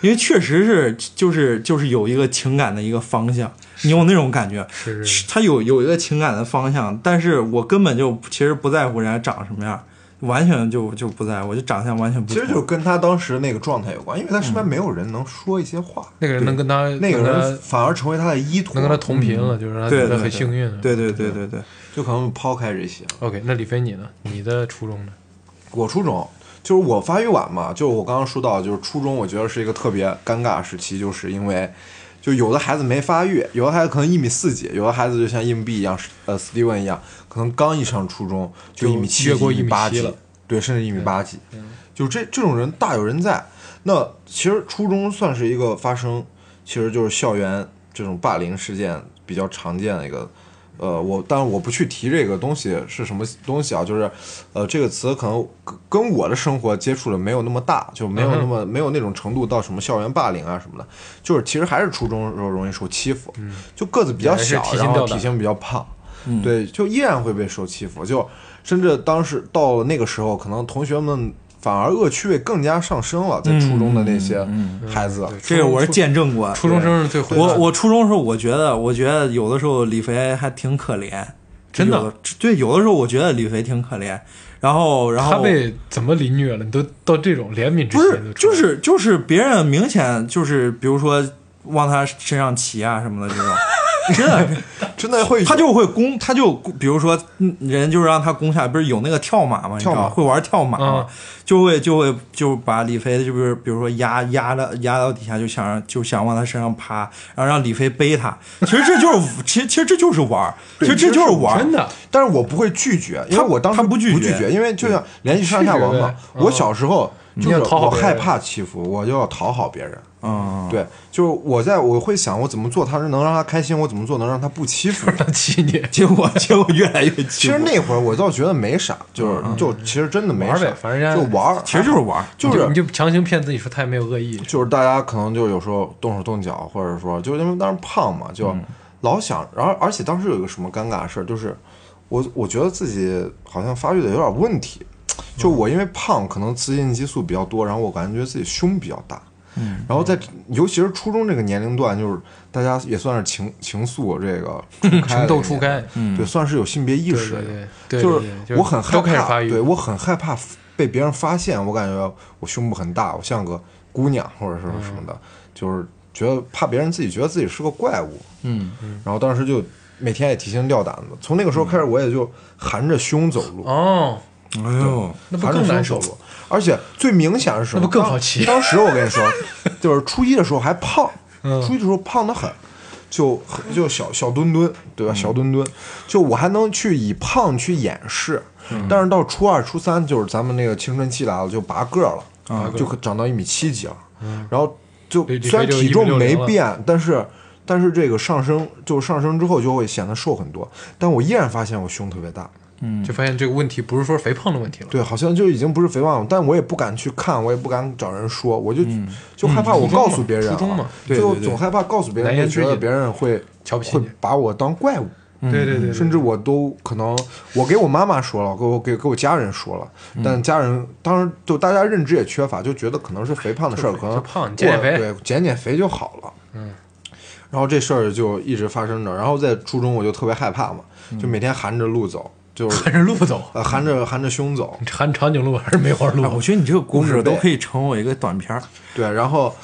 Speaker 3: 因为确实是就是就是有一个情感的一个方向，你有那种感觉，
Speaker 4: 是
Speaker 3: 是他有有一个情感的方向，但是我根本就其实不在乎人家长什么样，完全就就不在乎，就长相完全不
Speaker 1: 其
Speaker 3: 在
Speaker 1: 实
Speaker 3: 乎。
Speaker 1: 就是跟他当时那个状态有关，因为他身边没有人能说一些话，
Speaker 4: 那个人能跟他
Speaker 1: 那个
Speaker 4: 嗯跟他
Speaker 1: 人嗯反而成为他的依托，
Speaker 4: 能跟他同频了，就是让他觉
Speaker 3: 对
Speaker 4: 得
Speaker 3: 对
Speaker 4: 很幸运嗯了。
Speaker 3: 对对对对对，
Speaker 1: 就可能抛开这些。
Speaker 4: OK，那李飞你呢？你的初衷呢？
Speaker 1: 我初中就是我发育晚嘛，就是我刚刚说到，就是初中我觉得是一个特别尴尬的时期，就是因为就有的孩子没发育，有的孩子可能一米四几，有的孩子就像硬币一样，呃，Steven 一样，可能刚一上初中就一米七几、
Speaker 4: 越过
Speaker 1: 一
Speaker 4: 一米
Speaker 1: 八
Speaker 4: 七
Speaker 1: 几
Speaker 4: 了，
Speaker 1: 对，甚至一米八几，就这这种人大有人在。那其实初中算是一个发生，其实就是校园这种霸凌事件比较常见的一个。呃，我当然我不去提这个东西是什么东西啊，就是，呃，这个词可能跟跟我的生活接触的没有那么大，就没有那
Speaker 4: 嗯
Speaker 1: 么、没有那种程度到什么校园霸凌啊什么的，就是其实还是初中的时候容易受欺负，就个子比较
Speaker 4: 还嗯是
Speaker 1: 小，
Speaker 4: 提心
Speaker 1: 然
Speaker 4: 吊
Speaker 1: 后
Speaker 4: 胆
Speaker 1: 体型比较胖，
Speaker 4: 嗯
Speaker 1: 对，就依然会被受欺负，就甚至当时到了那个时候，可能同学们反而恶趣味更加上升了，在初中的那
Speaker 4: 嗯
Speaker 1: 些孩子，
Speaker 3: 这个我是见证过。
Speaker 4: 初中生是最混
Speaker 3: 我
Speaker 4: 蛋的
Speaker 3: 我初中的时候，我觉得我觉得有的时候李飞还挺可怜，
Speaker 4: 真的
Speaker 3: 有对，有的时候我觉得李飞挺可怜，然后然后
Speaker 4: 他被怎么凌虐了？你都到这种怜悯之
Speaker 3: 不
Speaker 4: 心
Speaker 3: 是
Speaker 4: 都出
Speaker 3: 就
Speaker 4: 来了，
Speaker 3: 是就是别人明显就是比如说往他身上骑啊什么的这种，真的
Speaker 1: 真的会有
Speaker 3: 他就会攻，他就比如说嗯人就让他攻下，不是有那个跳马吗？你知道
Speaker 1: 跳马
Speaker 3: 吗会玩跳马
Speaker 4: 嗯
Speaker 3: 吗？就会就会就把李飞就不是比如说压压到压到底下，就想让就想往他身上趴，然后让李飞背他。其实这就是其实其实这就是玩儿，其实这就是玩
Speaker 4: 真
Speaker 3: 儿。
Speaker 4: 的
Speaker 1: 但是我不会拒绝，因为我当时
Speaker 3: 他不拒绝
Speaker 1: 拒因为就像联系上下文嘛，
Speaker 4: 嗯
Speaker 1: 我小时候就
Speaker 4: 你
Speaker 1: 是
Speaker 4: 要讨好
Speaker 1: 我
Speaker 4: 别人
Speaker 1: 害怕欺负，我就要讨好别人。
Speaker 3: 嗯，
Speaker 1: 对，就是我在我会想我怎么做，他是能让他开心，我怎么做能让他不欺 负我。
Speaker 4: 他气你，
Speaker 3: 结果结果越来越
Speaker 1: 其
Speaker 3: 其
Speaker 1: 实那会儿我倒觉得没啥，就是就其实真的没
Speaker 4: 嗯玩
Speaker 1: 啥
Speaker 4: 呗，反正人家
Speaker 1: 就玩儿，哎
Speaker 3: 其实就是玩儿，
Speaker 1: 就
Speaker 4: 你
Speaker 1: 是
Speaker 4: 就强行骗自己说他也没有恶意，
Speaker 1: 就是大家可能就有时候动手动脚，或者说就是因为当时胖嘛，就
Speaker 4: 嗯
Speaker 1: 老想，然后而且当时有一个什么尴尬的事儿，就是我我觉得自己好像发育的有点问题，就我因为胖，可能雌性激素比较多，然后我感觉自己胸比较大。
Speaker 4: 嗯
Speaker 1: 然后在尤其是初中这个年龄段，就是大家也算是情情愫这 个初开的
Speaker 4: 情窦
Speaker 1: 一个
Speaker 4: 初
Speaker 1: 年
Speaker 4: 开嗯
Speaker 1: 代，对，算是有性别意
Speaker 4: 对
Speaker 1: 识的
Speaker 4: 对
Speaker 1: 一个。
Speaker 4: 对，对
Speaker 1: 就
Speaker 4: 对
Speaker 1: 是
Speaker 4: 对
Speaker 1: 我很害
Speaker 4: 刚开始
Speaker 1: 怕，
Speaker 4: 发育，
Speaker 1: 对我很害怕被别人发现，我感觉我胸部很大，我像个姑娘或者是
Speaker 4: 嗯
Speaker 1: 什么的，就是觉得怕别人自己觉得自己是个怪物，
Speaker 3: 嗯，
Speaker 1: 然后当时就每天也提心吊胆的。从那个时候开
Speaker 4: 嗯
Speaker 1: 始，我也就含着胸走路，
Speaker 4: 哦，
Speaker 3: 哎呦，
Speaker 4: 那不
Speaker 1: 含着
Speaker 4: 更难
Speaker 1: 胸
Speaker 4: 受
Speaker 1: 走？路。而且最明显的是什么？
Speaker 4: 那不更好
Speaker 1: 当
Speaker 4: 骑
Speaker 1: 当时我跟你说， 就是初一的时候还胖，
Speaker 4: 嗯
Speaker 1: 初一的时候胖得很，就就小小墩墩，对吧？小墩墩，就我还能去以胖去掩饰，
Speaker 4: 嗯
Speaker 1: 但是到初二、初三，就是咱们那个青春期来了，就拔个儿
Speaker 4: 啊
Speaker 1: 了，就可长到一米七几了，
Speaker 4: 嗯
Speaker 1: 然后就
Speaker 4: 对李
Speaker 1: 虽然
Speaker 4: 飞就
Speaker 1: 体重
Speaker 4: 1.60
Speaker 1: 没
Speaker 4: 了
Speaker 1: 变，但是。但是这个上升，就是上升之后就会显得瘦很多，但我依然发现我胸特别大，
Speaker 3: 嗯
Speaker 4: 就发现这个问题不是说肥胖的问题了，
Speaker 1: 对，好像就已经不是肥胖了，但我也不敢去看，我也不敢找人说，我就、
Speaker 4: 嗯
Speaker 1: 就害怕我告诉别人、啊
Speaker 4: 初衷嘛
Speaker 3: 对对对
Speaker 1: 就总害怕告诉别人，
Speaker 4: 难言
Speaker 1: 就觉
Speaker 4: 之
Speaker 1: 得
Speaker 4: 隐
Speaker 1: 别人会
Speaker 4: 瞧不起
Speaker 1: 会
Speaker 4: 你，
Speaker 1: 把我当怪物，
Speaker 4: 对对对对，
Speaker 1: 甚至我都可能我给我妈妈说了，给我给给我家人说了，
Speaker 4: 嗯
Speaker 1: 但家人当时就大家认知也缺乏，就觉得可能是肥胖的事儿，
Speaker 4: 就
Speaker 1: 可能
Speaker 4: 就胖你减减
Speaker 1: 过了
Speaker 4: 肥
Speaker 1: 对，减减肥就好了。嗯，然后这事儿就一直发生着，然后在初中我就特别害怕嘛，
Speaker 4: 嗯
Speaker 1: 就每天含着路走， 就是
Speaker 4: 还是路不走，
Speaker 1: 呃含着含着胸走，
Speaker 4: 长长颈鹿还是梅花
Speaker 3: 哎，
Speaker 4: 鹿
Speaker 3: 我，觉得你这个故事
Speaker 1: 事
Speaker 3: 都
Speaker 1: 呗
Speaker 3: 可以成为一个短片儿。
Speaker 1: 对，然后，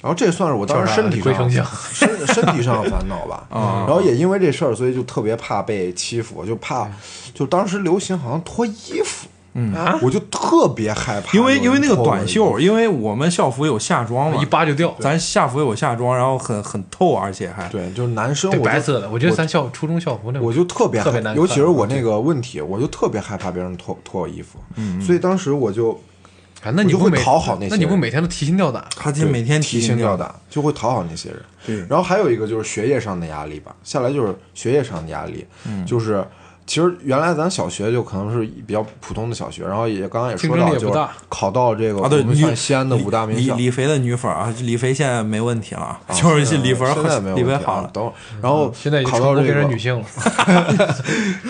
Speaker 1: 然后这算是我当时身体
Speaker 4: 龟丞
Speaker 1: 上
Speaker 4: 相
Speaker 1: 身身体上的烦恼吧。然后也因为这事儿，所以就特别怕被欺负，就怕就当时流行好像脱衣服，嗯，我就特别害怕，
Speaker 3: 因为因为那
Speaker 1: 有
Speaker 3: 个
Speaker 1: 人脱我
Speaker 3: 短
Speaker 1: 的
Speaker 3: 袖，因为我们校服有夏装嘛
Speaker 4: 一，扒就掉，
Speaker 3: 咱校服有夏装，然后很很透，而且还
Speaker 1: 衣服，对，就是男生
Speaker 4: 对
Speaker 1: 我就
Speaker 4: 白色的，我觉得咱校初中校服那
Speaker 1: 我就特别害
Speaker 4: 特别难看
Speaker 1: 尤其是我那个问题，我就特别害怕别人脱脱我衣服，所以当时我就
Speaker 4: 啊，那
Speaker 1: 我
Speaker 4: 你
Speaker 1: 就
Speaker 4: 不
Speaker 1: 会
Speaker 4: 每
Speaker 1: 讨好那些
Speaker 4: 那你不
Speaker 1: 人
Speaker 4: 每天都提心吊胆？
Speaker 3: 他就每天
Speaker 1: 提
Speaker 3: 心
Speaker 1: 心吊
Speaker 3: 胆。
Speaker 1: 胆，就会讨好那些人。
Speaker 3: 对
Speaker 1: 然后还有一个就是学业上的压力吧，下来就是学业上的压力，
Speaker 4: 嗯
Speaker 1: 就是其实原来咱小学就可能是比较普通的小学，然后也刚刚也说
Speaker 4: 竞争力
Speaker 1: 到，
Speaker 4: 也不
Speaker 1: 就是
Speaker 4: 大
Speaker 1: 考到这个
Speaker 3: 啊，
Speaker 1: 我
Speaker 3: 对，
Speaker 1: 们
Speaker 3: 女
Speaker 1: 算西安的五大名
Speaker 3: 李
Speaker 1: 校
Speaker 3: 李。李飞的女粉儿啊，李飞现在没问题了啊，就是李飞
Speaker 1: 现在没有
Speaker 3: 李飞
Speaker 1: 问题啊
Speaker 3: 好了，
Speaker 1: 等会儿，然后
Speaker 4: 嗯现在已经
Speaker 1: 考
Speaker 4: 成
Speaker 1: 到
Speaker 4: 功
Speaker 1: 这
Speaker 4: 变
Speaker 1: 个
Speaker 4: 成女 性了，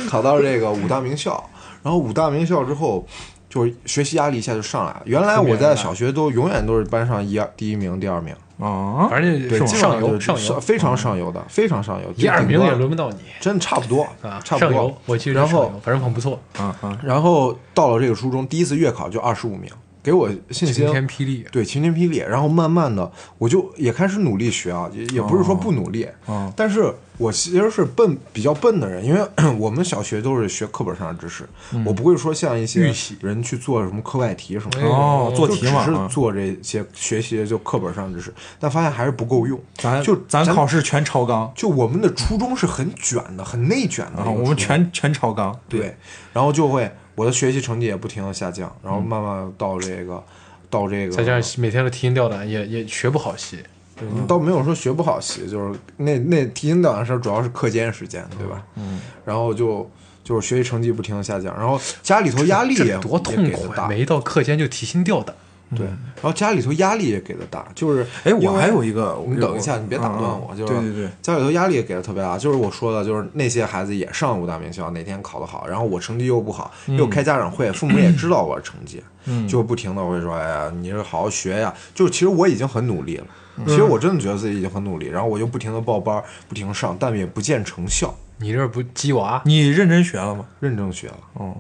Speaker 1: 考到这个五大名校，然后五大名校之后，就是学习压力一下就上来了。原来我在小学都永远都是班上一二第一名、第二名，
Speaker 3: 啊，
Speaker 4: 反正
Speaker 1: 对，
Speaker 4: 就
Speaker 1: 基本
Speaker 4: 是上
Speaker 1: 上
Speaker 4: 游
Speaker 1: 就
Speaker 4: 上
Speaker 1: 是
Speaker 4: 游
Speaker 1: 非常上游的，非常上游，
Speaker 4: 一二名
Speaker 1: 顶
Speaker 4: 也
Speaker 1: 端
Speaker 4: 轮不到你
Speaker 1: 真差不多
Speaker 4: 啊，
Speaker 1: 差不
Speaker 4: 上
Speaker 1: 多
Speaker 4: 游。我记得
Speaker 1: 然
Speaker 4: 是上
Speaker 1: 后
Speaker 4: 游，反正很不错，
Speaker 3: 啊啊，
Speaker 1: 然后到了这个初中，第一次月考就二十五名，给我信
Speaker 4: 晴
Speaker 1: 心。
Speaker 4: 天霹雳，
Speaker 1: 对晴天霹雳，然后慢慢的我就也开始努力学啊，也也不是说不努力，
Speaker 3: 哦
Speaker 1: 但是我其实是笨比较笨的人，因为 我们小学都是学课本上的知识，
Speaker 4: 嗯
Speaker 1: 我不会说像一些人去做什么课外题什么
Speaker 4: 哎
Speaker 1: 的，
Speaker 3: 哦，做
Speaker 1: 就
Speaker 3: 题
Speaker 1: 只
Speaker 3: 嘛
Speaker 1: 是
Speaker 3: 啊，
Speaker 1: 做这些学习就课本上的知识，但发现还是不够用，
Speaker 3: 咱
Speaker 1: 就
Speaker 3: 咱
Speaker 1: 咱
Speaker 3: 考试全超纲
Speaker 1: 就我们的初衷是很卷的，很内卷的一
Speaker 3: 啊，
Speaker 1: 个
Speaker 3: 我们
Speaker 1: 初衷
Speaker 3: 全全超纲，
Speaker 1: 哎对，然后就会我的学习成绩也不停的下降，然后慢慢到这个、到这个，
Speaker 4: 再加上每天都提心吊胆，也也学不好习，
Speaker 1: 嗯倒没有说学不好习，就是那那提心吊胆的事儿主要是课间时间，对吧？嗯，然后就就是学习成绩不停的下降，然后家里头压力
Speaker 4: 这
Speaker 1: 也
Speaker 4: 多
Speaker 1: 也
Speaker 4: 痛
Speaker 1: 给
Speaker 4: 苦
Speaker 1: 的
Speaker 4: 呀！
Speaker 1: 大，
Speaker 4: 每一到课间就提心吊胆，
Speaker 1: 对，然后家里头压力也给的大，就是
Speaker 3: 哎，
Speaker 1: 因
Speaker 3: 我
Speaker 1: 为
Speaker 3: 还有一个，
Speaker 1: 你等一下，你别打断我，
Speaker 3: 嗯嗯
Speaker 1: 就是
Speaker 3: 对对对，
Speaker 1: 家里头压力也给的特别大，就是我说的，就是那些孩子也上五大名校，哪天考得好，然后我成绩又不好，
Speaker 3: 嗯
Speaker 1: 又开家长会，父母也知道我成绩，就不停的会说，哎呀，你是好好学呀，就是其实我已经很努力了，
Speaker 3: 嗯
Speaker 1: 其实我真的觉得自己已经很努力，然后我就不停的报班，不停地上，但也不见成效，
Speaker 4: 你这不鸡娃，
Speaker 3: 你认真学了吗？
Speaker 1: 认真学了，
Speaker 3: 哦，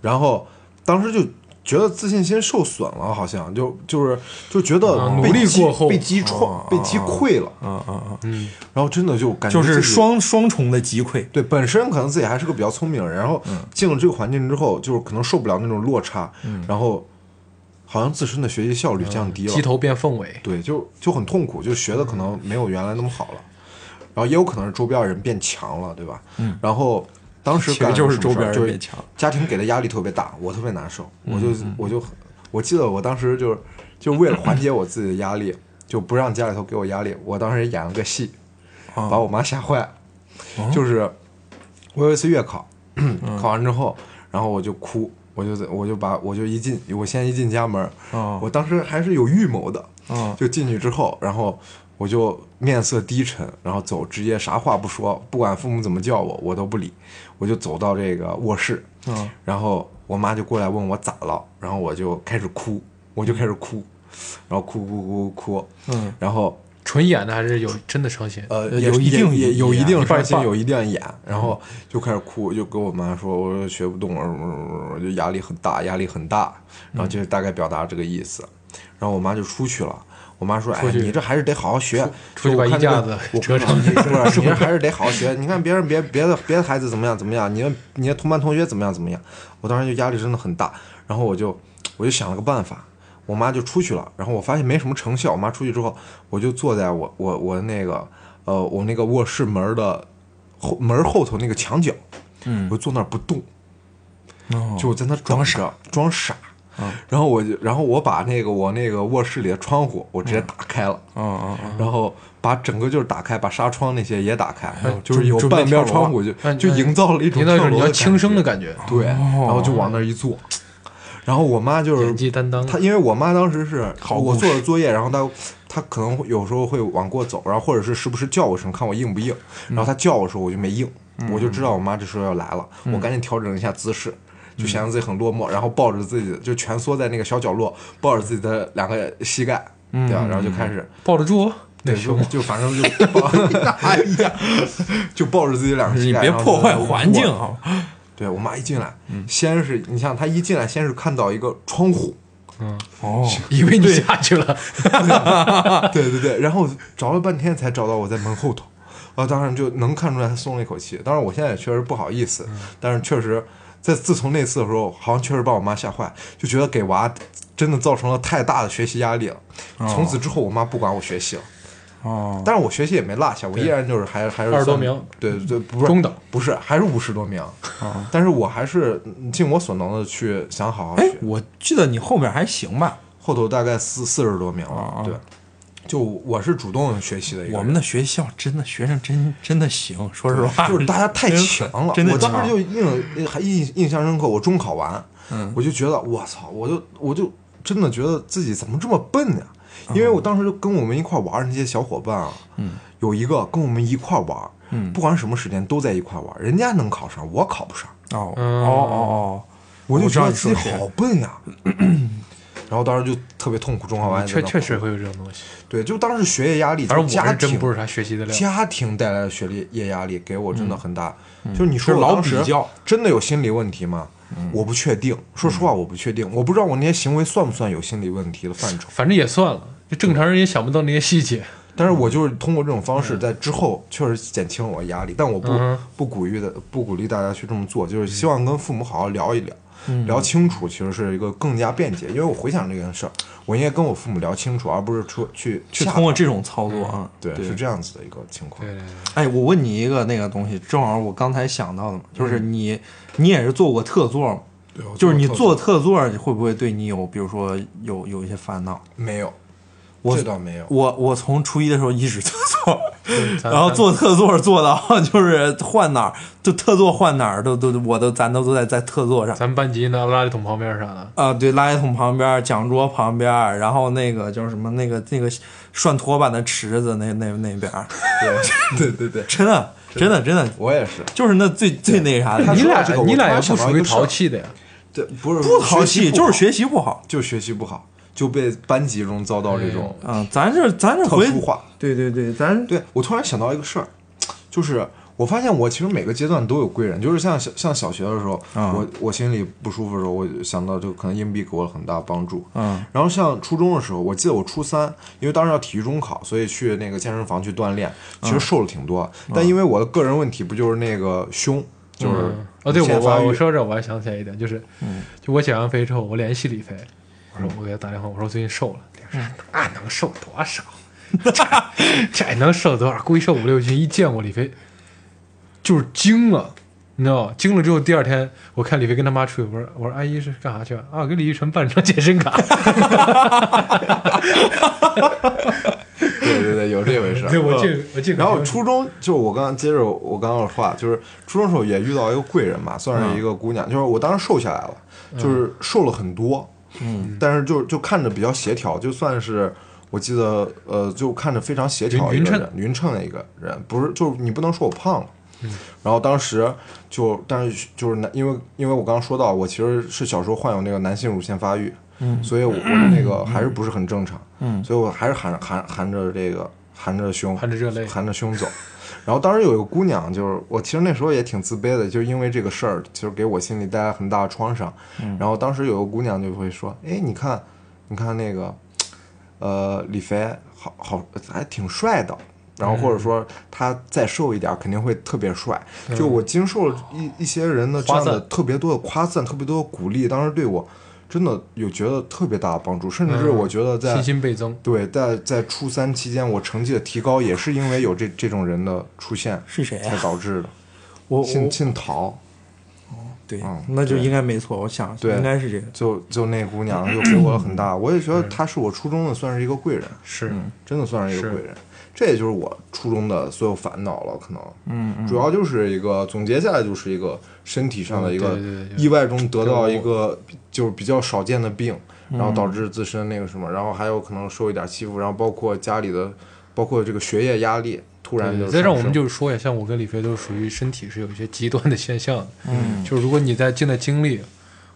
Speaker 1: 然后当时就。觉得自信心受损了，好像就就是就觉得
Speaker 4: 啊
Speaker 1: 被
Speaker 4: 努力
Speaker 1: 击
Speaker 4: 过后
Speaker 1: 被击穿、被击溃了，
Speaker 3: 啊啊啊，
Speaker 1: 然后真的就感觉
Speaker 3: 就是
Speaker 1: 自己
Speaker 3: 双双重的击溃，
Speaker 1: 对，本身可能自己还是个比较聪明的人，然后
Speaker 3: 嗯
Speaker 1: 进了这个环境之后，就是可能受不了那种落差，
Speaker 3: 嗯
Speaker 1: 然后好像自身的学习效率降低了，
Speaker 4: 鸡头变凤尾，
Speaker 1: 对，就就很痛苦，就学的可能没有原来那么好了，然后也有可能是周边人变强了，对吧？嗯，然后当时
Speaker 3: 其
Speaker 1: 干
Speaker 3: 实
Speaker 1: 了
Speaker 3: 就是
Speaker 1: 什么
Speaker 3: 周边
Speaker 1: 事儿就
Speaker 3: 人
Speaker 1: 是
Speaker 3: 变强，嗯
Speaker 1: 家庭给的压力特别大，我特别难受，我就我就很我记得我当时就是就为了缓解我自己的压力，就不让家里头给我压力，我当时演了个戏，
Speaker 3: 啊
Speaker 1: 把我妈吓坏了，
Speaker 3: 哦
Speaker 1: 就是我有一次月考，
Speaker 3: 嗯
Speaker 1: 考完之后，然后我就哭，我就在我就把我就一进我先一进家门，
Speaker 3: 哦
Speaker 1: 我当时还是有预谋的，
Speaker 3: 啊
Speaker 1: 就进去之后，然后我就面色低沉，然后走，直接啥话不说，不管父母怎么叫我，我都不理，我就走到这个卧室，
Speaker 3: 啊
Speaker 1: 然后我妈就过来问我咋了，然后我就开始哭，我就开始哭，然后哭哭哭哭，
Speaker 3: 嗯，
Speaker 1: 然后
Speaker 4: 纯演的还是有真的伤心，
Speaker 1: 呃，
Speaker 3: 呃
Speaker 1: 也
Speaker 3: 有一定
Speaker 1: 也也有一
Speaker 3: 演一嗯
Speaker 1: 定
Speaker 4: 半
Speaker 1: 伤
Speaker 4: 儿
Speaker 1: 心，
Speaker 4: 半儿
Speaker 1: 有一定演，然后就开始哭，就跟我妈说，我说学不动了，我就压力很大，压力很大，然后
Speaker 3: 嗯
Speaker 1: 就是大概表达这个意思，然后我妈就出去了。我妈说：“哎，
Speaker 4: 去
Speaker 1: 你这还是得好好学，
Speaker 4: 出去
Speaker 1: 就
Speaker 4: 把
Speaker 1: 我看
Speaker 4: 衣
Speaker 1: 这个
Speaker 4: 架子
Speaker 1: 我
Speaker 4: 折成
Speaker 1: 你说你这还是得好好学。你看别人别别的别的孩子怎么样怎么样，你的你的同班同学怎么样怎么样。我当时就压力真的很大，然后我就我就想了个办法，我妈就出去了，然后我发现没什么成效。我妈出去之后，我就坐在我我我那个呃我那个卧室门的后门后头那个墙角，嗯，我就坐那儿不动，
Speaker 3: 哦
Speaker 1: 就我在那儿装傻装傻，
Speaker 4: 嗯
Speaker 1: 然后我就，然后我把那个我那个卧室里的窗户，我直接打开了，
Speaker 3: 嗯嗯嗯，
Speaker 4: 哦
Speaker 1: 然后把整个就是打开，把纱窗那些也打开，
Speaker 3: 哎
Speaker 1: 就是
Speaker 3: 准
Speaker 1: 有
Speaker 3: 准备
Speaker 1: 半边
Speaker 3: 跳楼
Speaker 1: 窗户就
Speaker 4: 哎
Speaker 1: 就
Speaker 4: 哎
Speaker 1: 营造了一种
Speaker 4: 营造一
Speaker 1: 跳
Speaker 4: 种
Speaker 1: 楼
Speaker 4: 你要
Speaker 1: 的
Speaker 4: 轻
Speaker 1: 感
Speaker 4: 生
Speaker 1: 觉
Speaker 4: 的感觉，
Speaker 1: 对，然后就往那儿一坐，然后我妈就是
Speaker 4: 演技担当。
Speaker 1: 她，因为我妈当时是
Speaker 3: 好
Speaker 1: 我
Speaker 3: 故
Speaker 1: 做的作业，然后她她可能会有时候会往过走，然后或者是时不时叫我一声，看我硬不硬。
Speaker 4: 嗯
Speaker 1: 然后她叫我的时候，我就没应，我就知道我妈这时候要来了，
Speaker 4: 嗯
Speaker 1: 我赶紧调整一下姿势。就显得自己很落寞，然后抱着自己的，就蜷缩在那个小角落，抱着自己的两个膝盖，
Speaker 4: 嗯
Speaker 1: 对吧？然后就开始，
Speaker 4: 抱得住哦，
Speaker 1: 对，就就反正就 抱，哎呀，就抱着自己两个膝
Speaker 3: 你
Speaker 1: 盖，
Speaker 3: 别
Speaker 1: 然后
Speaker 3: 破
Speaker 1: 就
Speaker 3: 坏环境嗯
Speaker 1: 我
Speaker 3: 啊！
Speaker 1: 对我妈一进来，先是你像她一进来，先是看到一个窗 户，
Speaker 3: 哦，
Speaker 4: 以为你下去了，
Speaker 1: 对对对，然后找了半天才找到我在门后头，啊，当然就能看出来她松了一口气。当然我现在也确实不好意
Speaker 3: 嗯
Speaker 1: 思，但是确实在自从那次的时候，好像确实把我妈吓坏，就觉得给娃真的造成了太大的学习压力了。从此之后，我妈不管我学习了。
Speaker 3: 哦，
Speaker 1: 但是我学习也没落下，我依然就是还还是
Speaker 4: 二十多
Speaker 1: 算
Speaker 4: 名，
Speaker 1: 对对对，不是
Speaker 4: 中等，哦
Speaker 1: 不是还是五十多名，但是我还是嗯尽我所能的去想好好
Speaker 3: 哎
Speaker 1: 学，。
Speaker 3: 我记得你后面还行吧？
Speaker 1: 后头大概四四十多名
Speaker 3: 啊
Speaker 1: 了
Speaker 3: 啊，
Speaker 4: 哦
Speaker 1: 对，就我是主动学习的一个人，
Speaker 3: 我们的学校真的学生真真的行，说实话，
Speaker 1: 就是大家太强了，
Speaker 3: 真的
Speaker 1: 我
Speaker 3: 强
Speaker 1: 当时就印还印印象深刻，我中考完，我就觉得我操，我就我就真的觉得自己怎么这么笨呀、因为我当时就跟我们一块玩儿那些小伙伴啊，有一个跟我们一块玩儿，不管什么时间都在一块玩儿，人家能考上，我考不上。
Speaker 3: 哦哦
Speaker 4: 嗯
Speaker 3: 哦哦，
Speaker 1: 我就
Speaker 3: 知
Speaker 1: 觉
Speaker 3: 道
Speaker 1: 得
Speaker 3: 你
Speaker 1: 自己
Speaker 3: 说的谁
Speaker 1: 好笨呀、然后当时就特别痛苦，中考完
Speaker 4: 确
Speaker 1: 在那
Speaker 4: 确实会有这种东西。
Speaker 1: 对，就当时学业压力，
Speaker 4: 反正我
Speaker 1: 家
Speaker 4: 是真
Speaker 1: 庭
Speaker 4: 不是啥学习的料，
Speaker 1: 家庭带来的学历业压力给我真的很大，就是你说
Speaker 3: 就
Speaker 1: 我
Speaker 3: 嗯是老
Speaker 1: 当时
Speaker 3: 比较嗯
Speaker 1: 真的有心理问题吗？我不确定，说实话我不确定，我不知道我那些行为算不算有心理问题的范畴。
Speaker 4: 反正也算了，就正常人也想不到那些细节。
Speaker 1: 但是
Speaker 3: 嗯
Speaker 1: 我就是通过这种方式，在之后确实减轻了我的压力，但我不
Speaker 4: 嗯
Speaker 1: 不鼓励的不鼓励大家去这么做，
Speaker 3: 嗯
Speaker 1: 就是希望跟父母好好聊一聊，聊清楚其实是一个更加便捷。因为我回想这件事儿，我应该跟我父母聊清楚，而不是说去
Speaker 3: 去
Speaker 1: 吓
Speaker 3: 通过
Speaker 1: 他
Speaker 3: 这种操作啊，
Speaker 1: 对是这样子的一个情况
Speaker 4: 对。对对，
Speaker 3: 哎，我问你一个那个东西，正好我刚才想到的嘛，就是你，你也是做过特座吗？
Speaker 1: 对我
Speaker 3: 就
Speaker 1: 过
Speaker 3: 是你
Speaker 1: 特
Speaker 3: 做特座，会不会对你有，比如说有有一些烦恼？
Speaker 1: 没有，
Speaker 3: 我
Speaker 1: 这倒没有。
Speaker 3: 我我从初一的时候一直特座，
Speaker 4: 咱
Speaker 3: 然后做特座做到 就是换哪儿就特座换哪儿都都我都咱都都在在特座上
Speaker 4: 咱们班级那垃圾桶旁边啥的，
Speaker 3: 啊、对，垃圾桶旁边儿、讲桌旁边儿，然后那个就是什么那个那个涮拖把的池子那那那边儿，
Speaker 1: 对对对，
Speaker 3: 真的真的真的
Speaker 1: 我也是。
Speaker 3: 就是那最最那啥的
Speaker 1: 他，
Speaker 4: 你
Speaker 1: 说到
Speaker 4: 俩
Speaker 1: 这个我
Speaker 4: 你
Speaker 1: 突
Speaker 4: 俩
Speaker 1: 然
Speaker 4: 也
Speaker 1: 想
Speaker 4: 不
Speaker 1: 到一
Speaker 4: 属
Speaker 1: 个
Speaker 4: 于
Speaker 1: 事儿
Speaker 4: 淘气的呀，
Speaker 1: 对，不是
Speaker 3: 不淘气就是
Speaker 1: 学习
Speaker 3: 学习不好。
Speaker 1: 不好就学习不好，就被班级中遭到这种。
Speaker 3: 啊，咱这咱这
Speaker 1: 特
Speaker 3: 回
Speaker 1: 殊化，
Speaker 3: 对对对，咱
Speaker 1: 对我突然想到一个事儿，就是我发现我其实每个阶段都有贵人，就是像小像小学的时候，我我心里不舒服的时候，我就想到就可能硬币给我很大帮助。
Speaker 3: 嗯，
Speaker 1: 然后像初中的时候，我记得我初三，因为当时要体育中考，所以去那个健身房去锻炼，其实瘦了挺多，但因为我的个人问题，不就是那个胸。就是
Speaker 4: 嗯哦，对
Speaker 1: 无限
Speaker 4: 我
Speaker 1: 发
Speaker 4: 我
Speaker 1: 育嗯
Speaker 4: 我说这我还想起来一点，就是，就我减完肥之后，我联系李飞，我说我给他打电话，我说最近瘦了，
Speaker 1: 嗯
Speaker 4: 李飞说那能瘦多少？ 这这能瘦多少？估计瘦五六斤。一见我李飞，就是惊了，你知道吗？惊了之后，第二天我看李飞跟他妈出去，我说我说阿姨是干啥去啊？啊，给李玉成办张健身卡。
Speaker 1: 对对对，有这回事儿。
Speaker 4: 对，我这我这。
Speaker 1: 嗯然后初中就是我刚刚接着我刚刚的话，就是初中时候也遇到一个贵人嘛，算是一个姑娘，就是我当时瘦下来了，就是瘦了很多，嗯，但是就就看着比较协调，就算是。我记得，呃，就看着非常协调一
Speaker 4: 匀
Speaker 1: 个
Speaker 4: 称
Speaker 1: 人，匀称的一个人，不是，就是你不能说我胖了。然后当时就，但是就是男，因为因为我刚刚说到，我其实是小时候患有那个男性乳腺发育，嗯，所以我我的那个还是不是很正常，嗯，所以我还是含含含着这个含着胸，
Speaker 4: 含着热泪
Speaker 1: 含着胸走。然后当时有一个姑娘，就是我其实那时候也挺自卑的，就是因为这个事儿，就是给我心里带来很大的创伤。然后当时有个姑娘就会说：“哎，你看，你看那个，呃，李飞好好还挺帅的。”然后或者说他再瘦一点儿肯定会特别帅。就我经受了一一些人的这样
Speaker 4: 夸
Speaker 1: 的
Speaker 4: 赞
Speaker 1: 特别多的夸赞，特别多的鼓励，当时对我真的有觉得特别大的帮助，甚至是我觉得在
Speaker 4: 信心倍增，
Speaker 1: 对，在在初三期间，我成绩的提高也是因为有这这种人的出现
Speaker 3: 是谁啊
Speaker 1: 才导致的。
Speaker 3: 我
Speaker 1: 姓
Speaker 3: 我
Speaker 1: 姓陶，
Speaker 3: 对
Speaker 1: 嗯，
Speaker 3: 那就
Speaker 1: 对
Speaker 3: 应该没错，我想
Speaker 1: 对
Speaker 3: 应该是这个。
Speaker 1: 就就那姑娘就给我了很大，我也觉得她是我初中的算是一个贵人，嗯
Speaker 4: 是
Speaker 1: 真的算是一个
Speaker 4: 是
Speaker 1: 贵人。这也就是我初中的所有烦恼了，可能，
Speaker 3: 嗯，
Speaker 1: 主要就是一个总结下来就是一个身体上的一个
Speaker 4: 嗯对对对
Speaker 1: 意外中得到一个就是比较少见的病，然
Speaker 4: 嗯
Speaker 1: 后导致自身那个什么，然后还有可能受一点欺负，然后包括家里的，包括这个学业压力突然就
Speaker 4: 再让我们
Speaker 1: 上升
Speaker 4: 就是说呀，像我跟李飞都属于身体是有一些极端的现象的，
Speaker 3: 嗯，
Speaker 4: 就是如果你在正在经历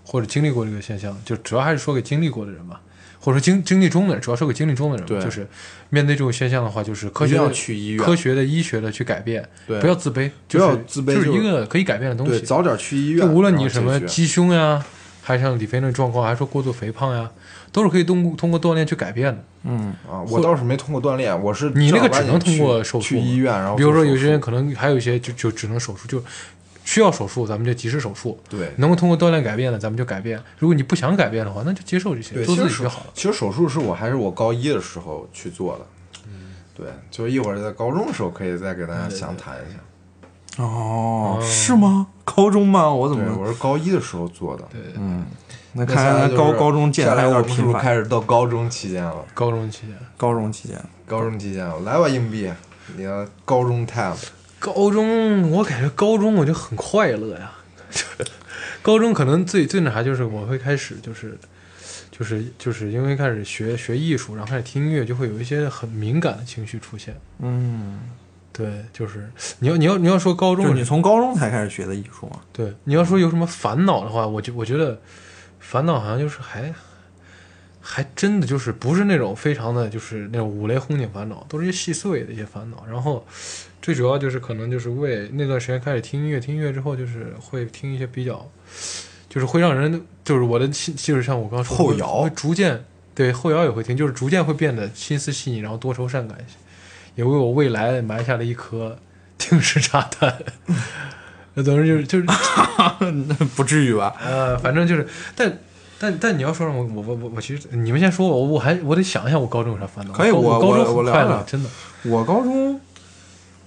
Speaker 4: 或者经历过这个现象，就主要还是说给经历过的人嘛，或者说经经历中的人，主要说给经历中的人
Speaker 1: 对
Speaker 4: 嘛，就是面对这种现象的话，就是科
Speaker 1: 一
Speaker 4: 学
Speaker 1: 定要
Speaker 4: 的
Speaker 1: 去医院，
Speaker 4: 科学的医学的去改变，
Speaker 1: 对
Speaker 4: 不要自卑，
Speaker 1: 不
Speaker 4: 就
Speaker 1: 要
Speaker 4: 是
Speaker 1: 自卑
Speaker 4: 就是
Speaker 1: 就
Speaker 4: 一
Speaker 1: 是
Speaker 4: 个可以改变的东
Speaker 1: 对
Speaker 4: 西，
Speaker 1: 早点去医
Speaker 4: 就
Speaker 1: 院，
Speaker 4: 无论
Speaker 1: 然
Speaker 4: 你
Speaker 1: 后
Speaker 4: 什么
Speaker 1: 解决
Speaker 4: 鸡胸呀，还是像李飞那状况，还是说过度肥胖呀，都是可以通通过锻炼去改变的。
Speaker 3: 嗯，
Speaker 1: 啊，我倒是没通过锻炼，我是
Speaker 4: 你那
Speaker 1: 正儿
Speaker 4: 个
Speaker 1: 八
Speaker 4: 只能
Speaker 1: 经去
Speaker 4: 通过手术
Speaker 1: 去医院，然后
Speaker 4: 比如
Speaker 1: 做
Speaker 4: 说有
Speaker 1: 手
Speaker 4: 些人
Speaker 1: 术
Speaker 4: 可能还有一些就就只能手术，就需要手术，咱们就及时手术。
Speaker 1: 对
Speaker 4: 能够通过锻炼改变的，咱们就改变；如果你不想改变的话，那就接受这些，
Speaker 1: 对，
Speaker 4: 做
Speaker 1: 其
Speaker 4: 自
Speaker 1: 实
Speaker 4: 己
Speaker 1: 手
Speaker 4: 就好了。
Speaker 1: 其实手术是我还是我高一的时候去做的，
Speaker 4: 嗯
Speaker 1: 对，就是一会儿在高中的时候可以再给大家详谈一下。
Speaker 3: 哦，是吗？高中吗？我怎
Speaker 1: 对，
Speaker 3: 么？嗯
Speaker 1: 我是高一的时候做的。对，
Speaker 3: 那
Speaker 1: 那
Speaker 3: 看
Speaker 1: 下
Speaker 3: 来
Speaker 1: 来就是
Speaker 3: 高高中见
Speaker 1: 下
Speaker 3: 的还
Speaker 1: 来
Speaker 3: 有
Speaker 1: 我
Speaker 3: 点
Speaker 1: 们是不
Speaker 3: 频
Speaker 1: 是
Speaker 3: 繁。
Speaker 1: 开始到高中期间了？
Speaker 4: 高中期间，
Speaker 3: 高中期间，
Speaker 1: 高中期间了，来吧，硬币，你的高中 time
Speaker 4: 高中我感觉高中我就很快乐呀。 高中可能最最那啥就是我会开始就是就是就是因为开始学学艺术，然后开始听音乐，就会有一些很敏感的情绪出现。
Speaker 3: 嗯，
Speaker 4: 对，就是你要你要你要说高
Speaker 3: 就是
Speaker 4: 中
Speaker 3: 你从高中才开始学的艺术啊吗？
Speaker 4: 对，你要说有什么烦恼的话，我就我觉得烦恼好像就是还还真的就是不是那种非常的就是那种五雷轰顶烦恼，都是一些细碎的一些烦恼。然后最主要就是可能就是为那段时间开始听音乐，听音乐之后就是会听一些比较，就是会让人就是我的心就是像我刚刚说的
Speaker 1: 后
Speaker 4: 会
Speaker 1: 摇
Speaker 4: 会逐渐对后摇也会听，就是逐渐会变得心思细腻，然后多愁善感一些，也为我未来埋下了一颗 定时炸弹。 那总之就是就是
Speaker 3: 不至于吧？
Speaker 4: 呃，反正就是，但但但你要说让我我我我我其实你们先说我，我还我得想一下我高中有啥烦恼。
Speaker 3: 可以
Speaker 4: 我
Speaker 3: 我
Speaker 4: 高
Speaker 3: 我
Speaker 4: 中
Speaker 3: 我
Speaker 4: 很
Speaker 3: 聊
Speaker 4: 快乐
Speaker 3: 聊，
Speaker 4: 真的。
Speaker 3: 我高中，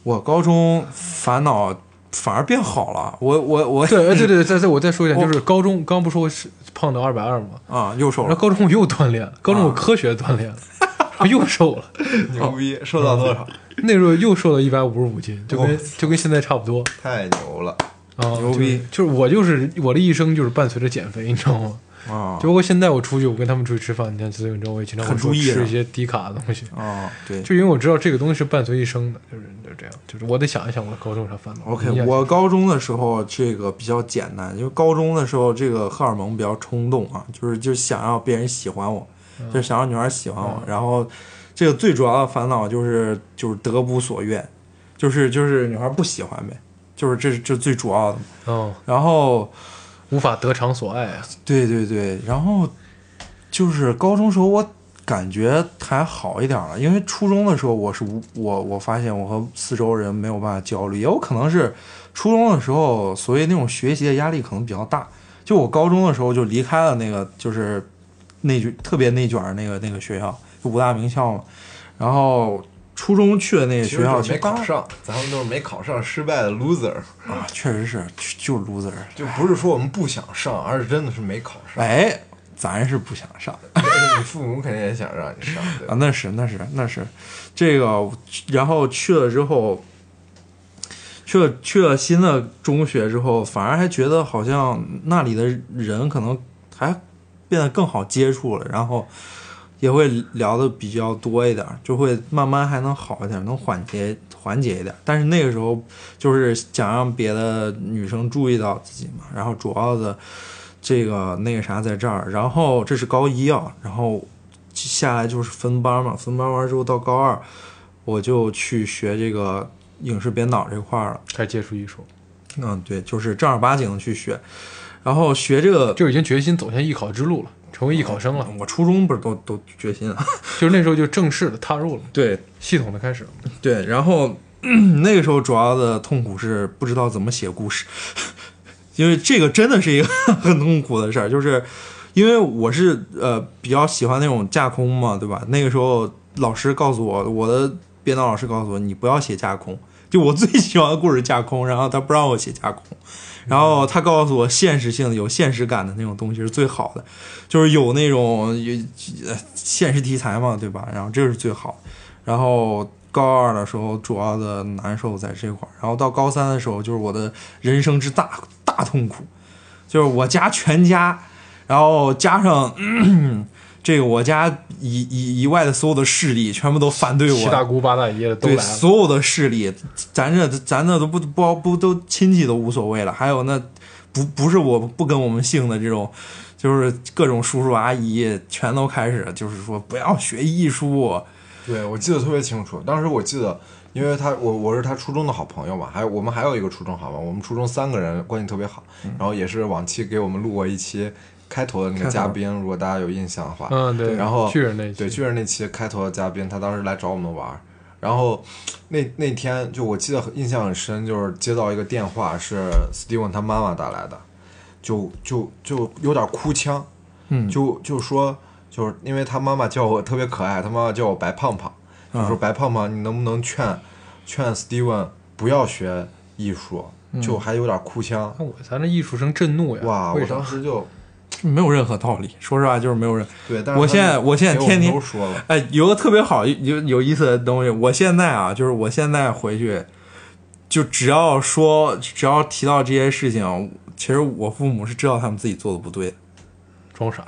Speaker 3: 我高中烦恼反而变好了。我我我
Speaker 4: 对，呃对对对，再再我再说一遍，
Speaker 3: 我
Speaker 4: 就是高中刚不说我是胖到二百二吗？
Speaker 3: 啊，右手
Speaker 4: 然后
Speaker 3: 了，
Speaker 4: 高中我又锻炼，高中我科学锻炼，然 后又瘦了，
Speaker 1: 牛逼，瘦到多少？
Speaker 4: 那时候又瘦了一百五十五斤，就跟就跟现在差不多
Speaker 1: 太牛了！
Speaker 4: 啊。
Speaker 3: 牛
Speaker 4: 就是
Speaker 3: 逼！
Speaker 4: 就是我就是我的一生就是伴随着减肥，你知道吗？
Speaker 3: 啊
Speaker 4: 就包括现在我出去，我跟他们出去吃饭，你看，所以你知道我也经常
Speaker 3: 很
Speaker 4: 会说
Speaker 3: 注意啊
Speaker 4: 吃一些低卡的东西。
Speaker 3: 啊，对。
Speaker 4: 就因为我知道这个东西是伴随一生的，就是就这样，就是我得想一想我高中有啥烦恼。你
Speaker 3: OK，
Speaker 4: 也
Speaker 3: 我高中的时候这个比较简单，因为高中的时候这个荷尔蒙比较冲动啊，就是就想让别人喜欢我，
Speaker 4: 嗯
Speaker 3: 就是想让女孩喜欢我。然后这个最主要的烦恼就是就是得不所愿，就是就是女孩不喜欢呗，就是这是这最主要的。
Speaker 4: 哦，
Speaker 3: 然后
Speaker 4: 无法得偿所爱啊，
Speaker 3: 对对对，然后就是高中时候我感觉还好一点了，因为初中的时候我是无我我发现我和四周人没有办法交流，也有可能是初中的时候，所以那种学习的压力可能比较大。就我高中的时候就离开了那个就是内卷特别内卷儿那个那个学校，就五大名校嘛，然后。初中去的那个
Speaker 1: 其
Speaker 3: 学
Speaker 1: 实
Speaker 3: 校
Speaker 1: 就
Speaker 3: 其
Speaker 1: 是
Speaker 3: 实
Speaker 1: 没
Speaker 3: 刚
Speaker 1: 考上，咱们都是没考上，失败的 loser，
Speaker 3: 啊，确实是就就 loser，
Speaker 1: 就不是说我们不想上，而是真的是没考上。
Speaker 3: 哎，咱是不想上，
Speaker 1: 你父母肯定也想让你上，对吧
Speaker 3: 啊，？那是那是那是，这个，然后去了之后，去了去了新的中学之后，反而还觉得好像那里的人可能还变得更好接触了，然后也会聊的比较多一点儿，就会慢慢还能好一点儿，能缓解缓解一点儿。但是那个时候就是想让别的女生注意到自己嘛，然后主要的这个那个啥在这儿，然后这是高一啊，然后下来就是分班嘛，分班完之后到高二，我就去学这个影视编导这块儿了。
Speaker 4: 开始接触艺术，
Speaker 3: 嗯，对，就是正儿八经的去学，然后学这个。
Speaker 4: 就已经决心走向艺考之路了，成为艺考生了，
Speaker 3: 我初中不是都都决心了，
Speaker 4: 就是那时候就正式的踏入了，
Speaker 3: 对，
Speaker 4: 系统的开始了。
Speaker 3: 对，然后 那个时候主要的痛苦是不知道怎么写故事， 因为这个真的是一个 很痛苦的事儿，就是因为我是呃比较喜欢那种架空嘛，对吧？那个时候老师告诉我，我的编导老师告诉我，你不要写架空，就我最喜欢的故事架空，然后他不让我写架空，然后他告诉我现实性有现实感的那种东西是最好的，就是有那种有呃现实题材嘛，对吧？然后这是最好的。然后高二的时候主要的难受在这块儿，然后到高三的时候就是我的人生之大大痛苦，就是我家全家，然后加上。 这个我家以以以外的所有的势力全部都反对
Speaker 4: 七大
Speaker 3: 我，
Speaker 4: 姑八大姨的都
Speaker 3: 对
Speaker 4: 来了，
Speaker 3: 所有的势力，咱这咱这都不不不都亲戚都无所谓了，还有那不不是我不跟我们姓的这种，就是各种叔叔阿姨全都开始就是说不要学艺术，
Speaker 1: 对，我记得特别清楚。当时我记得，因为他我我是他初中的好朋友嘛，还有我们还有一个初中好朋友，我们初中三个人关系特别好。然后也是往期给我们录过一期开头的那个嘉宾，如果大家有印象的话，
Speaker 4: 嗯对
Speaker 1: 然后
Speaker 4: 巨人那期
Speaker 1: 对巨人那期开头的嘉宾，他当时来找我们玩儿，然后那那天就我记得很印象很深，就是接到一个电话是 Steven 他妈妈打来的，就就就有点哭腔，
Speaker 3: 嗯
Speaker 1: 就就说就是因为他妈妈叫我特别可爱，他妈妈叫我白胖胖，就
Speaker 3: 嗯
Speaker 1: 说白胖胖，你能不能劝劝 Steven 不要学艺术，
Speaker 3: 嗯
Speaker 1: 就还有点哭腔，
Speaker 4: 看我咱这艺术生震怒呀！
Speaker 1: 哇，我
Speaker 4: 为啥
Speaker 1: 当时就
Speaker 3: 没有任何道理。说实话就是没有任。
Speaker 1: 对，但是
Speaker 3: 我
Speaker 1: 他
Speaker 3: 现在
Speaker 1: 就
Speaker 3: 我现在
Speaker 1: 给
Speaker 3: 天
Speaker 1: 们
Speaker 3: 天
Speaker 1: 都说了，
Speaker 3: 哎，有个特别好有有意思的东西，我现在啊，就是我现在回去，就只要说只要提到这些事情，其实我父母是知道他们自己做的不对的，
Speaker 4: 装傻？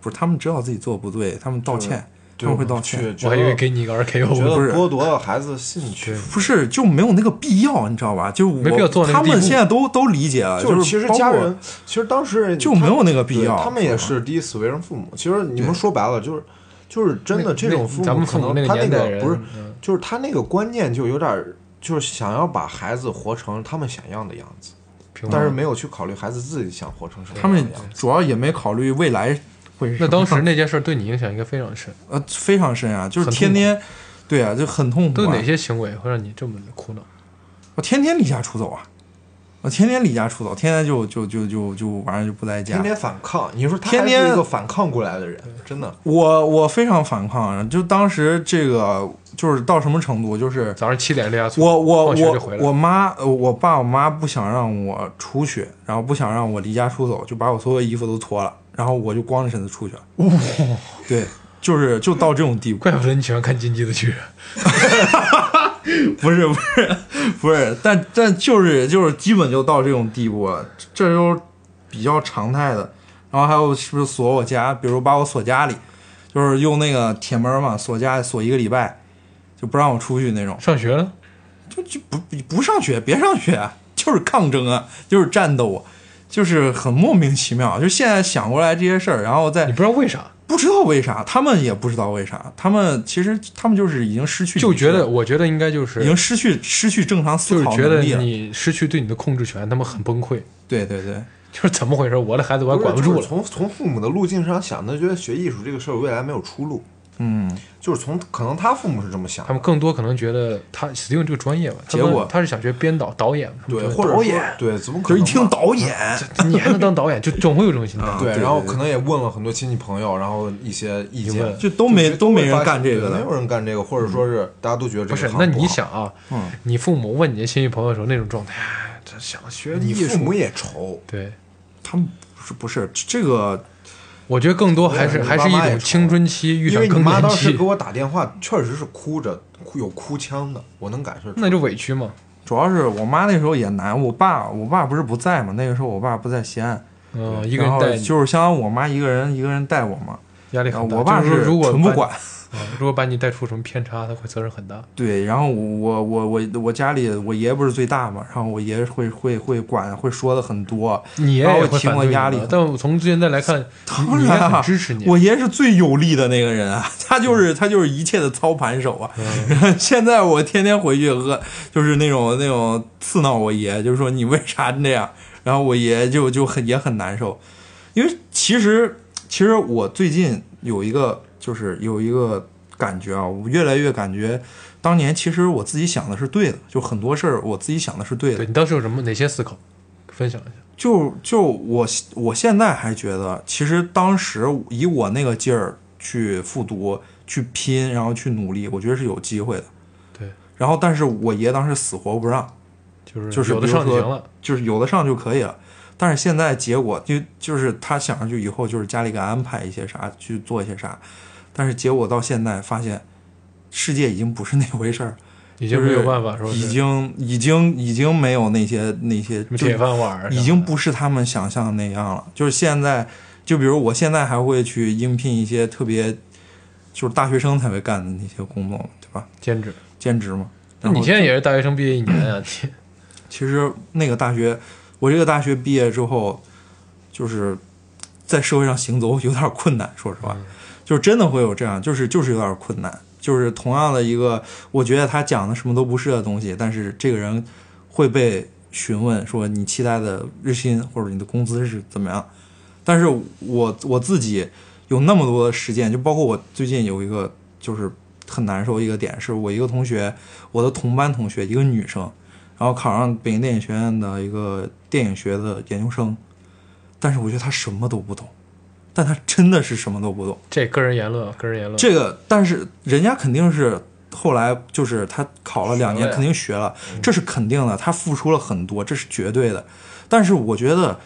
Speaker 3: 不是他们知道自己做的不对，他们道歉，他
Speaker 1: 对，
Speaker 3: 们会道
Speaker 1: 去
Speaker 3: 歉，
Speaker 1: 觉
Speaker 4: 我还以为
Speaker 1: 得
Speaker 4: 给你一个
Speaker 1: 觉
Speaker 4: RKO
Speaker 1: 得
Speaker 4: 呢。
Speaker 3: 不是
Speaker 1: 剥夺了孩子的兴趣，
Speaker 3: 不是就没有那个必要，你知道吧？就是我
Speaker 4: 没必要做到那
Speaker 3: 他
Speaker 4: 个地步
Speaker 3: 们现在都都理解了，
Speaker 1: 就是其实
Speaker 3: 啊包括
Speaker 1: 家人，其实当时
Speaker 3: 就
Speaker 1: 他
Speaker 3: 没有那个必
Speaker 1: 对
Speaker 3: 要
Speaker 1: 他们也
Speaker 3: 是
Speaker 1: 是第一次为人父母。其实你们说白了就是。就是真的，
Speaker 4: 那
Speaker 1: 这种
Speaker 4: 那
Speaker 1: 父
Speaker 4: 咱
Speaker 1: 母
Speaker 4: 们
Speaker 1: 可
Speaker 4: 父母
Speaker 1: 能
Speaker 4: 那个
Speaker 1: 他那
Speaker 4: 年代
Speaker 1: 个
Speaker 4: 人
Speaker 1: 不是
Speaker 4: 嗯，
Speaker 1: 就是他那个观念就有点儿，就是想要把孩子活成他们想要的样子，
Speaker 4: 平
Speaker 1: 但是
Speaker 4: 衡
Speaker 1: 没有去考虑孩子自己想活成什么
Speaker 3: 他
Speaker 1: 样的
Speaker 3: 们
Speaker 1: 样子。
Speaker 3: 主要也没考虑未来会是什
Speaker 4: 那
Speaker 3: 么
Speaker 4: 当
Speaker 3: 样
Speaker 4: 时那件事对你影响应该非常 深，
Speaker 3: 呃非常深啊，就是
Speaker 4: 很痛
Speaker 3: 天天对啊，就很痛苦、
Speaker 4: 都
Speaker 3: 啊。
Speaker 4: 有哪些行为会让你这么苦恼？
Speaker 3: 我天天离家出走啊，我天天离家出走，天天就就就就就晚上就不在家。
Speaker 1: 天天反抗，你说他
Speaker 3: 天
Speaker 1: 还是
Speaker 3: 天
Speaker 1: 一个反抗过来的人，真的。
Speaker 3: 我我非常反抗，啊就当时这个就是到什么程度，就是
Speaker 4: 早上七点离家出
Speaker 3: 我我
Speaker 4: 放学就
Speaker 3: 我
Speaker 4: 回来
Speaker 3: 我妈呃我爸我妈不想让我出去，然后不想让我离家出走，就把我所有衣服都脱了，然后我就光着身子出去了。对，就是就到这种地步。
Speaker 4: 怪不得你喜欢看《进击的巨人》，
Speaker 3: 不是不是不是，但但就是就是基本就到这种地步了，这就是比较常态的。然后还有是不是锁我家，比如把我锁家里，就是用那个铁门嘛锁家锁一个礼拜，就不让我出去那种。
Speaker 4: 上学呢？
Speaker 3: 就就不不上学，别上学，就是抗争啊，就是战斗啊，就是很莫名其妙。啊就现在想过来这些事儿，然后
Speaker 4: 你
Speaker 3: 再
Speaker 4: 不知道为啥，
Speaker 3: 不知道为啥，他们也不知道为啥，他们其实他们就是已经失去理智
Speaker 4: 就
Speaker 3: 了，
Speaker 4: 觉得我觉得应该就
Speaker 3: 已
Speaker 4: 是
Speaker 3: 经失去失去正常
Speaker 4: 就
Speaker 3: 思
Speaker 4: 是
Speaker 3: 考
Speaker 4: 觉得
Speaker 3: 能力了。
Speaker 4: 你失去对你的控制权，他们很崩溃，
Speaker 3: 对对对，
Speaker 4: 就是怎么回事？我的孩子我还
Speaker 1: 是
Speaker 4: 管不
Speaker 1: 就
Speaker 4: 住
Speaker 1: 是
Speaker 4: 了，
Speaker 1: 从从父母的路径上想，他觉得学艺术这个事儿未来没有出路，
Speaker 3: 嗯，
Speaker 1: 就是从可能他父母是这么想
Speaker 4: 他
Speaker 1: 的，
Speaker 4: 们更多可能觉得他 Steven 这个专业吧，
Speaker 3: 结果
Speaker 4: 他是想学编导导演嘛，
Speaker 1: 对，
Speaker 4: 对
Speaker 1: 或者
Speaker 3: 导
Speaker 1: 说
Speaker 3: 演
Speaker 1: 对，怎么可
Speaker 3: 就
Speaker 1: 能
Speaker 3: 一
Speaker 1: 嘛？
Speaker 3: 听导演，
Speaker 4: 你还能当导演，就总会有这种心态。
Speaker 1: 对，
Speaker 3: 对
Speaker 1: 然后
Speaker 3: 对
Speaker 1: 可能也问了很多亲戚朋友，然后一些意
Speaker 4: 明
Speaker 1: 见
Speaker 4: 白，
Speaker 3: 就都没
Speaker 1: 就
Speaker 3: 都没
Speaker 1: 会
Speaker 3: 人
Speaker 1: 发
Speaker 3: 干
Speaker 1: 现
Speaker 3: 这个
Speaker 1: 对
Speaker 3: 的
Speaker 1: 没有人干这个，嗯或者说是大家都觉得这
Speaker 4: 不
Speaker 1: 个
Speaker 4: 是
Speaker 1: 行，
Speaker 4: 那
Speaker 1: 不
Speaker 4: 你
Speaker 1: 好，
Speaker 4: 想啊，你父母问你的亲戚朋友的时候那种状态，哎这想学
Speaker 1: 你
Speaker 4: 艺
Speaker 1: 父
Speaker 4: 术，
Speaker 1: 母也愁，
Speaker 4: 对，
Speaker 3: 他们不是不是这个，
Speaker 4: 我觉得更多还是
Speaker 1: 对
Speaker 4: 还是一
Speaker 1: 你妈妈也
Speaker 4: 种青春期遇
Speaker 1: 因
Speaker 4: 上
Speaker 1: 为你
Speaker 4: 更
Speaker 1: 妈
Speaker 4: 年
Speaker 1: 当时
Speaker 4: 期
Speaker 1: 给，我打电话，确实是哭着，哭有哭腔的，我能感受出来。
Speaker 4: 那就委屈嘛。
Speaker 3: 主要是我妈那时候也难，我爸我爸不是不在嘛，那个时候我爸不在西安，
Speaker 4: 嗯，一个
Speaker 3: 然
Speaker 4: 人
Speaker 3: 后
Speaker 4: 带你
Speaker 3: 就是相当于我妈一个人一个人带我嘛，
Speaker 4: 压力
Speaker 3: 然后
Speaker 4: 很大。
Speaker 3: 啊我爸
Speaker 4: 就是说如果
Speaker 3: 纯不
Speaker 4: 把
Speaker 3: 管，
Speaker 4: 啊，如果把你带出什么偏差，他会责任很大。
Speaker 3: 对，然后我我我我家里我爷不是最大嘛，然后我爷会会会管会说的很多，
Speaker 4: 你
Speaker 3: 然后
Speaker 4: 也会
Speaker 3: 提
Speaker 4: 反
Speaker 3: 供
Speaker 4: 对你
Speaker 3: 压力
Speaker 4: 的但我从现在来看，你
Speaker 3: 当
Speaker 4: 你应
Speaker 3: 然
Speaker 4: 该
Speaker 3: 啊
Speaker 4: 很支持你。
Speaker 3: 我爷是最有力的那个人啊，他就是他就是一切的操盘手啊。 现在我天天回去和就是那种那种刺挠我爷，就是说你为啥那样，然后我爷就就很也很难受，因为其实其实我最近有一个就是有一个感觉啊，我越来越感觉当年其实我自己想的是对的，就很多事儿我自己想的是对的
Speaker 4: 对，你当时有什么哪些思考？分享一下。
Speaker 3: 就就我我现在还觉得，其实当时以我那个劲儿去复读、去拼，然后去努力，我觉得是有机会的。
Speaker 4: 对，
Speaker 3: 然后，但是我爷当时死活不让，
Speaker 4: 就是
Speaker 3: 就是
Speaker 4: 有的
Speaker 3: 比如
Speaker 4: 上就
Speaker 3: 说
Speaker 4: 行了，
Speaker 3: 就是有的上就可以了。但是现在结果就就是他想着就以后就是家里给安排一些啥去做一些啥，但是结果到现在发现，世界已经不是那回事儿，
Speaker 4: 已
Speaker 3: 已
Speaker 4: 经没有办法说是
Speaker 3: 已经已经已经没有那些那些
Speaker 4: 什么
Speaker 3: 就
Speaker 4: 铁饭碗儿什么的，
Speaker 3: 已经不是他们想象的那样了。就是现在，就比如我现在还会去应聘一些特别，就是大学生才会干的那些工作嘛，对吧？
Speaker 4: 兼职。
Speaker 3: 兼职嘛。
Speaker 4: 那
Speaker 3: 然后
Speaker 4: 你现在也是大学生毕业一年啊，你
Speaker 3: 其实那个大学，我这个大学毕业之后，就是在社会上行走有点困难，说实话，就是真的会有这样，就是就是有点困难。就是同样的一个，我觉得他讲的什么都不是的东西，但是这个人会被询问说你期待的日薪或者你的工资是怎么样。但是我我自己有那么多的实践，就包括我最近有一个就是很难受一个点，是我一个同学，我的同班同学，一个女生，然后考上北京电影学院的一个电影学的研究生，但是我觉得他什么都不懂，但他真的是什么都不懂。
Speaker 4: 这个人言论啊，个人言论，
Speaker 3: 这个，但是人家肯定是后来就是他考了两
Speaker 4: 学
Speaker 3: 年，
Speaker 4: 了呀嗯
Speaker 3: 肯定学了，这是肯定的，他付出了很多，这是绝对的。但是我觉得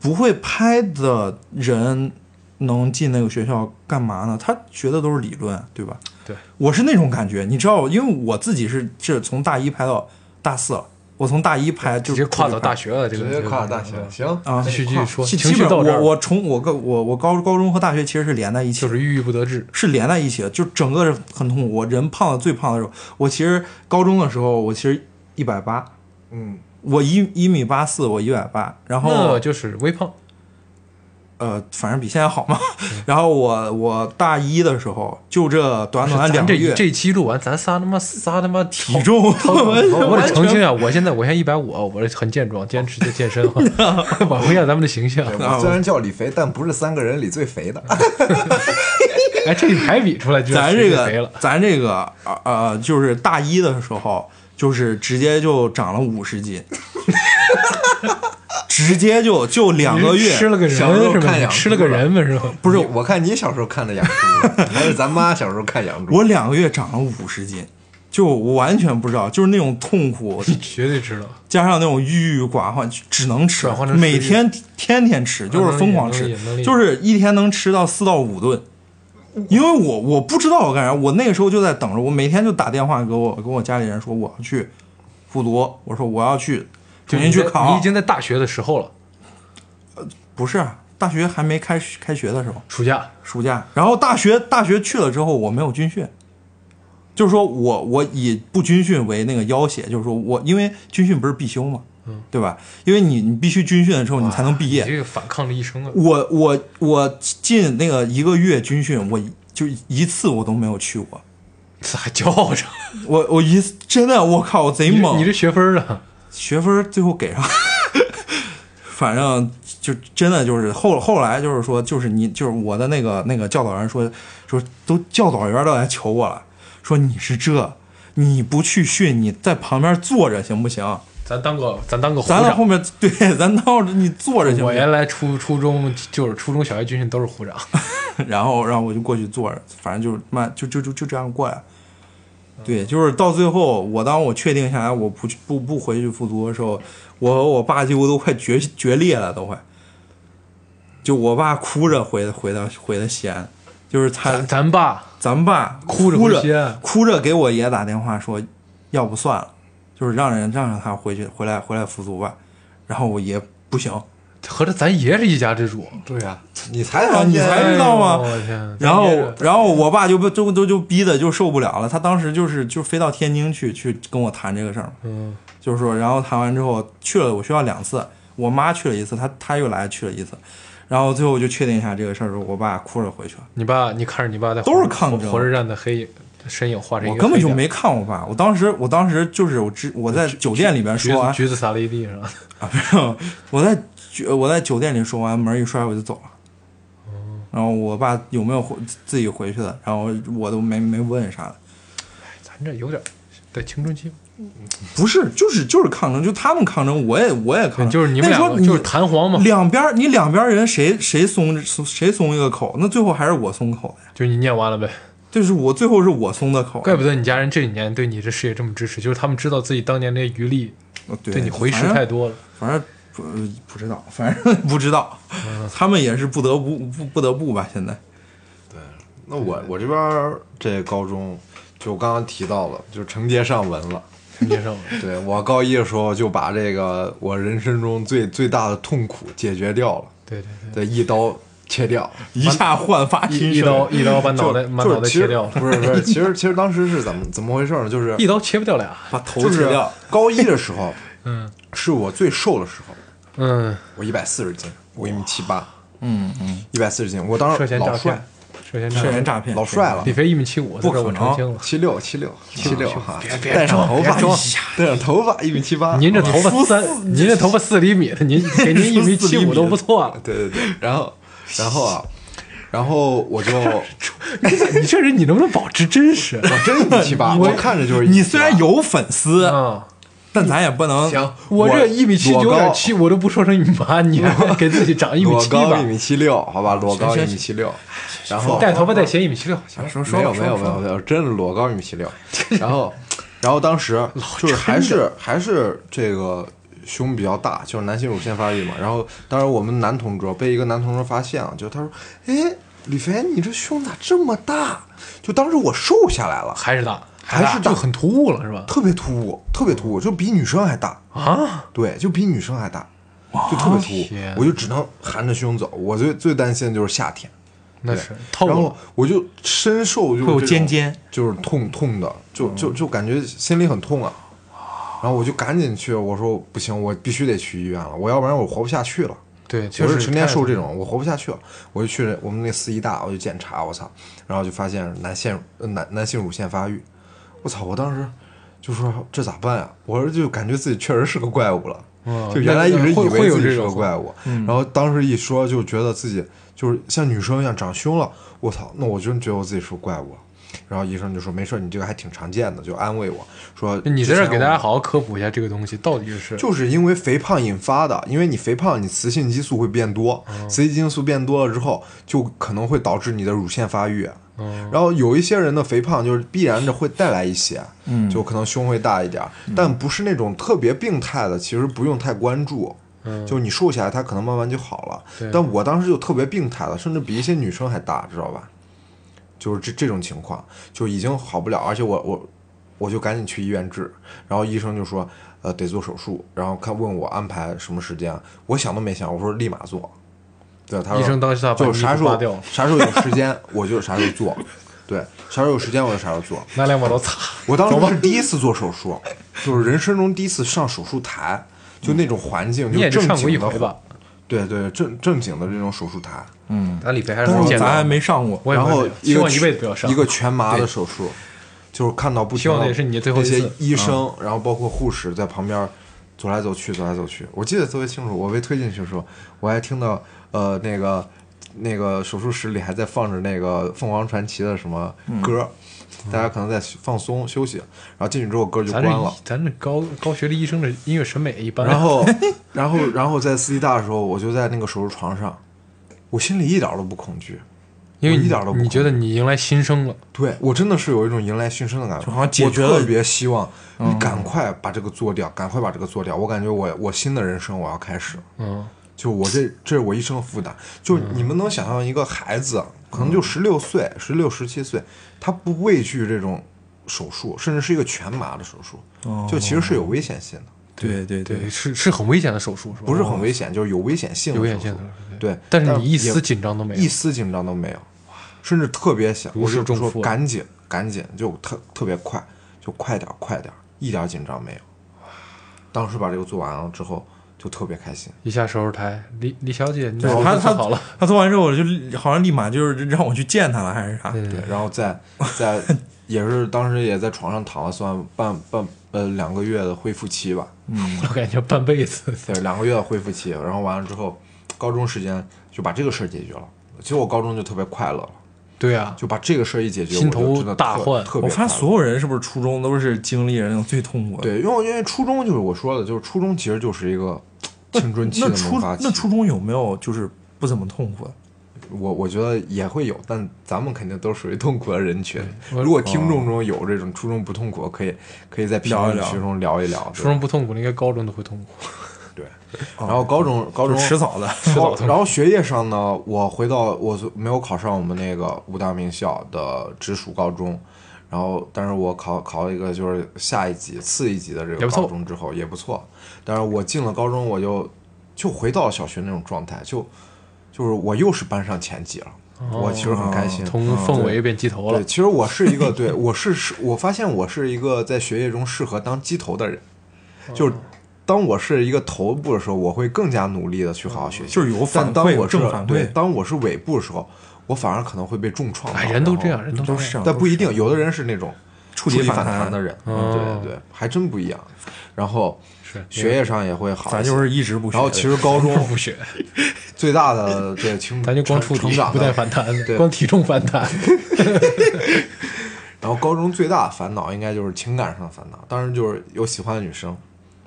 Speaker 3: 不会拍的人能进那个学校干嘛呢？他学的都是理论，对吧？
Speaker 4: 对，
Speaker 3: 我是那种感觉，你知道，因为我自己是这从大一拍到大四了，我从大一拍就
Speaker 4: 直接跨到大
Speaker 3: 学。
Speaker 4: 学了，这个
Speaker 1: 直接跨到大
Speaker 4: 这
Speaker 1: 学
Speaker 4: 个，嗯
Speaker 1: 行
Speaker 3: 啊
Speaker 4: 继续继续说，
Speaker 3: 基
Speaker 4: 情
Speaker 3: 基
Speaker 4: 绪
Speaker 3: 本
Speaker 4: 到这
Speaker 3: 我
Speaker 4: 儿
Speaker 3: 我从我跟我我高高中和大学其实是连在一起
Speaker 4: 就
Speaker 3: 的，
Speaker 4: 是郁郁不得志，
Speaker 3: 是连在一起的，就整个是很痛苦。我人胖到最胖的时候，我其实高中的时候我其实一百八，
Speaker 1: 嗯，
Speaker 3: 我一一米八四，我一百八，然后
Speaker 4: 那就是微胖，
Speaker 3: 呃，反正比现在好嘛。
Speaker 4: 嗯
Speaker 3: 然后我我大一的时候，就这短短
Speaker 4: 咱
Speaker 3: 两个
Speaker 4: 这
Speaker 3: 月，
Speaker 4: 这哦一期录完，咱仨他妈仨他妈
Speaker 3: 体重
Speaker 4: 我
Speaker 3: 我
Speaker 4: 得澄清啊！我现在我现在一百五，我是很健壮，坚持在 健身啊，挽回一下咱们的形象
Speaker 1: 对。我虽然叫李肥，但不是三个人里最肥的。
Speaker 4: 啊哎，这排比出来就
Speaker 3: 咱这
Speaker 4: 肥
Speaker 3: 个
Speaker 4: 了，
Speaker 3: 咱这个呃呃，就是大一的时候，就是直接就长了五十斤， 直接就就两个
Speaker 4: 你
Speaker 3: 月
Speaker 4: 是吃了个人
Speaker 1: 小时候
Speaker 4: 是吧？
Speaker 1: 看
Speaker 4: 你
Speaker 1: 养
Speaker 4: 吃了个
Speaker 1: 猪了
Speaker 4: 人们是吧？
Speaker 1: 不是，我看你小时候看的养 猪，还是咱妈小时候看养猪？
Speaker 3: 我两个月长了五十斤，就我完全不知道，就是那种痛 苦，
Speaker 4: 绝对知道，
Speaker 3: 加上那种郁郁寡欢，只能吃
Speaker 4: 转换成，食欲啊
Speaker 3: 每天天天吃，就是疯狂
Speaker 4: 能
Speaker 3: 吃
Speaker 4: 理解能理，解
Speaker 3: 就是一天能吃到四到五顿。因为我我不知道我干啥，我那个时候就在等着，我每天就打电话给我跟我家里人说我要去复读，我说我要去
Speaker 4: 就
Speaker 3: 重
Speaker 4: 你
Speaker 3: 新去
Speaker 4: 在
Speaker 3: 考，
Speaker 4: 你已经在大学的时候了，
Speaker 3: 不是啊大学还没开开学的时候，
Speaker 4: 暑假
Speaker 3: 暑假，然后大学大学去了之后，我没有军训，就是说我我以不军训为那个要挟，就是说我因为军训不是必修嘛，嗯，对吧？因为你你必须军训的时候你才能毕
Speaker 4: 哦你
Speaker 3: 业。
Speaker 4: 这个反抗了一生啊！
Speaker 3: 我我我进那个一个月军训，我就一次我都没有去过，
Speaker 4: 咋还骄傲着？
Speaker 3: 我我一次真的我靠我贼
Speaker 4: 你这
Speaker 3: 猛，
Speaker 4: 你这学分啊，
Speaker 3: 学分最后给上， 反正就真的就是后后来就是说就是你就是我的那个那个教导员说说都教导员都来求我了，说你是这你不去训你在旁边坐着行不行？
Speaker 4: 咱当个咱当个虎
Speaker 3: 咱在后
Speaker 4: 长。
Speaker 3: 面对，咱到你坐着行
Speaker 4: 我
Speaker 3: 不行？
Speaker 4: 原来初初中就是初中小学军训都是虎长，
Speaker 3: 然后然后我就过去坐着，反正就是慢就就就就这样过来。对，就是到最后，我当我确定下来我不去不不回去复读的时候，我和我爸几乎都快决决裂了，都快。就我爸哭着回回到回的西安，就是他
Speaker 4: 咱咱爸
Speaker 3: 咱爸
Speaker 4: 哭着
Speaker 3: 哭
Speaker 4: 回西安
Speaker 3: 着哭着给我爷打电话说，要不算了，就是让人让让他回去回来回来复读吧。然后我爷不行，
Speaker 4: 合着咱爷是一家之主，
Speaker 1: 对呀、你才
Speaker 3: 啊你才知道吗
Speaker 4: 哎呦我天！
Speaker 3: 然
Speaker 4: 咱爷
Speaker 3: 后
Speaker 4: 是，
Speaker 3: 然后我爸就被就就就逼的就受不了了，他当时就是就飞到天津去去跟我谈这个事儿嘛，
Speaker 4: 嗯，
Speaker 3: 就是说，然后谈完之后去了我学校两次，我妈去了一次，他他又来去了一次，然后最后就确定一下这个事儿之后，我爸哭着回去了，
Speaker 4: 你爸，你看着你爸在
Speaker 3: 都是抗争
Speaker 4: 火车站的黑影身影画成哎一
Speaker 3: 我
Speaker 4: 个
Speaker 3: 根本就
Speaker 4: 黑点
Speaker 3: 没看我爸，我当时我当时就是我只我在酒店里边
Speaker 4: 橘
Speaker 3: 说啊
Speaker 4: 子
Speaker 3: 完，
Speaker 4: 橘子撒了一地是吧？
Speaker 3: 我在酒我在酒店里说完门一摔我就走了。
Speaker 4: 哦
Speaker 3: 然后我爸有没有回自己回去的？然后我都没没问啥的，
Speaker 4: 咱这有点在青春期，
Speaker 3: 不是，就是就是抗争，就他们抗争，我也我也抗争，
Speaker 4: 就是你们
Speaker 3: 啊那时
Speaker 4: 两
Speaker 3: 候
Speaker 4: 个
Speaker 3: 你
Speaker 4: 就是弹簧嘛，
Speaker 3: 两边儿你两边儿人谁谁松松谁松一个口，那最后还是我松口的呀。
Speaker 4: 就是你念完了呗，
Speaker 3: 就是我最后是我松的口啊，
Speaker 4: 怪不得你家人这几年对你这事业这么支持，就是他们知道自己当年那余力
Speaker 3: 哦对
Speaker 4: 对你回
Speaker 3: 反
Speaker 4: 时
Speaker 3: 正
Speaker 4: 太多了。
Speaker 3: 反正不不知道，反正不知道，
Speaker 4: 嗯
Speaker 3: 他们也是不得不不不得不吧，现在
Speaker 1: 那我我这边儿这高中就刚刚提到了，就承接上文了。
Speaker 4: 承接上了，
Speaker 1: 对我高一的时候就把这个我人生中最最大的痛苦解决掉了，
Speaker 4: 对对对，
Speaker 1: 对，一刀切掉。
Speaker 3: 一下焕发 新
Speaker 4: 一一
Speaker 3: 生。
Speaker 4: 刀一刀把
Speaker 1: 就
Speaker 4: 脑袋把
Speaker 1: 就是
Speaker 4: 脑袋
Speaker 1: 其实
Speaker 4: 切掉了，
Speaker 1: 不是不是，其实其实当时是怎么怎么回事呢？就是
Speaker 4: 一刀切不掉俩。
Speaker 3: 把头
Speaker 1: 就是
Speaker 3: 切掉，
Speaker 1: 高一的时候，
Speaker 4: 嗯
Speaker 1: 是我最瘦的时候，
Speaker 4: 嗯，
Speaker 1: 我一百四十斤，我一米七八，
Speaker 3: 嗯嗯，
Speaker 1: 一百四十斤，我当
Speaker 4: 涉
Speaker 1: 时
Speaker 4: 嫌
Speaker 1: 老
Speaker 4: 诈
Speaker 1: 帅
Speaker 4: 骗，涉嫌
Speaker 3: 涉嫌
Speaker 4: 骗。
Speaker 3: 诈骗，
Speaker 1: 老帅了
Speaker 4: 李，飞一米七五，
Speaker 3: 不
Speaker 4: 这个
Speaker 3: 可
Speaker 4: 我
Speaker 3: 能
Speaker 4: 澄清了。
Speaker 1: 七六七六七六哈，
Speaker 4: 别
Speaker 1: 戴上
Speaker 4: 装
Speaker 1: 头
Speaker 4: 别
Speaker 1: 发
Speaker 4: 装，
Speaker 1: 戴上头发一米七八，
Speaker 4: 您这头发三，您这头发四厘米 的，您给您一米七五都不错了。
Speaker 1: 对对对，然后然后啊，然后我就我
Speaker 4: 你这人你能不能保持真实？
Speaker 1: 真一米七 八，我看着就是一米七八
Speaker 3: 你虽然有粉丝，
Speaker 4: 啊，
Speaker 3: 但咱也不能
Speaker 1: 行，
Speaker 4: 我这一米七九
Speaker 1: 嗯裸
Speaker 4: 点
Speaker 1: 高
Speaker 4: 七，我都不说成一米八，你还给自己长一米
Speaker 1: 裸
Speaker 4: 七
Speaker 1: 高一
Speaker 4: 吧？
Speaker 1: 米七六，好吧，裸高一
Speaker 3: 行
Speaker 1: 米七六，然后
Speaker 4: 戴头发带鞋一米七六，行，
Speaker 3: 啊说说
Speaker 1: 没有
Speaker 3: 吧
Speaker 1: 没有没有，没有，真的裸高一米七六，然后然后当 时就是还是还是这个胸比较大，就是男性乳腺发育嘛。然后当时我们男同桌被一个男同桌发现了，就他说：“哎，李飞，你这胸咋这么大？”就当时我瘦下来了，
Speaker 4: 还是大，
Speaker 1: 还是大
Speaker 4: 就很突兀了，是吧？
Speaker 1: 特别突兀，特别突兀，就比女生还大。
Speaker 4: 啊，
Speaker 1: 对，就比女生还大，就特别突
Speaker 4: 天
Speaker 1: 兀，我就只能含着胸走。我最最担心的就是夏天，
Speaker 4: 那
Speaker 1: 对
Speaker 4: 是透
Speaker 1: 然后
Speaker 4: 了，
Speaker 1: 我就深受就是
Speaker 3: 会有
Speaker 1: 这种
Speaker 3: 尖尖，嗯
Speaker 1: 就是痛痛的，就就就感觉心里很痛啊。然后我就赶紧去，我说不行，我必须得去医院了，我要不然我活不下去了。
Speaker 4: 对，确
Speaker 1: 我
Speaker 4: 实
Speaker 1: 是成天
Speaker 4: 太
Speaker 1: 受这种，我活不下去了。我就去我们那四医大，我就检查，我操，然后就发现男腺呃男男性乳腺发育，我操！我当时就说这咋办呀、我说就感觉自己确实是个怪物了，
Speaker 4: 嗯
Speaker 1: 就原来一直以
Speaker 4: 会会
Speaker 1: 为
Speaker 4: 有
Speaker 1: 自己
Speaker 4: 这
Speaker 1: 是
Speaker 4: 种嗯
Speaker 1: 个怪物，然后当时一说就觉得自己就是像女生一样长胸了，我操！那我真觉得我自己是个怪物了。然后医生就说没事儿，你这个还挺常见的，就安慰我说
Speaker 4: 你在这
Speaker 1: 之
Speaker 4: 儿
Speaker 1: 前
Speaker 4: 给
Speaker 1: 我
Speaker 4: 大家好好科普一下这个东西到底是
Speaker 1: 就是因为肥胖引发的，因为你肥胖，你雌性激素会变多，
Speaker 4: 哦
Speaker 1: 雌性激素变多了之后，就可能会导致你的乳腺发育。
Speaker 4: 哦
Speaker 1: 然后有一些人的肥胖就是必然的会带来一些，就可能胸会大一点儿，
Speaker 4: 嗯
Speaker 1: 但不是那种特别病态的，其实不用太关注。就你瘦下来，它可能慢慢就好了
Speaker 4: 嗯对。
Speaker 1: 但我当时就特别病态了，甚至比一些女生还大，知道吧？就是这这种情况，就已经好不了，而且我我我就赶紧去医院治，然后医生就说，呃，得做手术，然后看问我安排什么时间，我想都没想，我说立马做，对，他说
Speaker 4: 医生当时把
Speaker 1: 就
Speaker 4: 你
Speaker 1: 啥时
Speaker 4: 扒
Speaker 1: 候
Speaker 4: 掉了
Speaker 1: 啥时候有时间我就啥时候做，对，啥时候有时间我就啥时候做，
Speaker 4: 拿两把刀擦，
Speaker 1: 我当时是第一次做手术，就是人生中第一次上手术台，就那种环境，
Speaker 4: 你也
Speaker 1: 就正
Speaker 4: 就上过一
Speaker 1: 经的
Speaker 4: 回吧
Speaker 1: 环，？对对，正正经的这种手术台，
Speaker 4: 那李飞还是
Speaker 3: 但
Speaker 4: 很
Speaker 3: 是
Speaker 4: 简
Speaker 3: 咱还
Speaker 4: 单，
Speaker 3: 没上过，
Speaker 4: 我也
Speaker 1: 然
Speaker 4: 不
Speaker 1: 后
Speaker 4: 是
Speaker 1: 一
Speaker 4: 希
Speaker 1: 个
Speaker 4: 望一
Speaker 1: 全
Speaker 4: 辈子不要上
Speaker 1: 一个全麻的手术，就是看到不停
Speaker 4: 希望
Speaker 1: 地
Speaker 4: 那也是你最后
Speaker 1: 那
Speaker 4: 一次嗯
Speaker 1: 些医生，然后包括护士在旁边走来走去，走来走去。我记得特别清楚，我被推进去的时候，我还听到呃那个那个手术室里还在放着那个凤凰传奇的什么
Speaker 4: 嗯
Speaker 1: 歌，大家可能在放松休息，然后进去之后歌就
Speaker 4: 咱
Speaker 1: 关
Speaker 4: 这
Speaker 1: 了。
Speaker 4: 咱这高高学历医生的音乐审美一般，
Speaker 1: 然后，然后，然后在四医大的时候，我就在那个手术床上，我心里一点儿都不恐惧，
Speaker 4: 因为
Speaker 1: 我
Speaker 4: 你
Speaker 1: 一点儿都不
Speaker 4: 你
Speaker 1: 恐
Speaker 4: 觉得你迎来新生了，
Speaker 1: 对我真的是有一种迎来新生的感觉，
Speaker 3: 就好像解决了
Speaker 1: 我特别希望
Speaker 4: 嗯
Speaker 1: 你赶快把这个做掉，赶快把这个做掉。我感觉我我新的人生我要开始，
Speaker 4: 嗯，
Speaker 1: 就我这这是我一生的负担。就你们能想象一个孩子，可能就
Speaker 4: 嗯
Speaker 1: 十六岁、十六十七岁，他不畏惧这种手术，甚至是一个全麻的手术，
Speaker 4: 哦
Speaker 1: 就其实是有危险性的，
Speaker 3: 哦对对对
Speaker 4: 对，是是很危险的手术，是吧？
Speaker 1: 不是很危险，就是有危险性的
Speaker 4: 有
Speaker 1: 手术。
Speaker 4: 危险性的手术
Speaker 1: 对，
Speaker 4: 但是你一
Speaker 1: 也
Speaker 4: 丝紧张都没有
Speaker 1: 一，丝紧张都没有，甚至特别想，
Speaker 4: 如
Speaker 1: 我
Speaker 4: 释
Speaker 1: 就
Speaker 4: 重
Speaker 1: 说
Speaker 4: 负啊了
Speaker 1: 赶紧赶紧，就特特别快，就快点儿快点儿，一点儿紧张没有。当时把这个做完了之后，就特别开心。
Speaker 4: 一下手术台，李李小姐，你
Speaker 3: 对
Speaker 4: 手
Speaker 3: 他
Speaker 4: 术
Speaker 3: 他
Speaker 4: 好了，
Speaker 3: 他做完之后，我就好像立马就是 让我去见他了，还是啥？
Speaker 1: 对，然后在在 也是当时也在床上躺了算半半呃两个月的恢复期吧，
Speaker 4: 我感觉半辈子，
Speaker 1: 对，两个月的恢复期。然后完了之后，高中时间就把这个事儿解决了。其实我高中就特别快乐了，
Speaker 4: 对啊，
Speaker 1: 就把这个事儿一解决，
Speaker 4: 心
Speaker 1: 我就
Speaker 4: 头
Speaker 1: 真的
Speaker 4: 大
Speaker 1: 特
Speaker 4: 患
Speaker 1: 特
Speaker 3: 我
Speaker 1: 别
Speaker 3: 发现
Speaker 1: 快乐
Speaker 3: 所有人是不是初中都是经历了那种最痛苦的？，
Speaker 1: 对，因为因为初中就是我说的，就是初中其实就是一个青春期的
Speaker 3: 那
Speaker 1: 萌
Speaker 3: 初
Speaker 1: 发期
Speaker 3: 那，初中有没有就是不怎么痛苦的？
Speaker 1: 我我觉得也会有，但咱们肯定都属于痛苦的人群。
Speaker 4: 我
Speaker 3: 嗯
Speaker 1: 如果听众中有这种初中不痛苦，可以可以在评
Speaker 3: 哦聊一
Speaker 1: 论
Speaker 3: 聊
Speaker 1: 区中聊一聊。对
Speaker 4: 初中不痛苦，那应该高中都会痛苦。
Speaker 1: 对，然后高中高中
Speaker 3: 哦就是迟早的。
Speaker 1: 然后然后学业上呢，我回到我没有考上我们那个五大名校的直属高中，然后但是我考考了一个就是下一级次一级的这
Speaker 4: 也
Speaker 1: 个
Speaker 4: 不错
Speaker 1: 高中之后也不错，但是我进了高中我就就回到小学那种状态，就就是我又是班上前几了，
Speaker 4: 哦
Speaker 1: 我其实很开心。
Speaker 4: 从凤尾变鸡头了
Speaker 1: 对，，其实我是一个， 对我是是，我发现我是一个在学业中适合当鸡头的人，
Speaker 4: 哦
Speaker 1: 就是当我是一个头部的时候，我会更加努力的去好好学习，
Speaker 3: 就是有反
Speaker 1: 但当
Speaker 3: 馈
Speaker 1: 我是
Speaker 3: 正反馈
Speaker 1: 对，当我是尾部的时候，我反而可能会被重创到。
Speaker 4: 哎，人都
Speaker 1: 然后
Speaker 4: 这样，人都
Speaker 3: 都
Speaker 4: 这
Speaker 3: 是这样
Speaker 1: 但不一定，有的人是那种
Speaker 3: 触
Speaker 1: 底
Speaker 3: 底反
Speaker 1: 反
Speaker 3: 弹
Speaker 1: 的人，嗯
Speaker 4: 哦
Speaker 1: 对对，还真不一样。然后
Speaker 4: 是
Speaker 1: 学业上也会好一些，
Speaker 3: 咱就是一直不学。
Speaker 1: 然后其实高中
Speaker 4: 不学，
Speaker 1: 最大的对成
Speaker 4: 咱就光触
Speaker 1: 成成
Speaker 4: 底
Speaker 1: 长
Speaker 4: 不带
Speaker 1: 的
Speaker 4: 反弹，
Speaker 1: 对
Speaker 4: 光体重反弹。
Speaker 1: 然后高中最大的烦恼应该就是情感上的烦恼，当然就是有喜欢的女生，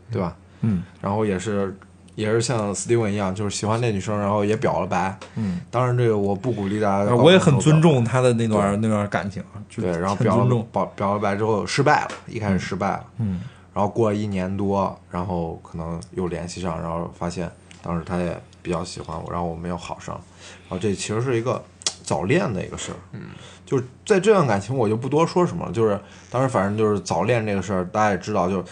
Speaker 1: 对吧？
Speaker 3: 嗯，
Speaker 1: 然后也是也是像 Steven 一样，就是喜欢那女生，然后也表了白。
Speaker 3: 嗯，
Speaker 1: 当然这个我不鼓励大家在
Speaker 3: 呃
Speaker 1: 高中
Speaker 3: 我也
Speaker 1: 时候
Speaker 3: 很
Speaker 1: 表
Speaker 3: 尊。重他的那段那段感情啊，就
Speaker 1: 对，然后
Speaker 3: 很
Speaker 1: 表
Speaker 3: 尊
Speaker 1: 了
Speaker 3: 重。
Speaker 1: 表表了白之后失败了，一开始失败了，
Speaker 3: 嗯，
Speaker 1: 然后过了一年多，然后可能又联系上，然后发现当时他也比较喜欢我，然后我们又好上，然后这其实是一个早恋的一个事儿，嗯，就是在这段感情我就不多说什么了，就是当时反正就是早恋这个事儿，大家也知道，就是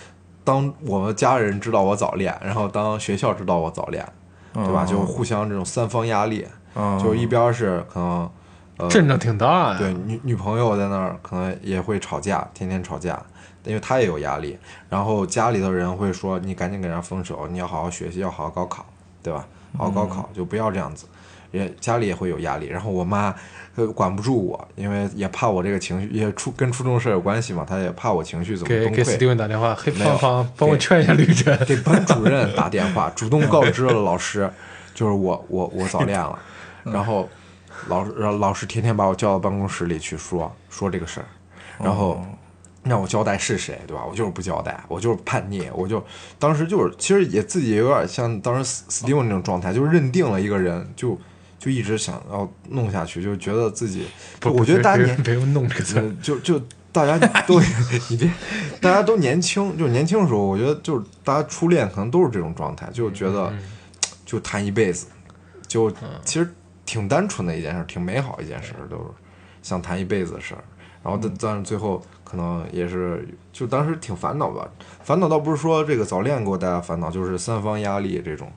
Speaker 1: 当我们家人知道我早恋，然后当学校知道我早恋，对吧？
Speaker 3: 嗯
Speaker 1: 就互相这种三方压力，
Speaker 3: 嗯
Speaker 1: 就一边是可能。呃，
Speaker 4: 阵仗挺大呀。
Speaker 1: 对，女女朋友在那儿可能也会吵架，天天吵架，因为她也有压力。然后家里的人会说：“你赶紧给人家分手，你要好好学习，要好好高考，对吧？好好高考、
Speaker 4: 嗯
Speaker 1: 就不要这样子。”也家里也会有压力。然后我妈呃管不住我，因为也怕我这个情绪，也初跟初中事有关系嘛，她也怕我情绪怎么
Speaker 4: 给
Speaker 1: 崩
Speaker 4: 给
Speaker 1: 溃。
Speaker 4: Steven 打电话，黑
Speaker 1: 没有
Speaker 4: 芳芳，帮我
Speaker 1: 给
Speaker 4: 劝一下吕晨。
Speaker 1: 给班主任打电话，主动告知了老师，就是我我我早恋了， 然后老师然后老师天天把我叫到办公室里去说说这个事儿，然后让我交代是谁，对吧？我就是不交代，我就是叛逆，我就当时就是其实也自己也有点像当时 s t e v e n 那种状态，就是认定了一个人就。就一直想要弄下去，就觉得自己，我觉得大家
Speaker 4: 别
Speaker 1: 年
Speaker 4: 别别用弄这个词儿
Speaker 1: 呃，就就大 家都你别， 大家都年轻，就是年轻的时候，我觉得就是大家初恋可能都是这种状态，就觉得就谈一辈子，就其实挺单纯的一件事，挺美好一件事，都是想谈一辈子的事儿。然后但但是最后可能也是，就当时挺烦恼吧，烦恼倒不是说这个早恋给我带来烦恼，就是三方压力这种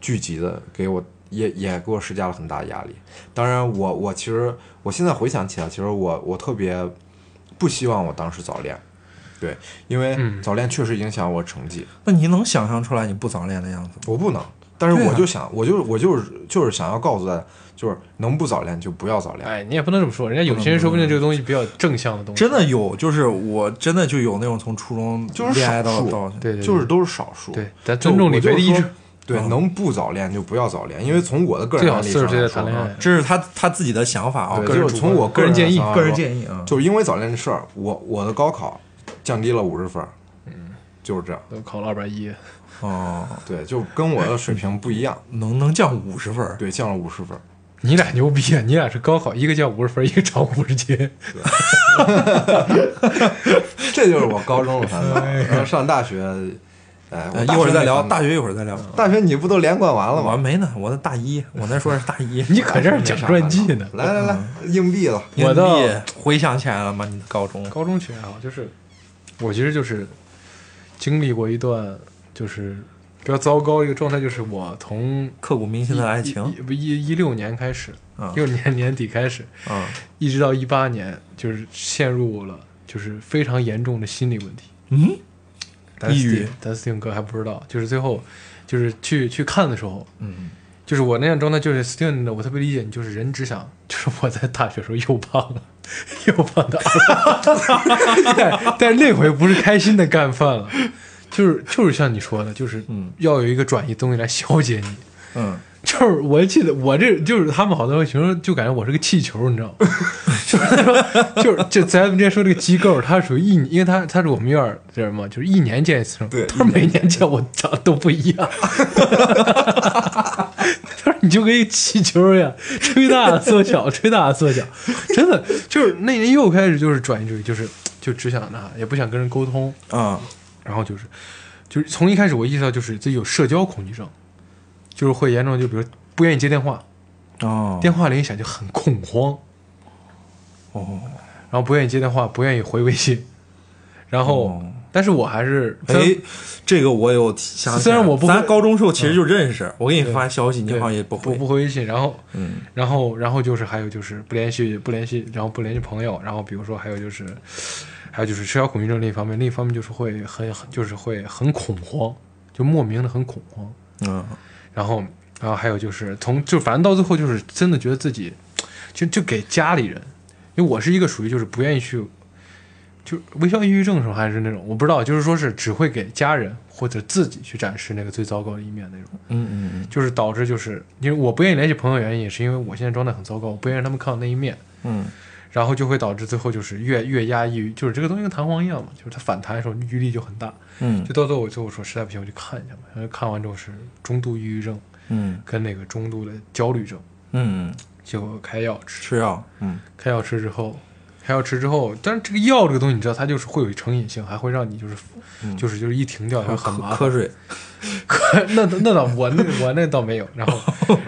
Speaker 1: 聚集的给我。也也给我施加了很大压力。当然我，我其实我现在回想起来，其实我我特别不希望我当时早恋，对，因为
Speaker 4: 嗯
Speaker 1: 早恋确实影响我成绩，
Speaker 3: 那你能想象出来你不早恋的样子吗？
Speaker 1: 我不能。但是
Speaker 3: 对啊
Speaker 1: 我就想，我就我就是就是想要告诉大家，就是能不早恋就不要早恋。
Speaker 4: 哎，你也不能这么说，人家有些人说不定这个东西比较正向的东西。
Speaker 3: 真的有，就是我真的就有那种从初中
Speaker 1: 就是
Speaker 3: 恋爱到
Speaker 1: 少数
Speaker 3: 到
Speaker 4: 对对，
Speaker 1: 就是都是少数。
Speaker 4: 对，咱尊重李
Speaker 1: 就
Speaker 4: 白
Speaker 1: 我
Speaker 4: 的
Speaker 1: 就
Speaker 4: 意
Speaker 1: 说
Speaker 4: 志，
Speaker 1: 对，能不早恋就不要早恋，因为从我的个
Speaker 4: 最
Speaker 1: 人
Speaker 4: 好
Speaker 1: 案例
Speaker 4: 四
Speaker 1: 上
Speaker 4: 十
Speaker 1: 来说
Speaker 4: 岁再谈恋爱。
Speaker 3: 这是他他自己的想法啊，
Speaker 1: 对，
Speaker 3: 个
Speaker 1: 就
Speaker 3: 人
Speaker 1: 是
Speaker 3: 主
Speaker 1: 从
Speaker 3: 观
Speaker 1: 我
Speaker 4: 个人建议
Speaker 1: 上来
Speaker 3: 个人
Speaker 1: 说
Speaker 3: 建议啊，
Speaker 1: 就是因为早恋这事儿，我我的高考降低了五十分，嗯，就是这样。
Speaker 4: 都考了二百一，
Speaker 3: 哦，
Speaker 1: 对，就跟我的水平不一样，
Speaker 3: 能能降五十分儿，
Speaker 1: 对，降了五十分。
Speaker 4: 你俩牛逼啊！你俩是高考，一个降五十分，一个长五十斤。
Speaker 1: 这就是我高中的烦恼。然后上大学，哎，我
Speaker 3: 呃
Speaker 1: 大
Speaker 3: 一会儿
Speaker 1: 学
Speaker 3: 再
Speaker 1: 没
Speaker 3: 聊，
Speaker 1: 烦恼
Speaker 3: 大学一会儿再聊。
Speaker 4: 嗯
Speaker 1: 大学你不都连贯完了
Speaker 3: 我
Speaker 1: 吗？
Speaker 3: 没呢，我的大一，我那说是大一。
Speaker 4: 你 搁这儿嗯讲传记呢？嗯
Speaker 1: 来来来，硬币了。
Speaker 4: 我的
Speaker 3: 你回想起来了吗？你的高中
Speaker 4: 高中学啊，就是我其实就是经历过一段就是比较糟糕一个状态，就是我从
Speaker 3: 刻骨铭心的爱
Speaker 4: 一
Speaker 3: 情，
Speaker 4: 一不一一六年开始，
Speaker 3: 嗯
Speaker 4: 一六年年底开始，
Speaker 3: 嗯，
Speaker 4: 一直到一八年，就是陷入了就是非常严重的心理问题。嗯，
Speaker 3: 抑郁，
Speaker 4: 但是 Sting 哥还不知道，就是最后就是去去看的时候，嗯，就是我那样状态，就是 Sting 的，我特别理解你，就是人只想，就是我在大学时候又胖了，又胖的二 但但那回不是开心的干饭了，就是就是像你说的，就是要有一个转移东西来消解你，
Speaker 3: 嗯，
Speaker 4: 就是我记得我这就是他们好多人形容，就感觉我是个气球，你知道 吗？就是他说，就是就咱们之前说这个机构，它属于一，因为它它是我们院儿的人嘛，就是一年见一次。
Speaker 1: 对
Speaker 4: 他说每年见我长得都不一样。他说你就跟气球一样，吹大缩小，吹大缩小，真的就是那年又开始就是转移注意，就是就只想那，也不想跟人沟通，
Speaker 3: 啊，
Speaker 4: 然后就是就是从一开始我意识到就是自己有社交恐惧症，就是会严重就比如不愿意接电话，
Speaker 3: 哦，
Speaker 4: 电话铃一响就很恐慌，
Speaker 3: 哦，
Speaker 4: 然后不愿意接电话，不愿意回微信，然后、
Speaker 3: 哦
Speaker 4: 但是我还是
Speaker 3: 哎，这个我有想起来，
Speaker 4: 虽然我不会嗯
Speaker 3: 咱高中时候其实就认识，我给你发消息，你
Speaker 4: 对
Speaker 3: 好像也不
Speaker 4: 不
Speaker 3: 回，
Speaker 4: 不回微信，然后，
Speaker 3: 嗯
Speaker 4: 然后然后就是还有就是不联系不联系，然后不联系朋友，然后比如说还有就是，还有就是社交恐惧症另一方面，另一方面就是会很很就是会很恐慌，就莫名的很恐慌，
Speaker 3: 嗯，
Speaker 4: 然后然后还有就是从就反正到最后就是真的觉得自己就就给家里人，因为我是一个属于就是不愿意去。就微笑抑郁症的时候还是那种，我不知道，就是说是只会给家人或者自己去展示那个最糟糕的一面那种。
Speaker 3: 嗯嗯
Speaker 4: 就是导致就是因为我不愿意联系朋友，原因也是因为我现在状态很糟糕，我不愿意让他们看到那一面，
Speaker 3: 嗯
Speaker 4: 然后就会导致最后就是越越压抑，就是这个东西跟弹簧一样嘛，就是它反弹的时候余力就很大，
Speaker 3: 嗯
Speaker 4: 就到最后我最后说实在不行我就看一下吧，然后看完之后是中度抑郁症
Speaker 3: 嗯
Speaker 4: 跟那个中度的焦虑症，
Speaker 3: 嗯，
Speaker 4: 结果开药吃，
Speaker 3: 吃药，嗯
Speaker 4: 开药吃之后，开药吃之后，但是这个药这个东西你知道它就是会有成瘾性，还会让你就是就是就是一停掉就很麻烦，
Speaker 3: 瞌睡，
Speaker 4: 可 那那倒我那我那倒没有，然后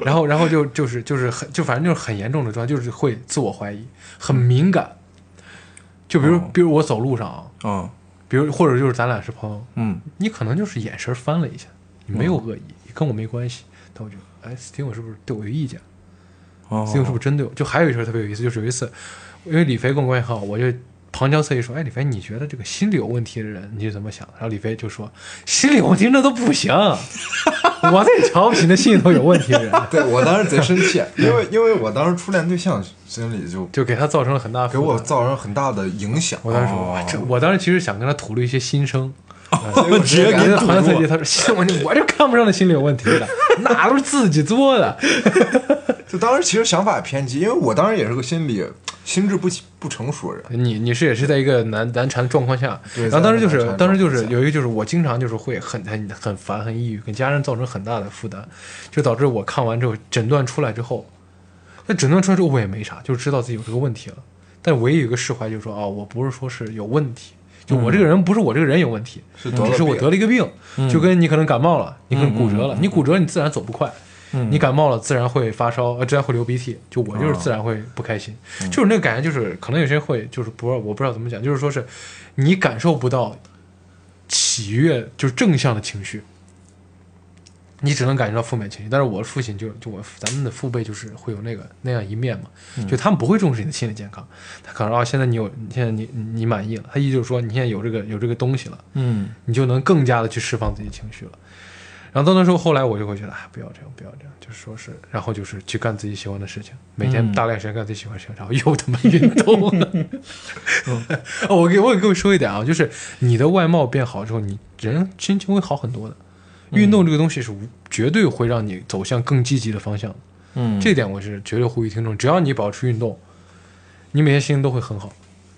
Speaker 4: 然后然后就就是就是很就反正就是很严重的状态，就是会自我怀疑，很敏感。就比如、
Speaker 3: 哦
Speaker 4: 比如我走路上啊，
Speaker 3: 嗯
Speaker 4: 比如或者就是咱俩是朋友，
Speaker 3: 嗯
Speaker 4: 你可能就是眼神翻了一下，你没有恶意，跟我没关系，但我觉得哎，Steve 是不是对我有意见
Speaker 3: 哦，
Speaker 4: ？Steve 是不是针对我？就还有一事儿特别有意思，就是有一次，因为李飞跟我关系很好，我就。旁敲侧击说：“哎，李飞，你觉得这个心理有问题的人，你是怎么想的？”然后李飞就说：“心理有问题那都不行，我最瞧不起那心里头有问题的人，
Speaker 1: 对我当时贼生气，因为因为我当时初恋对象心里就
Speaker 4: 就给他造成了很大
Speaker 1: 给
Speaker 4: 负担
Speaker 1: 我。造成很大的影响。哦
Speaker 4: 我当时 说，哇这我当时其实想跟他吐露一些心声，
Speaker 1: 结果
Speaker 3: 直接
Speaker 1: 感
Speaker 3: 给
Speaker 1: 觉
Speaker 4: 旁敲侧击，他说：“心我我就看不上那心理有问题 的，那都是自己作的。
Speaker 1: 就当时其实想法也偏激，因为我当时也是个心理心智不不成熟的人。
Speaker 4: 你你是也是在一个难难缠的状况下，
Speaker 1: 对
Speaker 4: 然后当时就
Speaker 1: 在一个
Speaker 4: 是
Speaker 1: 难缠的
Speaker 4: 当时就是
Speaker 1: 状况下
Speaker 4: 有一个就是我经常就是会很很很烦很抑郁，给家人造成很大的负担，就导致我看完之后诊断出来之后，那诊断出来之后我也没啥，就知道自己有这个问题了，但唯一有一个释怀就是说啊，我不是说是有问题。就我这个人不是我这个人有问题，
Speaker 1: 是嗯得了
Speaker 4: 嗯只是我
Speaker 1: 病嗯
Speaker 4: 得了一个病，就跟你可能感冒了，你可能骨折了，你骨折你自然走不快，嗯
Speaker 3: 嗯
Speaker 4: 你感冒了自然会发烧，呃，自然会流鼻涕。就我就是自然会不开心，就是那个感觉，就是可能有些人会就是不知道，我不知道怎么讲，就是说是你感受不到喜悦，就是正向的情绪，你只能感觉到负面情绪。但是我的父亲就就我咱们的父辈就是会有那个那样一面嘛，就他们不会重视你的心理健康，他可能啊现在你有现在你你你满意了，他意思就是说你现在有这个有这个东西了，
Speaker 3: 嗯
Speaker 4: 你就能更加的去释放自己情绪了。然后到那时候，后来我就会觉得，哎，不要这样，不要这样，就是说是，然后就是去干自己喜欢的事情，每天大量时间干自己喜欢的事情，然后又他妈运动了。 哦，我给我给各位说一点啊，就是你的外貌变好之后，你人心情会好很多的。运动这个东西是无绝对会让你走向更积极的方向的，
Speaker 3: 嗯，
Speaker 4: 这点我是绝对呼吁听众，只要你保持运动，你每天心情都会很好，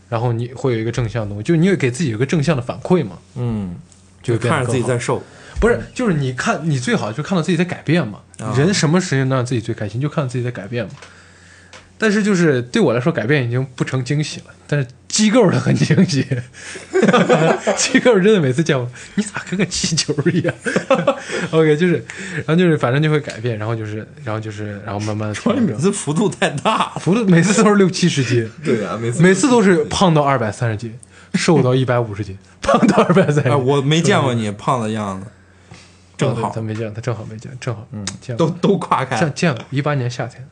Speaker 4: 然后你会有一个正向的东西，就是你会给自己有一个正向的反馈嘛。
Speaker 3: 嗯，
Speaker 4: 就变得
Speaker 3: 看着自己
Speaker 4: 更好
Speaker 3: 在 瘦，
Speaker 4: 不是，就是你看，你最好就看到自己在改变嘛。人什么时间能让自己最开心，就看到自己在改变嘛。但是就是对我来说，改变已经不成惊喜了，但是机构的很惊喜。 机构真的每次见我，你咋跟个气球一样？OK，就是，然后就是反正就会改变，然后就是，然后就是，然后慢慢的调
Speaker 3: 每
Speaker 4: 整。
Speaker 3: 次幅度太大了，
Speaker 4: 幅度每次都是六七十斤，
Speaker 1: 对啊，每次
Speaker 4: 每次都是胖到二百三十斤，瘦到一百五十斤，胖到二百三十
Speaker 3: 哎，
Speaker 4: 斤。
Speaker 3: 我没见过你胖的样子，正好
Speaker 4: 哦他没见，他正好没见，正好，嗯，见过
Speaker 3: 都都夸开
Speaker 4: 见
Speaker 3: 了，
Speaker 4: 见过一八年夏天，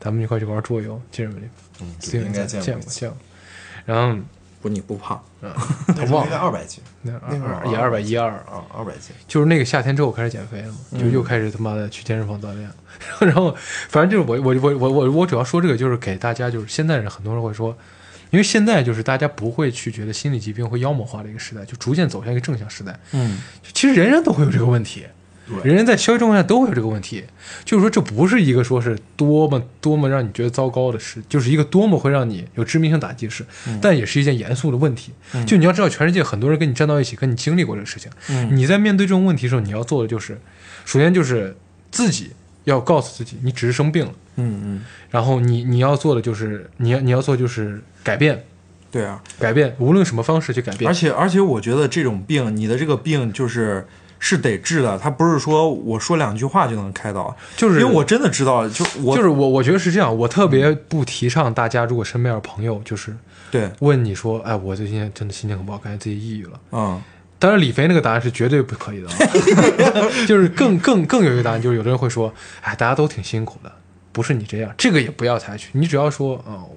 Speaker 4: 咱们一块去玩桌游，记着没？嗯，
Speaker 1: 对应该见过
Speaker 4: 见
Speaker 1: 一次
Speaker 4: 见过。然后
Speaker 3: 不你不胖，
Speaker 1: 他
Speaker 4: 忘了
Speaker 1: 二百斤
Speaker 4: 那
Speaker 1: 那会
Speaker 4: 二
Speaker 1: 儿
Speaker 4: 也二百一二，
Speaker 1: 啊，二百斤。
Speaker 4: 就是那个夏天之后我开始减肥了嘛，就
Speaker 1: 嗯
Speaker 4: 又开始他妈的去健身房锻炼了。 然后反正就是我我我我我我主要说这个就是给大家就是现在人很多人会说，因为现在就是大家不会去觉得心理疾病会妖魔化的一个时代，就逐渐走向一个正向时代。
Speaker 3: 嗯
Speaker 4: 就其实人人都会有这个问题，人人在消费状况下都会有这个问题。就是说，这不是一个说是多么多么让你觉得糟糕的事，就是一个多么会让你有致命性打击的事，但也是一件严肃的问题。就你要知道，全世界很多人跟你站到一起，跟你经历过这个事情。你在面对这种问题的时候，你要做的就是，首先就是自己要告诉自己，你只是生病了，
Speaker 3: 嗯嗯，
Speaker 4: 然后你你要做的就是你要你要做就是改变，
Speaker 3: 对啊，
Speaker 4: 改变，无论什么方式去改变
Speaker 3: 而。且而且，我觉得这种病，你的这个病就是是得治的，它不是说我说两句话就能开刀，
Speaker 4: 就是
Speaker 3: 因为我真的知道，就我
Speaker 4: 就是我，我觉得是这样，我特别不提倡大家，如果身边有朋友就是
Speaker 3: 对，
Speaker 4: 问你说，哎，我最近真的心情很不好，感觉自己抑郁了。
Speaker 3: 嗯，
Speaker 4: 当然，李飞那个答案是绝对不可以的、啊， 就是更更更有一个答案，就是有的人会说，哎，大家都挺辛苦的，不是你这样，这个也不要采取，你只要说，啊、我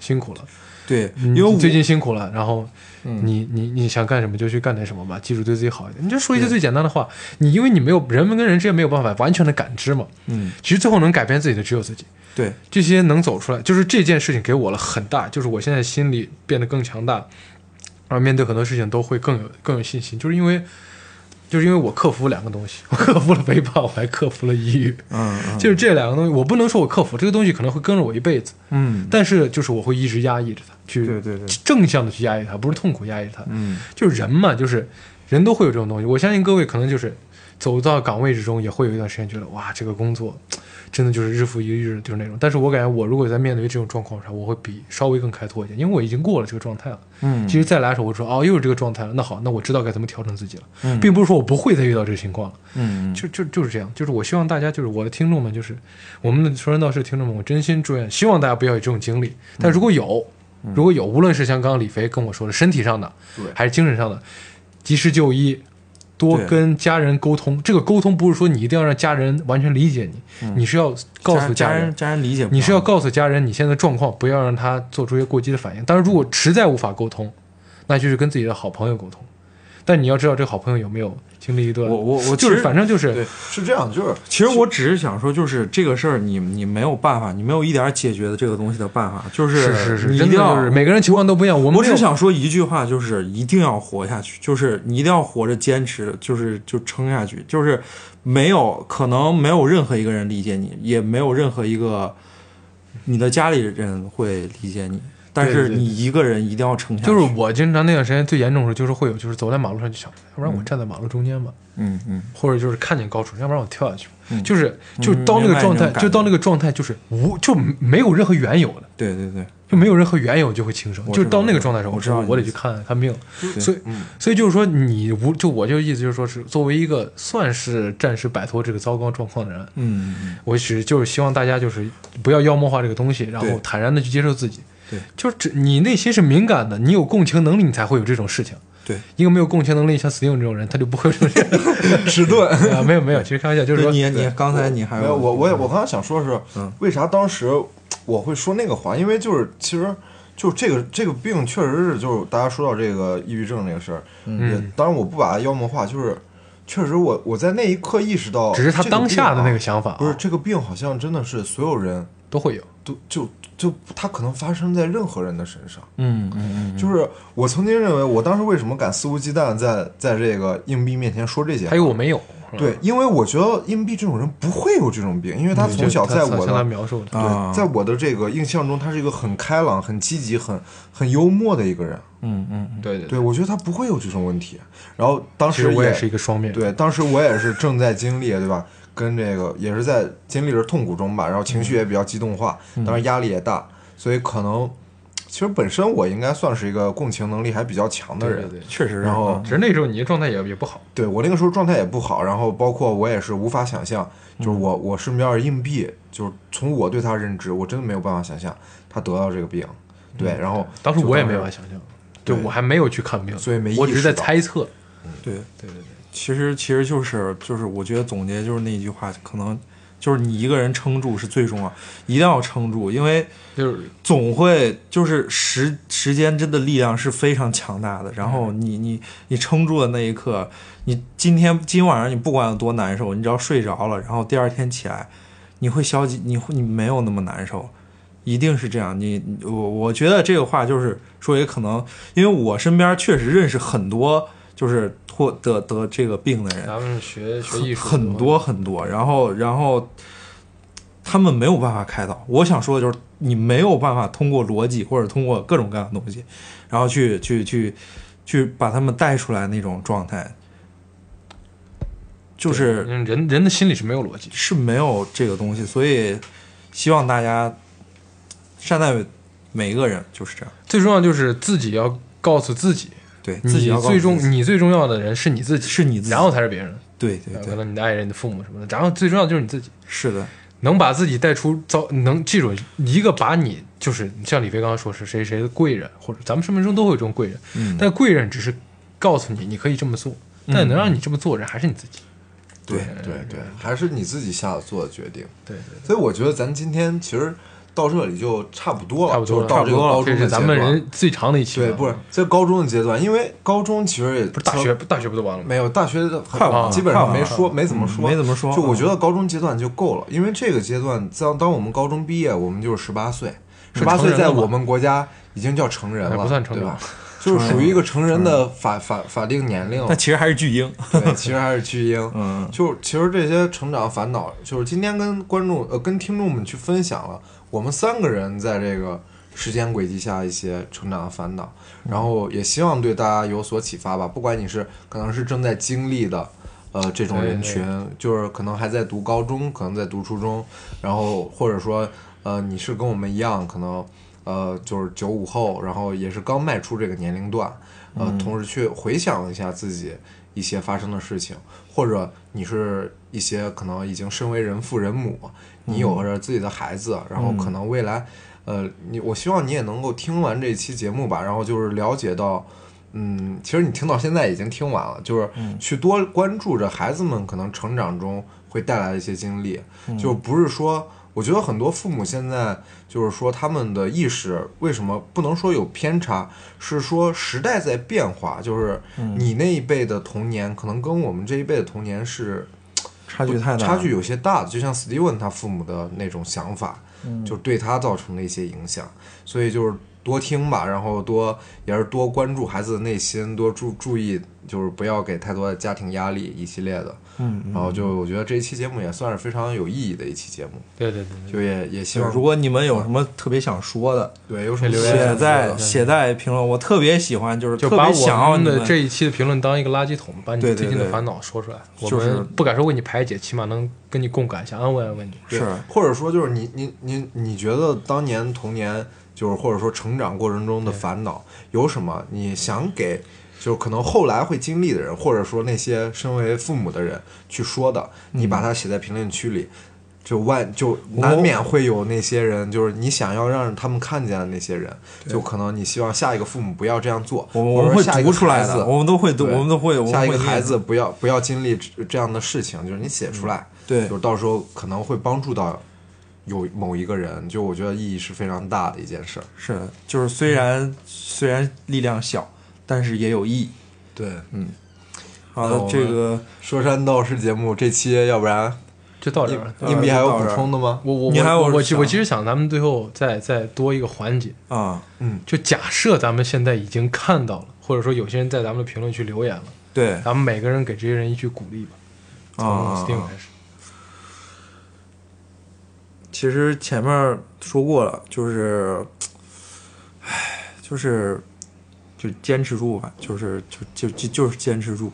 Speaker 4: 辛苦了，
Speaker 3: 对，因
Speaker 4: 嗯
Speaker 3: 为我嗯
Speaker 4: 你最近辛苦了，然后你、你你想干什么就去干点什么吧，记住对自己好一点。你就说一些最简单的话，你因为你没有人们跟人之间没有办法完全的感知嘛，
Speaker 3: 嗯，
Speaker 4: 其实最后能改变自己的只有自己。
Speaker 3: 对，
Speaker 4: 这些能走出来，就是这件事情给我了很大，就是我现在心里变得更强大，然后面对很多事情都会更有更有信心，就是因为就是因为我克服两个东西， 我克服了肥胖，我还克服了抑郁，
Speaker 3: 嗯嗯
Speaker 4: 就是这两个东西，我不能说我克服这个东西可能会跟着我一辈子，
Speaker 3: 嗯，
Speaker 4: 但是就是我会一直压抑着它，去
Speaker 3: 对对对
Speaker 4: 正向的去压抑它，不是痛苦压抑它，
Speaker 3: 嗯，
Speaker 4: 就是人嘛，就是人都会有这种东西。我相信各位可能就是走到岗位之中，也会有一段时间觉得哇，这个工作真的就是日复一日，就是那种。但是我感觉我如果在面对这种状况的时候，我会比稍微更开拓一点，因为我已经过了这个状态了。
Speaker 3: 嗯
Speaker 4: 其实再来的时候，我说哦，又是这个状态了，那好，那我知道该怎么调整自己了，并不是说我不会再遇到这个情况了。
Speaker 3: 嗯，
Speaker 4: 就就就是这样，就是我希望大家，就是我的听众们，就是我们的说人道事听众们，我真心祝愿，希望大家不要有这种经历。但如果有，
Speaker 3: 嗯
Speaker 4: 如果有，无论是像刚刚李飞跟我说的身体上的，还是精神上的，及时就医，多
Speaker 3: 对
Speaker 4: 跟家人沟通。这个沟通不是说你一定要让家人完全理解你，你是要告诉
Speaker 3: 嗯家
Speaker 4: 家人
Speaker 3: 人，家人理解不了，
Speaker 4: 你是要告诉家人你现在的状况，不要让他做出一些过激的反应。当然，如果实在无法沟通，那就是跟自己的好朋友沟通。但你要知道，这个好朋友有没有经历一段，
Speaker 3: 我我我
Speaker 4: 就
Speaker 3: 其
Speaker 4: 是
Speaker 3: 实
Speaker 4: 反正就是
Speaker 3: 对
Speaker 1: 是这样，就是
Speaker 3: 其实我只是想说，就是这个事儿，你你没有办法，你没有一点儿解决的这个东西的办法，就是
Speaker 4: 是是，
Speaker 3: 你一
Speaker 4: 真
Speaker 3: 定
Speaker 4: 的
Speaker 3: 要
Speaker 4: 就是每个人情况都不一样。我们
Speaker 3: 我
Speaker 4: 没有
Speaker 3: 只想说一句话，就是一定要活下去，就是你一定要活着坚持，就是就撑下去，就是没有可能没有任何一个人理解你，也没有任何一个你的家里人会理解你，但是你一个人一定要撑下去。
Speaker 4: 就是我经常那段时间最严重的时候，就是会有就是走在马路上就想，要不然我站在马路中间吧，
Speaker 3: 嗯嗯，
Speaker 4: 或者就是看见高处，要不然我跳下去吧，就是就是嗯到那
Speaker 3: 明
Speaker 4: 个
Speaker 3: 白
Speaker 4: 状
Speaker 3: 那种
Speaker 4: 态，
Speaker 3: 感
Speaker 4: 就到
Speaker 3: 觉
Speaker 4: 那个状态，就是无就没有任何缘由的。
Speaker 3: 对对对，
Speaker 4: 就没有任何缘由就会轻生，
Speaker 3: 我知道
Speaker 4: 就是到那个状态的时候，
Speaker 3: 我知道
Speaker 4: 我
Speaker 3: 你
Speaker 4: 我得
Speaker 3: 的
Speaker 4: 去
Speaker 3: 意
Speaker 4: 看看病，所以所以就是说你无就我就意思就是说是作为一个算是暂时摆脱这个糟糕状况的人，
Speaker 3: 嗯嗯
Speaker 4: 我只就是希望大家就是不要妖魔化这个东西，然后
Speaker 3: 对
Speaker 4: 坦然的去接受自己。
Speaker 3: 对，
Speaker 4: 就是这你内心是敏感的，你有共情能力，你才会有这种事情。
Speaker 3: 对，
Speaker 4: 一个没有共情能力像 Steven 这种人，他就不会有这种事
Speaker 1: 迟钝。
Speaker 4: 情 啊。没有没有，其实开玩笑，就是
Speaker 3: 对
Speaker 4: 说
Speaker 3: 你你刚才你还嗯
Speaker 1: 没有，我我也我刚才想说的是，为啥当时我会说那个话？因为就是其实就是这个这个病确实是就是大家说到这个抑郁症这个事儿，
Speaker 3: 嗯
Speaker 1: 也
Speaker 4: 嗯
Speaker 1: 当然我不把它妖魔化，就是确实我我在那一刻意识到，
Speaker 4: 只是他当下的那个想法啊、
Speaker 1: 不是这个病好像真的是所有人
Speaker 4: 都会有。
Speaker 1: 都就就它可能发生在任何人的身上。
Speaker 3: 嗯嗯
Speaker 1: 就是我曾经认为，我当时为什么敢肆无忌惮在在这个硬币面前说这些
Speaker 4: 还
Speaker 1: 话？
Speaker 4: 有嗯我没有，是吧
Speaker 1: 对，因为我觉得硬币这种人不会有这种病，因为他从小
Speaker 4: 他
Speaker 1: 在
Speaker 4: 嗯他
Speaker 1: 我
Speaker 4: 像他
Speaker 1: 的
Speaker 4: 描述的，
Speaker 3: 啊
Speaker 1: 对，在我的这个印象中，他是一个很开朗、很积极、很很幽默的一个人。
Speaker 3: 嗯嗯
Speaker 2: 对对
Speaker 1: 对，我觉得他不会有这种问题。然后当
Speaker 4: 其实
Speaker 1: 时
Speaker 4: 我
Speaker 1: 我
Speaker 4: 也是一个双面人。
Speaker 1: 对，当时我也是正在经历，对吧？跟这个也是在经历着痛苦中吧，然后情绪也比较激动化，
Speaker 4: 嗯
Speaker 1: 当然压力也大，所以可能其实本身我应该算是一个共情能力还比较强的人。
Speaker 4: 对
Speaker 3: 嗯，确实是。
Speaker 1: 然后
Speaker 4: 只是那时候你的状态也也不好，
Speaker 1: 对我那个时候状态也不好，然后包括我也是无法想象，就是我
Speaker 4: 嗯
Speaker 1: 我身边的硬币，就是从我对他认知，我真的没有办法想象他得到这个病。对，然后
Speaker 4: 嗯当时我也没
Speaker 1: 就
Speaker 4: 法想象，就
Speaker 1: 对
Speaker 4: 我还没有去看病，
Speaker 1: 所以没
Speaker 4: 我
Speaker 1: 意
Speaker 4: 只是
Speaker 1: 识
Speaker 4: 在
Speaker 1: 到
Speaker 4: 猜测。
Speaker 3: 对对对对，其实其实就是就是，我觉得总结就是那句话，可能就是你一个人撑住是最重要，一定要撑住，因为
Speaker 4: 就是
Speaker 3: 总会就是时时间真的力量是非常强大的。然后你你你撑住的那一刻，你今天今晚上你不管有多难受，你只要睡着了，然后第二天起来，你会消极，你会你没有那么难受。一定是这样，你我我觉得这个话就是说，也可能因为我身边确实认识很多就是获得得这个病的人，
Speaker 4: 咱们学学
Speaker 3: 很
Speaker 4: 艺术的
Speaker 3: 很多很多，然后然后他们没有办法开导。我想说的就是，你没有办法通过逻辑或者通过各种各样的东西，然后去去去去把他们带出来那种状态。就是
Speaker 4: 嗯人人的心里是没有逻辑的。
Speaker 3: 是没有这个东西，所以希望大家善待每一个人，就是这样。
Speaker 4: 最重要就是自己要告诉自己，
Speaker 3: 对自己
Speaker 4: 你
Speaker 3: 要告诉
Speaker 4: 最重
Speaker 3: 自己
Speaker 4: 你最重要的人是你自己，
Speaker 3: 是你自己
Speaker 4: 然后才是别人，呃
Speaker 3: 对对
Speaker 4: 可
Speaker 3: 对，
Speaker 4: 能你的爱人、你的父母什么的，然后最重要的就是你自己。
Speaker 3: 是的，
Speaker 4: 能把自己带出糟，能记住一个把你就是像李飞刚刚说是谁谁的贵人，或者咱们生命中都会有这种贵人，
Speaker 3: 嗯
Speaker 4: 但贵人只是告诉你你可以这么做，但能让你这么做的人还是你自己。
Speaker 1: 对对对，还是你自己下的做的决定。
Speaker 4: 对对
Speaker 1: 所以我觉得咱今天其实到这里就差不多了，
Speaker 4: 差不多
Speaker 1: 就是到这个高中
Speaker 4: 这
Speaker 1: 的
Speaker 4: 是
Speaker 1: 阶
Speaker 4: 咱们
Speaker 1: 段。
Speaker 4: 人最长的一期了。
Speaker 1: 对，不是在高中的阶段，因为高中其实也
Speaker 4: 不是大学，大学不都完了吗？
Speaker 1: 没有大学的
Speaker 3: 快完了
Speaker 1: 基本
Speaker 3: 快
Speaker 1: 上
Speaker 3: 完了
Speaker 1: 没说，没怎么
Speaker 4: 嗯
Speaker 1: 说，
Speaker 3: 没怎么说
Speaker 1: 就我觉得高中阶段就够了，因为这个阶段，当当我们高中毕业，我们就是十八岁，十八
Speaker 4: 成人
Speaker 1: 岁
Speaker 4: 了
Speaker 1: 在
Speaker 4: 嘛
Speaker 1: 我们国家已经叫成人
Speaker 4: 哎
Speaker 1: 了，
Speaker 4: 不算成
Speaker 1: 对
Speaker 4: 人嗯
Speaker 1: 吧？就是属于一个成人的法法法定年 龄了，
Speaker 3: 但其实还是巨婴。
Speaker 1: 对，其实还是巨婴。
Speaker 3: 嗯，
Speaker 1: 就是其实这些成长烦恼，就是今天跟观众呃跟听众们去分享了我们三个人在这个时间轨迹下一些成长的烦恼，然后也希望对大家有所启发吧。不管你是可能是正在经历的。呃，这种人群就是可能还在读高中，可能在读初中，然后或者说，呃，你是跟我们一样，可能呃就是九五后，然后也是刚迈出这个年龄段，呃，同时去回想了一下自己一些发生的事情，或者你是一些可能已经身为人父人母，你有着自己的孩子，然后可能未来，呃，你我希望你也能够听完这一期节目吧，然后就是了解到。嗯，其实你听到现在已经听完了，就是去多关注着孩子们可能成长中会带来的一些经历，就不是说，我觉得很多父母现在就是说他们的意识为什么不能说有偏差，是说时代在变化，就是你那一辈的童年可能跟我们这一辈的童年是
Speaker 3: 差距太大，
Speaker 1: 差距有些大的，就像 Steven 他父母的那种想法，
Speaker 3: 嗯
Speaker 1: 就对他造成了一些影响，所以就是多听吧，然后多也是多关注孩子的内心，多注注意，就是不要给太多的家庭压力一系列的，
Speaker 3: 嗯，嗯
Speaker 1: 然后就我觉得这一期节目也算是非常有意义的一期节目，
Speaker 4: 对对对对，
Speaker 1: 就也也希
Speaker 3: 就是
Speaker 1: 望
Speaker 3: 如果你们有什么特别想说的，
Speaker 1: 对有什么
Speaker 4: 留言
Speaker 3: 写
Speaker 1: 想
Speaker 3: 在
Speaker 1: 说的
Speaker 3: 写在评论。我特别喜欢，就是
Speaker 4: 就
Speaker 3: 特
Speaker 4: 把
Speaker 3: 别想要
Speaker 4: 我
Speaker 3: 你
Speaker 4: 们的
Speaker 3: 们
Speaker 4: 这一期的评论当一个垃圾桶，把你
Speaker 3: 对
Speaker 4: 最
Speaker 3: 对
Speaker 4: 近的
Speaker 3: 对
Speaker 4: 烦恼说出来。我
Speaker 3: 就是
Speaker 4: 们不敢说为你排解，起码能跟你共感，想安慰安慰你。
Speaker 1: 对
Speaker 3: 是
Speaker 1: 或者说就是你你你你觉得当年童年就是或者说成长过程中的烦恼有什么？你想给就是可能后来会经历的人，或者说那些身为父母的人去说的，
Speaker 3: 嗯
Speaker 1: 你把它写在评论区里。就万就难免会有那些人，就是你想要让他们看见的那些人，就可能你希望下一个父母不要这样做，
Speaker 3: 我们
Speaker 1: 或
Speaker 3: 我
Speaker 1: 者
Speaker 3: 们会
Speaker 1: 下一
Speaker 3: 读
Speaker 1: 个
Speaker 3: 出来
Speaker 1: 孩子
Speaker 3: 的，我们都会读，
Speaker 1: 对
Speaker 3: 我们都会，我们
Speaker 1: 下一个
Speaker 3: 会
Speaker 1: 孩
Speaker 3: 念
Speaker 1: 子不要不要经历这这样的事情，就是你写出来，
Speaker 3: 对
Speaker 1: 就是到时候可能会帮助到有某一个人，就我觉得意义是非常大的一件事儿。
Speaker 3: 是的，就是虽然虽然力量小，但是也有意义。
Speaker 1: 对，
Speaker 3: 好
Speaker 1: 那我
Speaker 3: 的，
Speaker 1: 们
Speaker 3: 这个
Speaker 1: 嗯说山道士节目这期，要不然
Speaker 4: 就到这儿了。
Speaker 3: 嗯
Speaker 1: 硬币还有
Speaker 3: 到
Speaker 1: 补
Speaker 3: 这儿嗯
Speaker 1: 充的吗？
Speaker 4: 我我
Speaker 3: 你还有
Speaker 4: 我我
Speaker 3: 想
Speaker 4: 我其实想咱们最后再再多一个环节，
Speaker 3: 啊，
Speaker 1: 嗯
Speaker 4: 就假设咱们现在已经看到了，或者说有些人在咱们的评论区留言了，
Speaker 3: 对
Speaker 4: 咱们每个人给这些人一句鼓励吧。
Speaker 3: 啊
Speaker 4: 从
Speaker 3: 啊
Speaker 4: Steam
Speaker 3: 啊
Speaker 4: 开始，
Speaker 3: 其实前面说过了，就是，唉，就是就坚持住吧，就是就就就就是坚持住，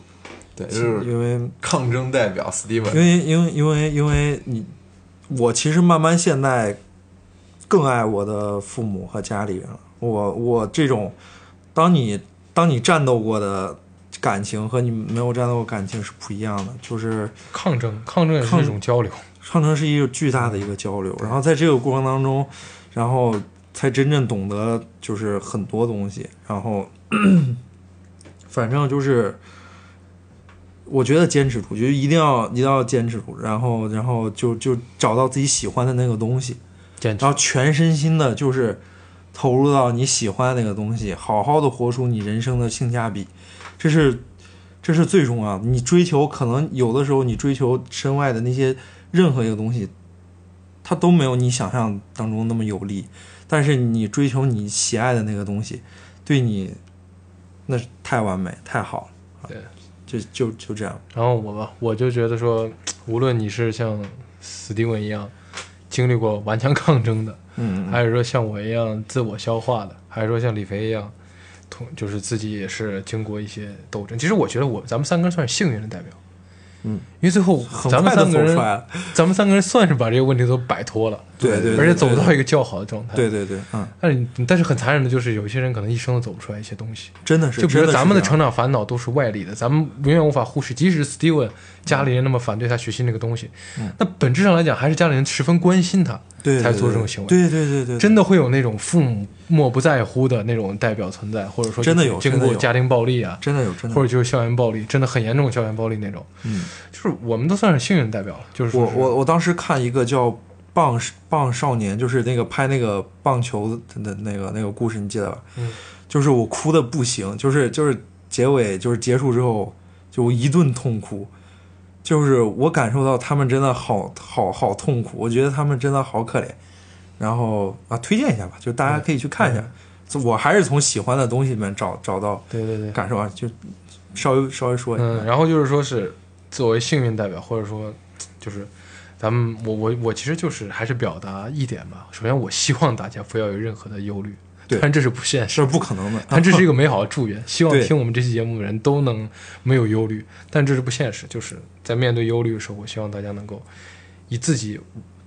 Speaker 1: 对，就是
Speaker 3: 因为
Speaker 1: 抗争代表 Steven，
Speaker 3: 因为因为因为因为你，我其实慢慢现在更爱我的父母和家里人了。我我这种，当你当你战斗过的感情和你没有战斗过感情是不一样的，就是
Speaker 4: 抗争，抗争也是
Speaker 3: 抗
Speaker 4: 一种交流。
Speaker 3: 上成是一个巨大的一个交流。然后在这个过程当中，然后才真正懂得就是很多东西。然后，反正就是，我觉得坚持住，就一定要一定要坚持住。然后，然后就就找到自己喜欢的那个东西，
Speaker 4: 坚持
Speaker 3: 然，后全身心的就是投入到你喜欢的那个东西，好好的活出你人生的性价比，这是这是最重要的。你追求可能有的时候你追求身外的那些任何一个东西，它都没有你想象当中那么有利，但是你追求你喜爱的那个东西，对你那是太完美太好了。
Speaker 4: 对，
Speaker 3: 就就就这样，
Speaker 4: 然后我吧，我就觉得说，无论你是像 Steven 一样经历过顽强抗争的，
Speaker 3: 嗯，
Speaker 4: 还是说像我一样自我消化的，还是说像李飞一样，同就是自己也是经过一些斗争。其实我觉得我咱们三个人算是幸运的代表，嗯，因为最后咱们
Speaker 3: 快地
Speaker 4: 三
Speaker 3: 走
Speaker 4: 个
Speaker 3: 出来
Speaker 4: 人
Speaker 3: 了，
Speaker 4: 咱们三个人算是把这个问题都摆脱了，
Speaker 3: 对对对
Speaker 4: 而且走到一个较好的状态。
Speaker 3: 对对对，嗯，
Speaker 4: 但是你但是很残忍的就是，有些人可能一生都走不出来一些东西。
Speaker 3: 真的是，
Speaker 4: 就比如
Speaker 3: 真
Speaker 4: 咱
Speaker 3: 是
Speaker 4: 们的
Speaker 3: 这
Speaker 4: 成
Speaker 3: 样，
Speaker 4: 长烦恼都是外力的，咱们永远无法忽视。即使 Steven 家里人那么反对他学习那个东西，那本质上来讲还是家里人十分关心他，
Speaker 3: 嗯对对
Speaker 4: 才做
Speaker 3: 对
Speaker 4: 这种行为。
Speaker 3: 对对对对，
Speaker 4: 真的会有那种父母漠不在乎的那种代表存在，或者说
Speaker 3: 真的有
Speaker 4: 经
Speaker 3: 真的
Speaker 4: 过
Speaker 3: 有嗯
Speaker 4: 家庭暴力啊，
Speaker 3: 真的有真的有
Speaker 4: 或者就是校园暴力，真的很严重的校园暴力那种。嗯，就是我们都算是幸运的代表了，就是说
Speaker 3: 我
Speaker 4: 是
Speaker 3: 我我当时看一个叫《棒棒少年》，就是那个拍那个棒球的那个那个故事，你记得吧？
Speaker 4: 嗯，
Speaker 3: 就是我哭的不行，就是就是结尾就是结束之后就我一顿痛哭，就是我感受到他们真的好好好痛苦，我觉得他们真的好可怜。然后啊，推荐一下吧，就大家可以去看一下。这我还是从喜欢的东西里面找找到
Speaker 4: 对对对，
Speaker 3: 感受啊，就稍微稍微说一下。
Speaker 4: 嗯，然后就是说是作为幸运代表，或者说就是咱们我我我其实就是还是表达一点吧。首先，我希望大家不要有任何的忧虑，
Speaker 3: 对
Speaker 4: 但这是不现实
Speaker 3: 这是。不可能的，
Speaker 4: 但这是一 个美好的祝愿，希望
Speaker 3: 对
Speaker 4: 听我们这期节目的人都能没有忧虑，但这是不现实。就是在面对忧虑的时候，我希望大家能够以自己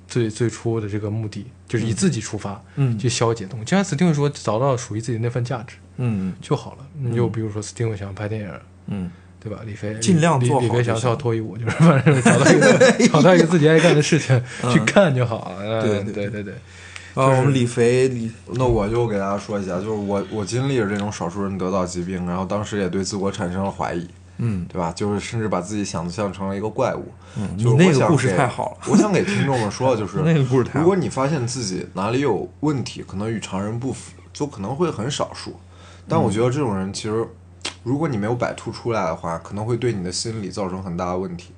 Speaker 4: 最最初的这个目的，就是以自己出发，
Speaker 3: 嗯
Speaker 4: 去消解东西。就像 Steven 说，找到属于自己那份价值
Speaker 3: 嗯
Speaker 4: 就好了。你就比如说 Steven 想拍电影，
Speaker 3: 嗯。
Speaker 4: 对吧？李飞
Speaker 3: 尽量做好
Speaker 4: 李李飞想
Speaker 3: 就行
Speaker 4: 跳脱衣舞，就是反正找到 一个找到一个自己爱干的事情去干就好了。
Speaker 3: 嗯对
Speaker 4: 嗯
Speaker 3: 对
Speaker 4: 对对对，
Speaker 3: 啊，我们李肥李
Speaker 1: 那我就给大家说一下，就是我我经历了这种少数人得到疾病，然后当时也对自我产生了怀疑，
Speaker 3: 嗯，
Speaker 1: 对吧？就是甚至把自己想象成了一个怪物。嗯，
Speaker 3: 你那个故事太好了。
Speaker 1: 我想给听众们说的就是
Speaker 3: 那个故事太好了
Speaker 1: 如果你发现自己哪里有问题，可能与常人不符，就可能会很少数。但
Speaker 3: 嗯
Speaker 1: 我觉得这种人其实，如果你没有摆脱出来的话，可能会对你的心理造成很大的问题。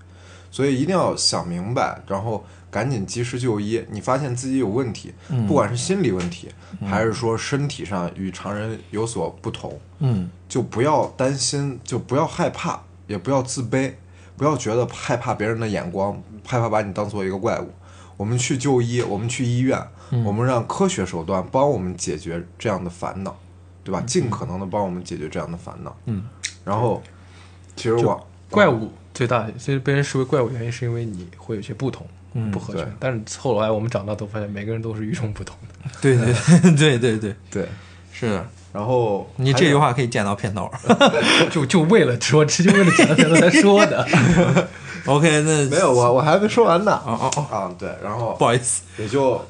Speaker 1: 所以一定要想明白，然后赶紧及时就医。你发现自己有问题，
Speaker 3: 嗯
Speaker 1: 不管是心理问题，还是说身体上与常人有所不同，
Speaker 3: 嗯，
Speaker 1: 就不要担心，就不要害怕，也不要自卑，不要觉得害怕别人的眼光，害怕把你当做一个怪物。我们去就医，我们去医院，我们让科学手段帮我们解决这样的烦恼，对吧？尽可能的帮我们解决这样的烦恼。嗯，然后其实我
Speaker 4: 怪物最大最被人视为怪物的原因，是因为你会有些不同，
Speaker 3: 嗯
Speaker 4: 不合群
Speaker 1: 对。
Speaker 4: 但是后来我们长大都发现，每个人都是与众不同的。
Speaker 3: 对对对对对，
Speaker 1: 对，
Speaker 3: 是的，
Speaker 1: 然后
Speaker 3: 你
Speaker 1: 还
Speaker 3: 这句
Speaker 1: 有
Speaker 3: 话可以剪到片头。
Speaker 4: 就就为了说，这就为了讲才才说 的。
Speaker 3: OK，那
Speaker 1: 没有我我还没说完呢。
Speaker 3: 哦哦哦，
Speaker 1: 啊，对，然后
Speaker 3: 不好意思，
Speaker 1: 也就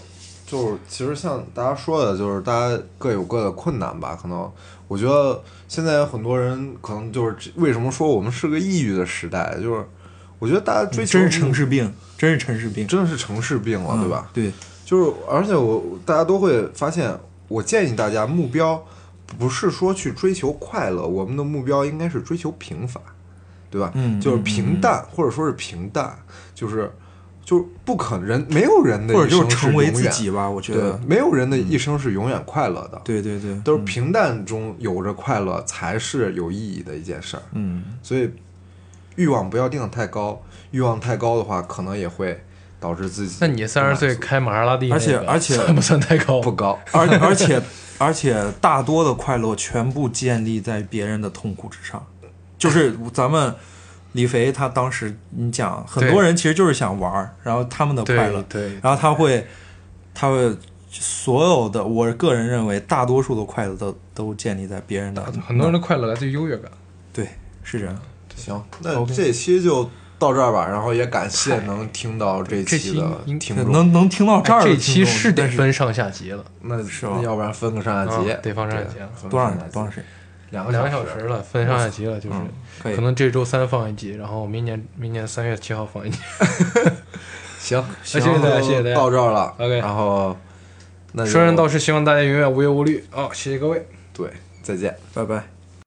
Speaker 1: 就是其实像大家说的，就是大家各有各的困难吧。可能我觉得现在有很多人可能就是为什么说我们是个抑郁的时代，就是我觉得大家追求
Speaker 3: 真是城市病，真是城市病，
Speaker 1: 真的是城市病了，
Speaker 3: 嗯
Speaker 1: 对吧？
Speaker 3: 对，
Speaker 1: 就是而且我大家都会发现，我建议大家目标不是说去追求快乐，我们的目标应该是追求平凡，对吧？
Speaker 3: 嗯
Speaker 1: 就是平淡，或者说是平淡，就是就是不可人没有人的
Speaker 3: 或者就
Speaker 1: 一生
Speaker 3: 是
Speaker 1: 是
Speaker 3: 成为
Speaker 1: 永
Speaker 3: 自
Speaker 1: 远
Speaker 3: 己吧，我觉
Speaker 1: 对
Speaker 3: 得，，
Speaker 1: 没有人的一生是永远快乐的，
Speaker 3: 对对对，
Speaker 1: 都是平淡中有着快乐才是有意义的一件事儿。
Speaker 3: 嗯，
Speaker 1: 所以欲望不要定的太高，欲望太高的话，可能也会导致自己
Speaker 4: 那你三十岁开玛莎拉蒂那
Speaker 3: 而
Speaker 4: 个，
Speaker 3: 且而且
Speaker 4: 算不算太高？
Speaker 1: 不高。
Speaker 3: 而而且
Speaker 2: 而且大多的快乐全部建立在别人的痛苦之上。
Speaker 3: 就是咱们李肥他当时你讲，很多
Speaker 4: 对
Speaker 3: 人其实就是想玩儿，然后他们的
Speaker 4: 对
Speaker 3: 快乐，
Speaker 4: 对
Speaker 3: 然后他会，他会所有的，我个人认为，大多数的快乐都都建立在别人的，
Speaker 4: 很多人的快乐来自于优越感。
Speaker 3: 对，是这样。
Speaker 1: 行，那这期就到这儿吧，然后也感谢能听到这
Speaker 4: 这
Speaker 1: 期
Speaker 4: 期
Speaker 1: 的
Speaker 4: 应
Speaker 1: 听众，
Speaker 3: 能能听到这儿的
Speaker 4: 哎这
Speaker 3: 听众，
Speaker 4: 期是得
Speaker 3: 但
Speaker 4: 分上下集了，
Speaker 1: 那
Speaker 3: 是吧
Speaker 1: 那要不然分个上下集，
Speaker 4: 啊得放上下集
Speaker 1: 对
Speaker 4: 了
Speaker 1: 分个
Speaker 3: 多少
Speaker 1: 上下
Speaker 3: 人？
Speaker 1: 集
Speaker 3: 多长时间？嗯
Speaker 1: 两个
Speaker 4: 两个
Speaker 1: 小
Speaker 4: 小时了，分上下集了，就是。
Speaker 3: 可以，
Speaker 4: 可能这周三放一集，然后明年明年三月七号放一集。
Speaker 1: 行，
Speaker 4: 啊谢谢大家谢谢大家
Speaker 1: 到这儿了
Speaker 4: OK
Speaker 1: 然后那就
Speaker 4: 说人道是希望大家永远无忧无虑哦，谢谢各位。
Speaker 1: 对，再见。
Speaker 3: 拜拜。